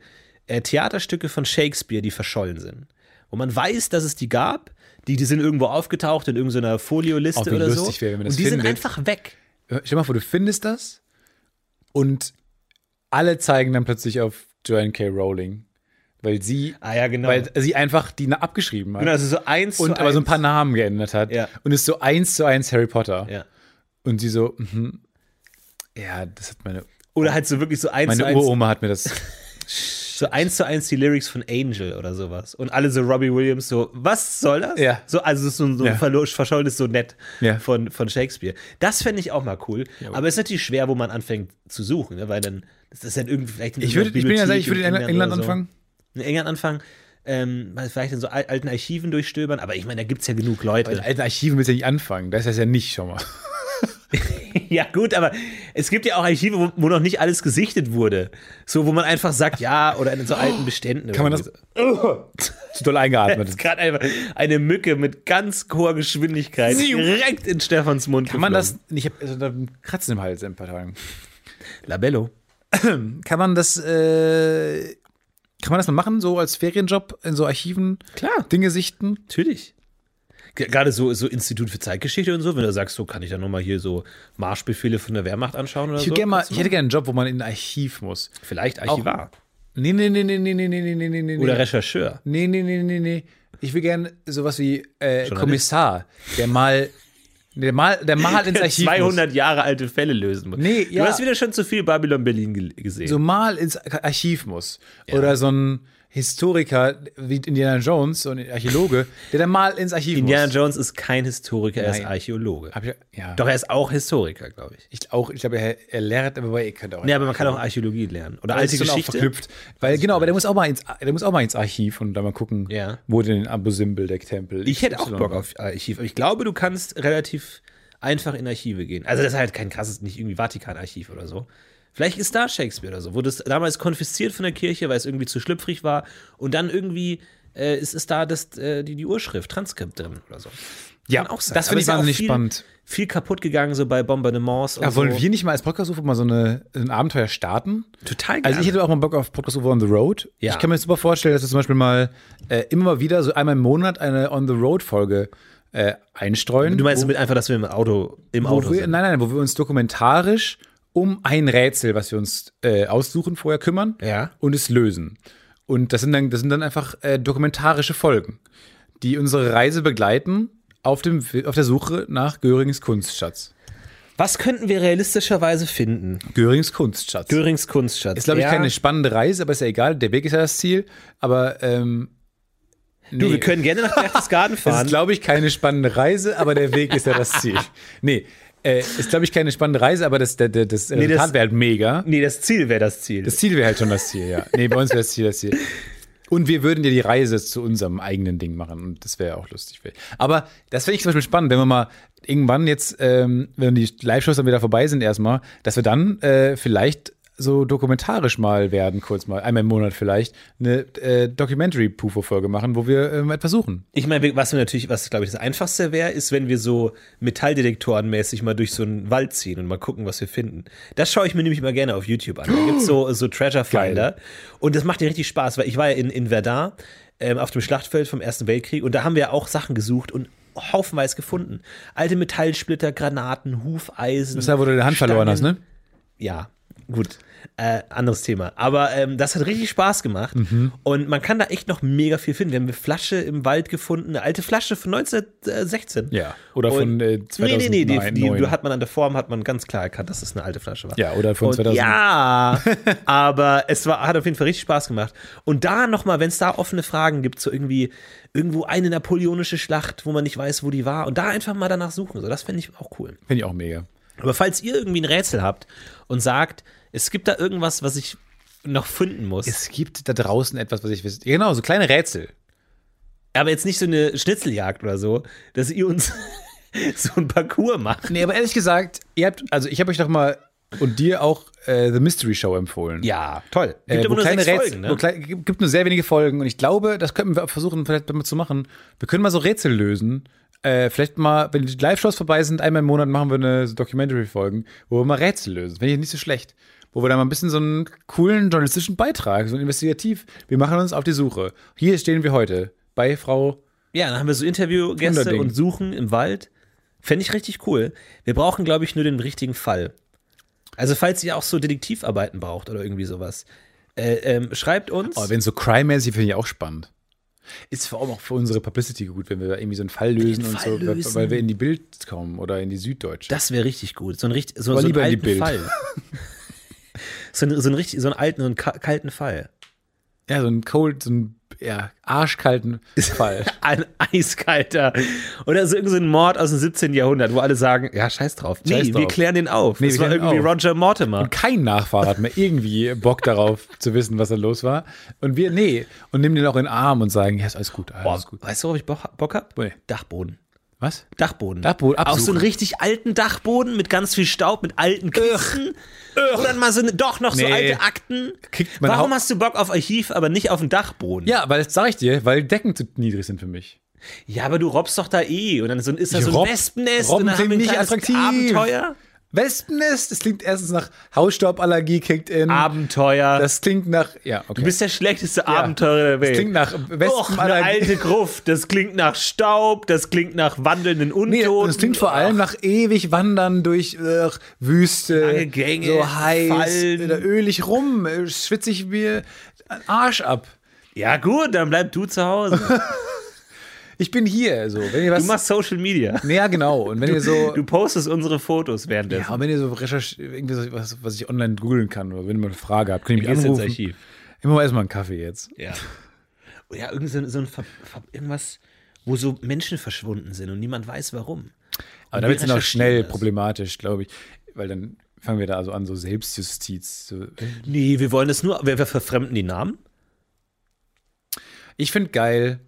[SPEAKER 1] äh, Theaterstücke von Shakespeare, die verschollen sind. Wo man weiß, dass es die gab, die, die sind irgendwo aufgetaucht in irgendeiner
[SPEAKER 2] Auch
[SPEAKER 1] Folioliste
[SPEAKER 2] wie
[SPEAKER 1] oder so.
[SPEAKER 2] lustig wäre, wenn man das
[SPEAKER 1] Und die sind
[SPEAKER 2] findet.
[SPEAKER 1] einfach weg.
[SPEAKER 2] Stell dir mal vor, du findest das und alle zeigen dann plötzlich auf Joanne K. Rowling, weil sie,
[SPEAKER 1] Ah ja, genau.
[SPEAKER 2] weil sie einfach die na- abgeschrieben hat.
[SPEAKER 1] genau, also so eins
[SPEAKER 2] und
[SPEAKER 1] zu
[SPEAKER 2] aber so ein paar
[SPEAKER 1] eins.
[SPEAKER 2] Namen geändert hat
[SPEAKER 1] Ja.
[SPEAKER 2] und ist so eins zu eins Harry Potter
[SPEAKER 1] Ja.
[SPEAKER 2] und sie so mhm, ja das hat meine
[SPEAKER 1] Oder halt so wirklich so eins zu
[SPEAKER 2] meine
[SPEAKER 1] eins
[SPEAKER 2] Uroma hat mir das
[SPEAKER 1] So eins zu eins die Lyrics von Angel oder sowas. Und alle so Robbie Williams so, was soll das?
[SPEAKER 2] Ja.
[SPEAKER 1] So, also so, so
[SPEAKER 2] Ja.
[SPEAKER 1] ein verlo- verschollenes Sonett
[SPEAKER 2] Ja.
[SPEAKER 1] von, von Shakespeare. Das fände ich auch mal cool. Aber es ist natürlich schwer, wo man anfängt zu suchen, ne? weil dann das ist dann irgendwie vielleicht in
[SPEAKER 2] ich
[SPEAKER 1] einer
[SPEAKER 2] würde ich bin ja
[SPEAKER 1] Bibliothek
[SPEAKER 2] sagen ich würde in England,
[SPEAKER 1] oder so.
[SPEAKER 2] anfangen
[SPEAKER 1] In England anfangen, ähm, mal vielleicht in so al- alten Archiven durchstöbern, aber ich meine, da gibt es ja genug Leute.
[SPEAKER 2] bei den alten Archiven willst du ja nicht anfangen da ist das ja nicht schon mal
[SPEAKER 1] Ja, gut, aber es gibt ja auch Archive, wo, wo noch nicht alles gesichtet wurde. So, wo man einfach sagt, ja, oder in so alten Beständen.
[SPEAKER 2] Oh. kann man
[SPEAKER 1] oder
[SPEAKER 2] das
[SPEAKER 1] so.
[SPEAKER 2] zu doll eingeatmet
[SPEAKER 1] Gerade einfach eine Mücke mit ganz hoher Geschwindigkeit
[SPEAKER 2] Siu.
[SPEAKER 1] direkt in Stefans Mund.
[SPEAKER 2] kann man das ich habe also, da ein Kratzen im Hals in ein paar Tagen
[SPEAKER 1] Labello.
[SPEAKER 2] kann man das äh, kann man das mal machen so als Ferienjob in so Archiven
[SPEAKER 1] Klar.
[SPEAKER 2] Dinge sichten
[SPEAKER 1] Natürlich. Ge- Gerade so, so Institut für Zeitgeschichte und so, wenn du sagst, so kann ich dann nochmal hier so Marschbefehle von der Wehrmacht anschauen oder
[SPEAKER 2] ich,
[SPEAKER 1] so.
[SPEAKER 2] würde gerne mal,
[SPEAKER 1] Kannst du
[SPEAKER 2] ich hätte gerne einen Job wo man in ein Archiv muss
[SPEAKER 1] Vielleicht Archivar.
[SPEAKER 2] nee nee nee nee nee nee nee nee nee nee
[SPEAKER 1] Oder Rechercheur.
[SPEAKER 2] Nee, nee, nee, nee, nee. Ich will gerne sowas wie äh,
[SPEAKER 1] Journalist?
[SPEAKER 2] Kommissar, der mal, der mal, der mal ins Archiv
[SPEAKER 1] 200 Jahre alte Fälle lösen muss.
[SPEAKER 2] Nee,
[SPEAKER 1] du
[SPEAKER 2] ja.
[SPEAKER 1] hast wieder schon zu viel Babylon Berlin ge- gesehen.
[SPEAKER 2] muss. So mal ins Archiv muss. Oder so ein Historiker wie Indiana Jones, so ein Archäologe, der dann mal ins Archiv
[SPEAKER 1] Indiana
[SPEAKER 2] muss.
[SPEAKER 1] Jones ist kein Historiker, er ist
[SPEAKER 2] Nein.
[SPEAKER 1] Archäologe.
[SPEAKER 2] Hab ich, ja.
[SPEAKER 1] Doch, er ist auch Historiker, glaube ich.
[SPEAKER 2] Ich, auch, ich glaube, er, er lehrt, aber er könnte auch.
[SPEAKER 1] Nee, aber man kann auch Archäologie lernen. Oder
[SPEAKER 2] Das
[SPEAKER 1] alte
[SPEAKER 2] ist schon auch
[SPEAKER 1] Geschichte. Also,
[SPEAKER 2] verknüpft. Weil, genau, aber der muss auch mal ins, der muss auch mal ins Archiv und da mal gucken,
[SPEAKER 1] Ja.
[SPEAKER 2] wo denn Abu Simbel der Tempel
[SPEAKER 1] Ich hätte auch
[SPEAKER 2] XY
[SPEAKER 1] Bock
[SPEAKER 2] war.
[SPEAKER 1] auf Archiv. Aber ich glaube, du kannst relativ einfach in Archive gehen. Also das ist halt kein krasses, nicht irgendwie Vatikanarchiv oder so. Vielleicht ist da Shakespeare oder so. Wurde es damals konfisziert von der Kirche, weil es irgendwie zu schlüpfrig war. Und dann irgendwie äh, ist, ist da das, äh, die, die Urschrift, Transkript drin oder so.
[SPEAKER 2] Ja,
[SPEAKER 1] Kann auch sein.
[SPEAKER 2] das
[SPEAKER 1] Aber
[SPEAKER 2] finde
[SPEAKER 1] ist
[SPEAKER 2] ich
[SPEAKER 1] ja auch
[SPEAKER 2] wahnsinnig
[SPEAKER 1] viel-
[SPEAKER 2] spannend.
[SPEAKER 1] Viel kaputt gegangen, so bei Bombardements und
[SPEAKER 2] Ja, Ah, wollen
[SPEAKER 1] so.
[SPEAKER 2] wir nicht mal als Podcast-UFO mal so eine, ein Abenteuer starten?
[SPEAKER 1] Total
[SPEAKER 2] Also ich
[SPEAKER 1] gerne.
[SPEAKER 2] hätte auch mal Bock auf Podcast UFO on the Road.
[SPEAKER 1] Ja.
[SPEAKER 2] Ich kann mir super vorstellen, dass wir zum Beispiel mal äh, immer mal wieder so einmal im Monat eine On the Road-Folge äh, einstreuen.
[SPEAKER 1] Du meinst
[SPEAKER 2] wo,
[SPEAKER 1] damit einfach, dass wir im Auto, im
[SPEAKER 2] wo
[SPEAKER 1] Auto
[SPEAKER 2] wir,
[SPEAKER 1] sind.
[SPEAKER 2] Nein, nein, wo wir uns dokumentarisch um ein Rätsel, was wir uns äh, aussuchen, vorher kümmern
[SPEAKER 1] Ja.
[SPEAKER 2] und es lösen. Und das sind dann, das sind dann einfach äh, dokumentarische Folgen, die unsere Reise begleiten auf, dem, auf der Suche nach Görings Kunstschatz.
[SPEAKER 1] Was könnten wir realistischerweise finden?
[SPEAKER 2] Görings Kunstschatz.
[SPEAKER 1] Görings Kunstschatz.
[SPEAKER 2] ist, glaube ich,
[SPEAKER 1] Ja.
[SPEAKER 2] keine spannende Reise, aber ist ja egal. Der Weg ist ja das Ziel. Aber ähm,
[SPEAKER 1] Du,
[SPEAKER 2] nee.
[SPEAKER 1] wir können gerne nach Berchtesgaden
[SPEAKER 2] Es ist,
[SPEAKER 1] fahren.
[SPEAKER 2] glaube ich, keine spannende Reise, aber der Weg ist ja das Ziel. Nee, äh, ist, glaube ich, keine spannende Reise, aber das, das, das Resultat
[SPEAKER 1] das-
[SPEAKER 2] wäre halt mega.
[SPEAKER 1] nee, das Ziel wäre das Ziel.
[SPEAKER 2] Das Ziel wäre halt schon das Ziel, ja. Nee, bei uns wäre das Ziel das Ziel. Und wir würden ja die Reise zu unserem eigenen Ding machen. Und das wäre ja auch lustig. Aber das finde ich zum Beispiel spannend, wenn wir mal irgendwann jetzt, ähm, wenn die Live-Shows dann wieder vorbei sind erstmal, dass wir dann äh, vielleicht so dokumentarisch mal werden, kurz mal, einmal im Monat vielleicht, eine äh, Documentary-Pufo-Folge machen, wo wir ähm, etwas suchen.
[SPEAKER 1] Ich meine, was wir natürlich, was glaube ich das einfachste wäre, ist, wenn wir so Metalldetektorenmäßig mal durch so einen Wald ziehen und mal gucken, was wir finden. Das schaue ich mir nämlich mal gerne auf YouTube an. Da gibt's so, so Treasure Finder. Und das macht dir richtig Spaß, weil ich war ja in, in Verdun ähm, auf dem Schlachtfeld vom Ersten Weltkrieg und da haben wir auch Sachen gesucht und haufenweise gefunden. Alte Metallsplitter, Granaten, Hufeisen.
[SPEAKER 2] Das ist ja, wo du deine Hand verloren hast, ne?
[SPEAKER 1] Ja, gut. Äh, anderes Thema. Aber ähm, das hat richtig Spaß gemacht.
[SPEAKER 2] Mhm.
[SPEAKER 1] Und man kann da echt noch mega viel finden. Wir haben eine Flasche im Wald gefunden, eine alte Flasche von 1916.
[SPEAKER 2] Ja, oder von,
[SPEAKER 1] Und-
[SPEAKER 2] äh,
[SPEAKER 1] Nee, nee, nee,
[SPEAKER 2] 2009.
[SPEAKER 1] die, die, die hat man an der Form, hat man ganz klar erkannt, dass es eine alte Flasche war.
[SPEAKER 2] Ja, oder von
[SPEAKER 1] Und
[SPEAKER 2] 2000.
[SPEAKER 1] Ja, aber es war, hat auf jeden Fall richtig Spaß gemacht. Und da nochmal, wenn es da offene Fragen gibt, so irgendwie irgendwo eine napoleonische Schlacht, wo man nicht weiß, wo die war, und da einfach mal danach suchen. So, das fände ich auch cool.
[SPEAKER 2] Finde ich auch mega.
[SPEAKER 1] Aber falls ihr irgendwie ein Rätsel habt und sagt, es gibt da irgendwas, was ich noch finden muss,
[SPEAKER 2] Es gibt da draußen etwas, was ich wüsste. Genau, so kleine Rätsel.
[SPEAKER 1] aber jetzt nicht so eine Schnitzeljagd oder so, dass ihr uns so ein Parcours macht.
[SPEAKER 2] Nee, aber ehrlich gesagt, ihr habt, also ich habe euch doch mal und dir auch äh, The Mystery Show empfohlen.
[SPEAKER 1] Ja, toll. Gibt
[SPEAKER 2] Äh,
[SPEAKER 1] aber
[SPEAKER 2] wo
[SPEAKER 1] nur
[SPEAKER 2] kleine
[SPEAKER 1] sechs
[SPEAKER 2] Rätsel,
[SPEAKER 1] Folgen, ne?
[SPEAKER 2] wo klei- gibt gibt nur sehr wenige Folgen und ich glaube, das könnten wir versuchen, vielleicht mal zu machen. Wir können mal so Rätsel lösen. Äh, vielleicht mal, wenn die Live-Shows vorbei sind, einmal im Monat machen wir eine so Documentary-Folgen, wo wir mal Rätsel lösen. Finde ich nicht so schlecht. Wo wir dann mal ein bisschen so einen coolen journalistischen Beitrag, so ein Investigativ, wir machen uns auf die Suche. Hier stehen wir heute bei Frau
[SPEAKER 1] Ja, dann haben wir so Interviewgäste
[SPEAKER 2] Wunderding.
[SPEAKER 1] und Suchen im Wald. Fände ich richtig cool. Wir brauchen, glaube ich, nur den richtigen Fall. Also, falls ihr auch so Detektivarbeiten braucht oder irgendwie sowas, äh, ähm, schreibt uns.
[SPEAKER 2] Aber Oh, wenn so crime-mäßig, finde ich auch spannend. Ist vor allem auch für unsere Publicity gut, wenn wir da irgendwie so einen Fall lösen und
[SPEAKER 1] Fall
[SPEAKER 2] so, weil-
[SPEAKER 1] lösen.
[SPEAKER 2] weil wir in die Bild kommen oder in die Süddeutsche.
[SPEAKER 1] Das wäre richtig gut. So ein richtig, so, so
[SPEAKER 2] Aber
[SPEAKER 1] einen
[SPEAKER 2] lieber in die
[SPEAKER 1] alten
[SPEAKER 2] Bild.
[SPEAKER 1] Fall. so, einen, so, einen richtig, so einen alten, so einen ka- kalten Fall.
[SPEAKER 2] ja, so einen cold, so einen ja, arschkalten Fall.
[SPEAKER 1] Ein eiskalter. Oder so irgendein Mord aus dem 17. Jahrhundert, wo alle sagen, ja, scheiß drauf. Nee,
[SPEAKER 2] Scheiß
[SPEAKER 1] wir
[SPEAKER 2] drauf.
[SPEAKER 1] klären den auf.
[SPEAKER 2] Nee,
[SPEAKER 1] das
[SPEAKER 2] wir
[SPEAKER 1] war
[SPEAKER 2] klären
[SPEAKER 1] irgendwie
[SPEAKER 2] auf.
[SPEAKER 1] Roger Mortimer.
[SPEAKER 2] Und kein Nachfahrer hat mir irgendwie Bock darauf zu wissen, was da los war. Und wir, nee, und nehmen den auch in den Arm und sagen, ja, ist alles gut,
[SPEAKER 1] Boah,
[SPEAKER 2] alles gut.
[SPEAKER 1] weißt du, worauf ich Bock, Bock hab?
[SPEAKER 2] Nee.
[SPEAKER 1] Dachboden.
[SPEAKER 2] Was?
[SPEAKER 1] Dachboden.
[SPEAKER 2] Dachboden,
[SPEAKER 1] Auch so
[SPEAKER 2] absuchen.
[SPEAKER 1] einen richtig alten Dachboden mit ganz viel Staub, mit alten Kisten. Und dann mal so eine, doch noch so
[SPEAKER 2] Nee.
[SPEAKER 1] alte Akten.
[SPEAKER 2] Kickt man
[SPEAKER 1] Warum
[SPEAKER 2] hau-
[SPEAKER 1] hast du Bock auf Archiv, aber nicht auf einen Dachboden?
[SPEAKER 2] Ja, weil das sag ich dir, weil Decken zu niedrig sind für mich.
[SPEAKER 1] Ja, aber du robbst doch da eh. Und dann so, ist da
[SPEAKER 2] Ich
[SPEAKER 1] so ein
[SPEAKER 2] robb-
[SPEAKER 1] Wespennest
[SPEAKER 2] robben
[SPEAKER 1] und dann haben wir ein
[SPEAKER 2] klingt nicht
[SPEAKER 1] kleines
[SPEAKER 2] attraktiv.
[SPEAKER 1] Abenteuer.
[SPEAKER 2] Wespennest, das klingt erstens nach Hausstauballergie, kickt in.
[SPEAKER 1] Abenteuer.
[SPEAKER 2] Das klingt nach, ja, okay.
[SPEAKER 1] Ah. du bist der schlechteste Abenteurer der Welt.
[SPEAKER 2] das klingt nach
[SPEAKER 1] Och, eine
[SPEAKER 2] Wespenallergie.
[SPEAKER 1] alte Gruft. Das klingt nach Staub. Das klingt nach wandelnden
[SPEAKER 2] Nee,
[SPEAKER 1] Untoten.
[SPEAKER 2] und es klingt vor allem nach ewig wandern durch äh, Wüste,
[SPEAKER 1] Lange Gänge,
[SPEAKER 2] so heiß, äh,
[SPEAKER 1] Fallen.
[SPEAKER 2] Oder ölig rum, äh, schwitzig mir den Arsch ab.
[SPEAKER 1] Ja gut, dann bleib du zu Hause.
[SPEAKER 2] Ich bin hier, so. Wenn ihr was,
[SPEAKER 1] Du machst Social Media.
[SPEAKER 2] ja, genau. Und wenn ihr so,
[SPEAKER 1] Du postest unsere Fotos währenddessen.
[SPEAKER 2] ja, und wenn ihr so recherch, irgendwie so was, was ich online googeln kann oder wenn ihr mal eine Frage habt, könnt ihr mich
[SPEAKER 1] Gehst ins
[SPEAKER 2] anrufen.
[SPEAKER 1] Archiv.
[SPEAKER 2] Immer mal erstmal einen Kaffee jetzt.
[SPEAKER 1] Ja. Ja, irgend so, so ein Ver Ver irgendwas, wo so Menschen verschwunden sind und niemand weiß warum.
[SPEAKER 2] Aber da
[SPEAKER 1] Und wir
[SPEAKER 2] wird es noch schnell
[SPEAKER 1] recherchieren das.
[SPEAKER 2] problematisch, glaube ich, weil dann fangen wir da also an so Selbstjustiz. So.
[SPEAKER 1] Nee, wir wollen das nur, wir, wir verfremden die Namen.
[SPEAKER 2] Ich finde geil,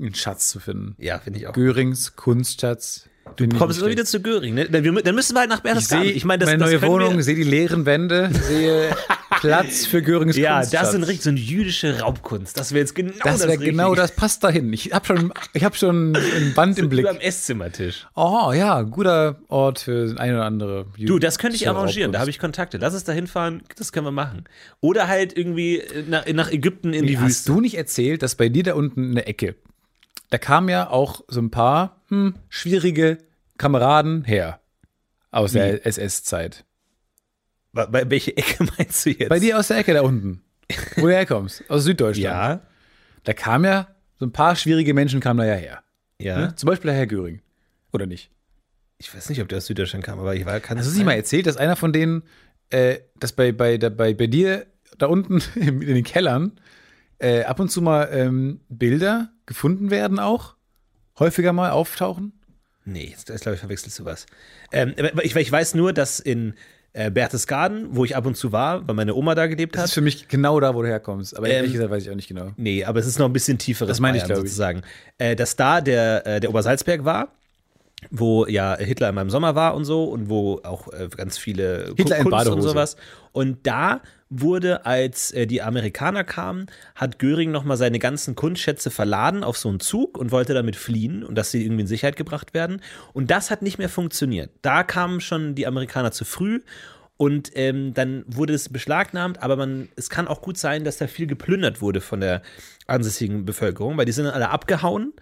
[SPEAKER 2] einen Schatz zu finden.
[SPEAKER 1] Ja, finde ich auch.
[SPEAKER 2] Görings Kunstschatz. Du
[SPEAKER 1] Kommst du wieder zu Göring, ne? Dann, wir, mü- dann müssen wir halt nach
[SPEAKER 2] Ich
[SPEAKER 1] Berchtesgaden.
[SPEAKER 2] sehe
[SPEAKER 1] meine, das-
[SPEAKER 2] meine
[SPEAKER 1] das
[SPEAKER 2] neue
[SPEAKER 1] können
[SPEAKER 2] Wohnung,
[SPEAKER 1] Wir,
[SPEAKER 2] sehe die leeren Wände, sehe Platz für Görings
[SPEAKER 1] ja,
[SPEAKER 2] Kunstschatz.
[SPEAKER 1] das ist ein richtig so eine jüdische Raubkunst. Das wäre jetzt genau das.
[SPEAKER 2] Das wäre genau,
[SPEAKER 1] Richtige.
[SPEAKER 2] das passt dahin. Ich habe schon, ich hab schon ein Band im Blick.
[SPEAKER 1] Über am Esszimmertisch.
[SPEAKER 2] Oh ja, guter Ort für ein oder andere.
[SPEAKER 1] Du, das könnte ich arrangieren. Da habe ich Kontakte. Lass es da hinfahren. Das können wir machen. Oder halt irgendwie nach, nach Ägypten in die
[SPEAKER 2] Hast
[SPEAKER 1] Wüste.
[SPEAKER 2] du nicht erzählt, dass bei dir da unten in der Ecke, da kamen ja auch so ein paar hm, schwierige Kameraden her aus der SS-Zeit.
[SPEAKER 1] Bei, bei welche Ecke meinst du jetzt?
[SPEAKER 2] Bei dir aus der Ecke da unten, wo du herkommst, aus Süddeutschland.
[SPEAKER 1] Ja,
[SPEAKER 2] Da kam ja, so ein paar schwierige Menschen kamen da ja her.
[SPEAKER 1] ja.
[SPEAKER 2] Ne? Zum Beispiel der Herr Göring. Oder nicht?
[SPEAKER 1] Ich weiß nicht, ob der aus Süddeutschland kam, aber ich war kann
[SPEAKER 2] Hast du es nicht mal erzählt, dass einer von denen, äh, dass bei, bei, da, bei, bei dir da unten in den Kellern äh, ab und zu mal ähm, Bilder gefunden werden auch? Häufiger mal auftauchen?
[SPEAKER 1] Nee, jetzt, jetzt glaube ich, verwechselst du was. Ähm, aber ich, ich weiß nur, dass in äh, Berchtesgaden, wo ich ab und zu war, weil meine Oma da gelebt
[SPEAKER 2] Das ist
[SPEAKER 1] hat.
[SPEAKER 2] für mich genau da, wo du herkommst. Aber ehrlich
[SPEAKER 1] Ähm,
[SPEAKER 2] gesagt weiß ich auch nicht genau.
[SPEAKER 1] Nee, aber es ist noch ein bisschen tieferes
[SPEAKER 2] Das meine ich,
[SPEAKER 1] Bayern
[SPEAKER 2] glaube ich.
[SPEAKER 1] sozusagen. Äh, dass da der, äh, der Obersalzberg war, wo ja Hitler in meinem Sommer war und so und wo auch äh, ganz viele
[SPEAKER 2] Hitler in
[SPEAKER 1] und
[SPEAKER 2] Badehose.
[SPEAKER 1] sowas. Und da wurde, als äh, die Amerikaner kamen, hat Göring nochmal seine ganzen Kunstschätze verladen auf so einen Zug und wollte damit fliehen und dass sie irgendwie in Sicherheit gebracht werden. Und das hat nicht mehr funktioniert. Da kamen schon die Amerikaner zu früh. Und ähm, dann wurde es beschlagnahmt, aber man, es kann auch gut sein, dass da viel geplündert wurde von der ansässigen Bevölkerung, weil die sind dann alle abgehauen.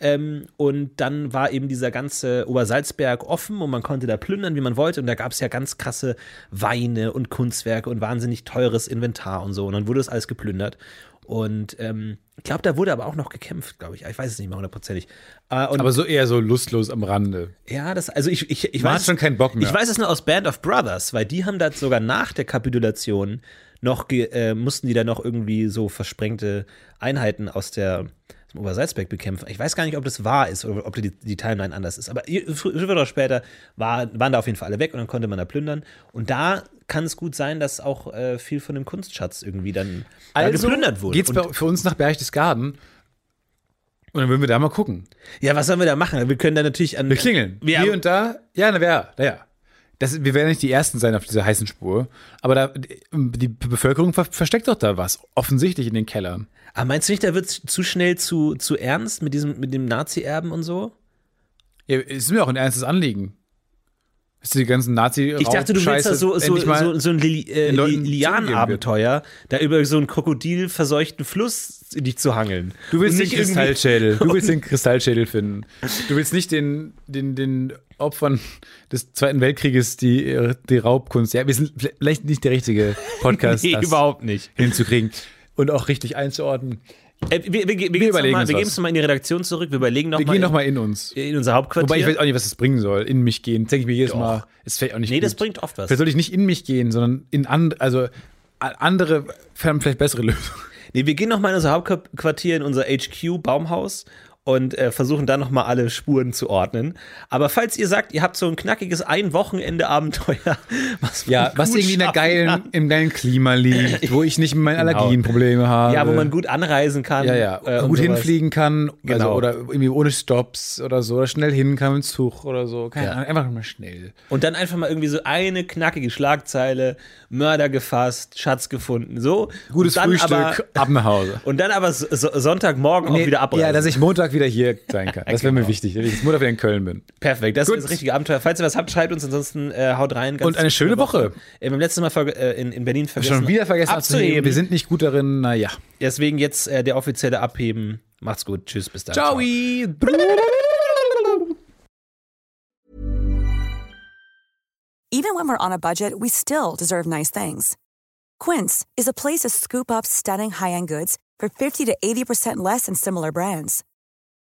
[SPEAKER 1] Ähm, und dann war eben dieser ganze Obersalzberg offen und man konnte da plündern, wie man wollte. Und da gab es ja ganz krasse Weine und Kunstwerke und wahnsinnig teures Inventar und so. Und dann wurde das alles geplündert. Und ähm, ich glaube, da wurde aber auch noch gekämpft, glaube ich. Ich weiß es nicht mehr hundertprozentig. Äh, und
[SPEAKER 2] Aber so eher so lustlos am Rande.
[SPEAKER 1] ja, das, also ich, ich, ich
[SPEAKER 2] Man
[SPEAKER 1] weiß.
[SPEAKER 2] hat schon keinen Bock mehr.
[SPEAKER 1] Ich weiß Ah, es nur aus Band of Brothers, weil die haben das sogar nach der Kapitulation noch, ge, äh, mussten die da noch irgendwie so versprengte Einheiten aus der aus dem Obersalzberg bekämpfen. Ich weiß gar nicht, ob das wahr ist oder ob die, die Timeline anders ist. Aber fr- früher oder später war, waren da auf jeden Fall alle weg und dann konnte man da plündern. Und da kann es gut sein, dass auch äh, viel von dem Kunstschatz irgendwie dann da geplündert wurde.
[SPEAKER 2] Also geht's
[SPEAKER 1] Und-
[SPEAKER 2] bei, für uns nach Berchtesgaden. Und dann würden wir da mal gucken.
[SPEAKER 1] ja, was sollen wir da machen? Wir können da natürlich an.
[SPEAKER 2] Wir klingeln.
[SPEAKER 1] Ja.
[SPEAKER 2] Hier und da. Ja, na ja, na ja. Das, wir werden nicht die Ersten sein auf dieser heißen Spur. Aber da, die Bevölkerung ver versteckt doch da was. Offensichtlich in den Kellern.
[SPEAKER 1] Aber Ah, meinst du nicht, da wird zu schnell zu, zu ernst mit, diesem, mit dem Nazi-Erben und so?
[SPEAKER 2] Ja, es ist mir auch ein ernstes Anliegen. Dass die ganzen nazi
[SPEAKER 1] Ich dachte, du willst da so, so, so, so ein Lili- äh,
[SPEAKER 2] den Leuten
[SPEAKER 1] Li- Lianenabenteuer, da über so einen krokodilverseuchten Fluss dich zu hangeln.
[SPEAKER 2] Du willst halt
[SPEAKER 1] Und
[SPEAKER 2] den
[SPEAKER 1] irgendwie-
[SPEAKER 2] Kristallschädel. Du willst den Kristallschädel finden. Du willst nicht den, den, den Opfern des Zweiten Weltkrieges die, die Raubkunst. Ja, wir sind vielleicht nicht der richtige Podcast,
[SPEAKER 1] Nee,
[SPEAKER 2] das
[SPEAKER 1] überhaupt nicht.
[SPEAKER 2] hinzukriegen. Und auch richtig einzuordnen.
[SPEAKER 1] Äh, wir wir, wir, wir,
[SPEAKER 2] überlegen
[SPEAKER 1] überlegen
[SPEAKER 2] uns
[SPEAKER 1] mal, wir
[SPEAKER 2] was.
[SPEAKER 1] geben es nochmal in die Redaktion zurück, wir überlegen
[SPEAKER 2] Wir gehen nochmal
[SPEAKER 1] nochmal
[SPEAKER 2] in uns.
[SPEAKER 1] in, in unser Hauptquartier.
[SPEAKER 2] Wobei ich weiß auch nicht, was das bringen soll. In mich gehen. Denke ich mir jedes
[SPEAKER 1] Doch.
[SPEAKER 2] Mal. Ist vielleicht auch nicht
[SPEAKER 1] nee,
[SPEAKER 2] gut.
[SPEAKER 1] das bringt oft was.
[SPEAKER 2] Vielleicht soll ich nicht in mich gehen, sondern in andere, also a- andere haben vielleicht bessere Lösungen.
[SPEAKER 1] Nee, wir gehen nochmal in unser Hauptquartier, in unser HQ Baumhaus und äh, versuchen dann nochmal alle Spuren zu ordnen. Aber falls ihr sagt, ihr habt so ein knackiges Ein-Wochenende-Abenteuer, was, man
[SPEAKER 2] Ja, was
[SPEAKER 1] gut
[SPEAKER 2] irgendwie in der
[SPEAKER 1] schaffen
[SPEAKER 2] geilen,
[SPEAKER 1] kann.
[SPEAKER 2] im geilen Klima liegt, wo ich nicht mit meinen Allergien Probleme habe.
[SPEAKER 1] Ja, wo man gut anreisen kann.
[SPEAKER 2] ja, ja,
[SPEAKER 1] äh, und
[SPEAKER 2] gut
[SPEAKER 1] sowas.
[SPEAKER 2] hinfliegen kann also,
[SPEAKER 1] Genau.
[SPEAKER 2] oder irgendwie ohne Stops oder so oder schnell hin kann mit dem Zug oder so. Keine Ahnung, einfach mal schnell.
[SPEAKER 1] Und dann einfach mal irgendwie so eine knackige Schlagzeile, Mörder gefasst, Schatz gefunden, so.
[SPEAKER 2] Gutes
[SPEAKER 1] und dann
[SPEAKER 2] Frühstück,
[SPEAKER 1] Aber,
[SPEAKER 2] ab nach Hause.
[SPEAKER 1] und dann aber so, so, Sonntagmorgen auch wieder abreisen. Genau.
[SPEAKER 2] ja, dass ich Montag wieder hier sein kann. Das wäre mir wichtig, dass ich Montag wieder in Köln bin.
[SPEAKER 1] Perfekt, das
[SPEAKER 2] Gut.
[SPEAKER 1] ist das richtige Abenteuer. Falls ihr was habt, schreibt uns, ansonsten äh, haut rein. Ganz
[SPEAKER 2] Und eine schöne Woche.
[SPEAKER 1] Äh, beim letzten Mal ver- äh, in, in Berlin vergessen.
[SPEAKER 2] Schon wieder vergessen
[SPEAKER 1] abzuheben.
[SPEAKER 2] Wir sind nicht gut darin, naja.
[SPEAKER 1] Deswegen jetzt äh, der offizielle Abheben. Macht's gut, tschüss, bis dann.
[SPEAKER 2] Ciao.
[SPEAKER 3] Even when we're on a budget, we still deserve nice things. Quince is a place to scoop up stunning high-end goods for 50 to 80% less than similar brands.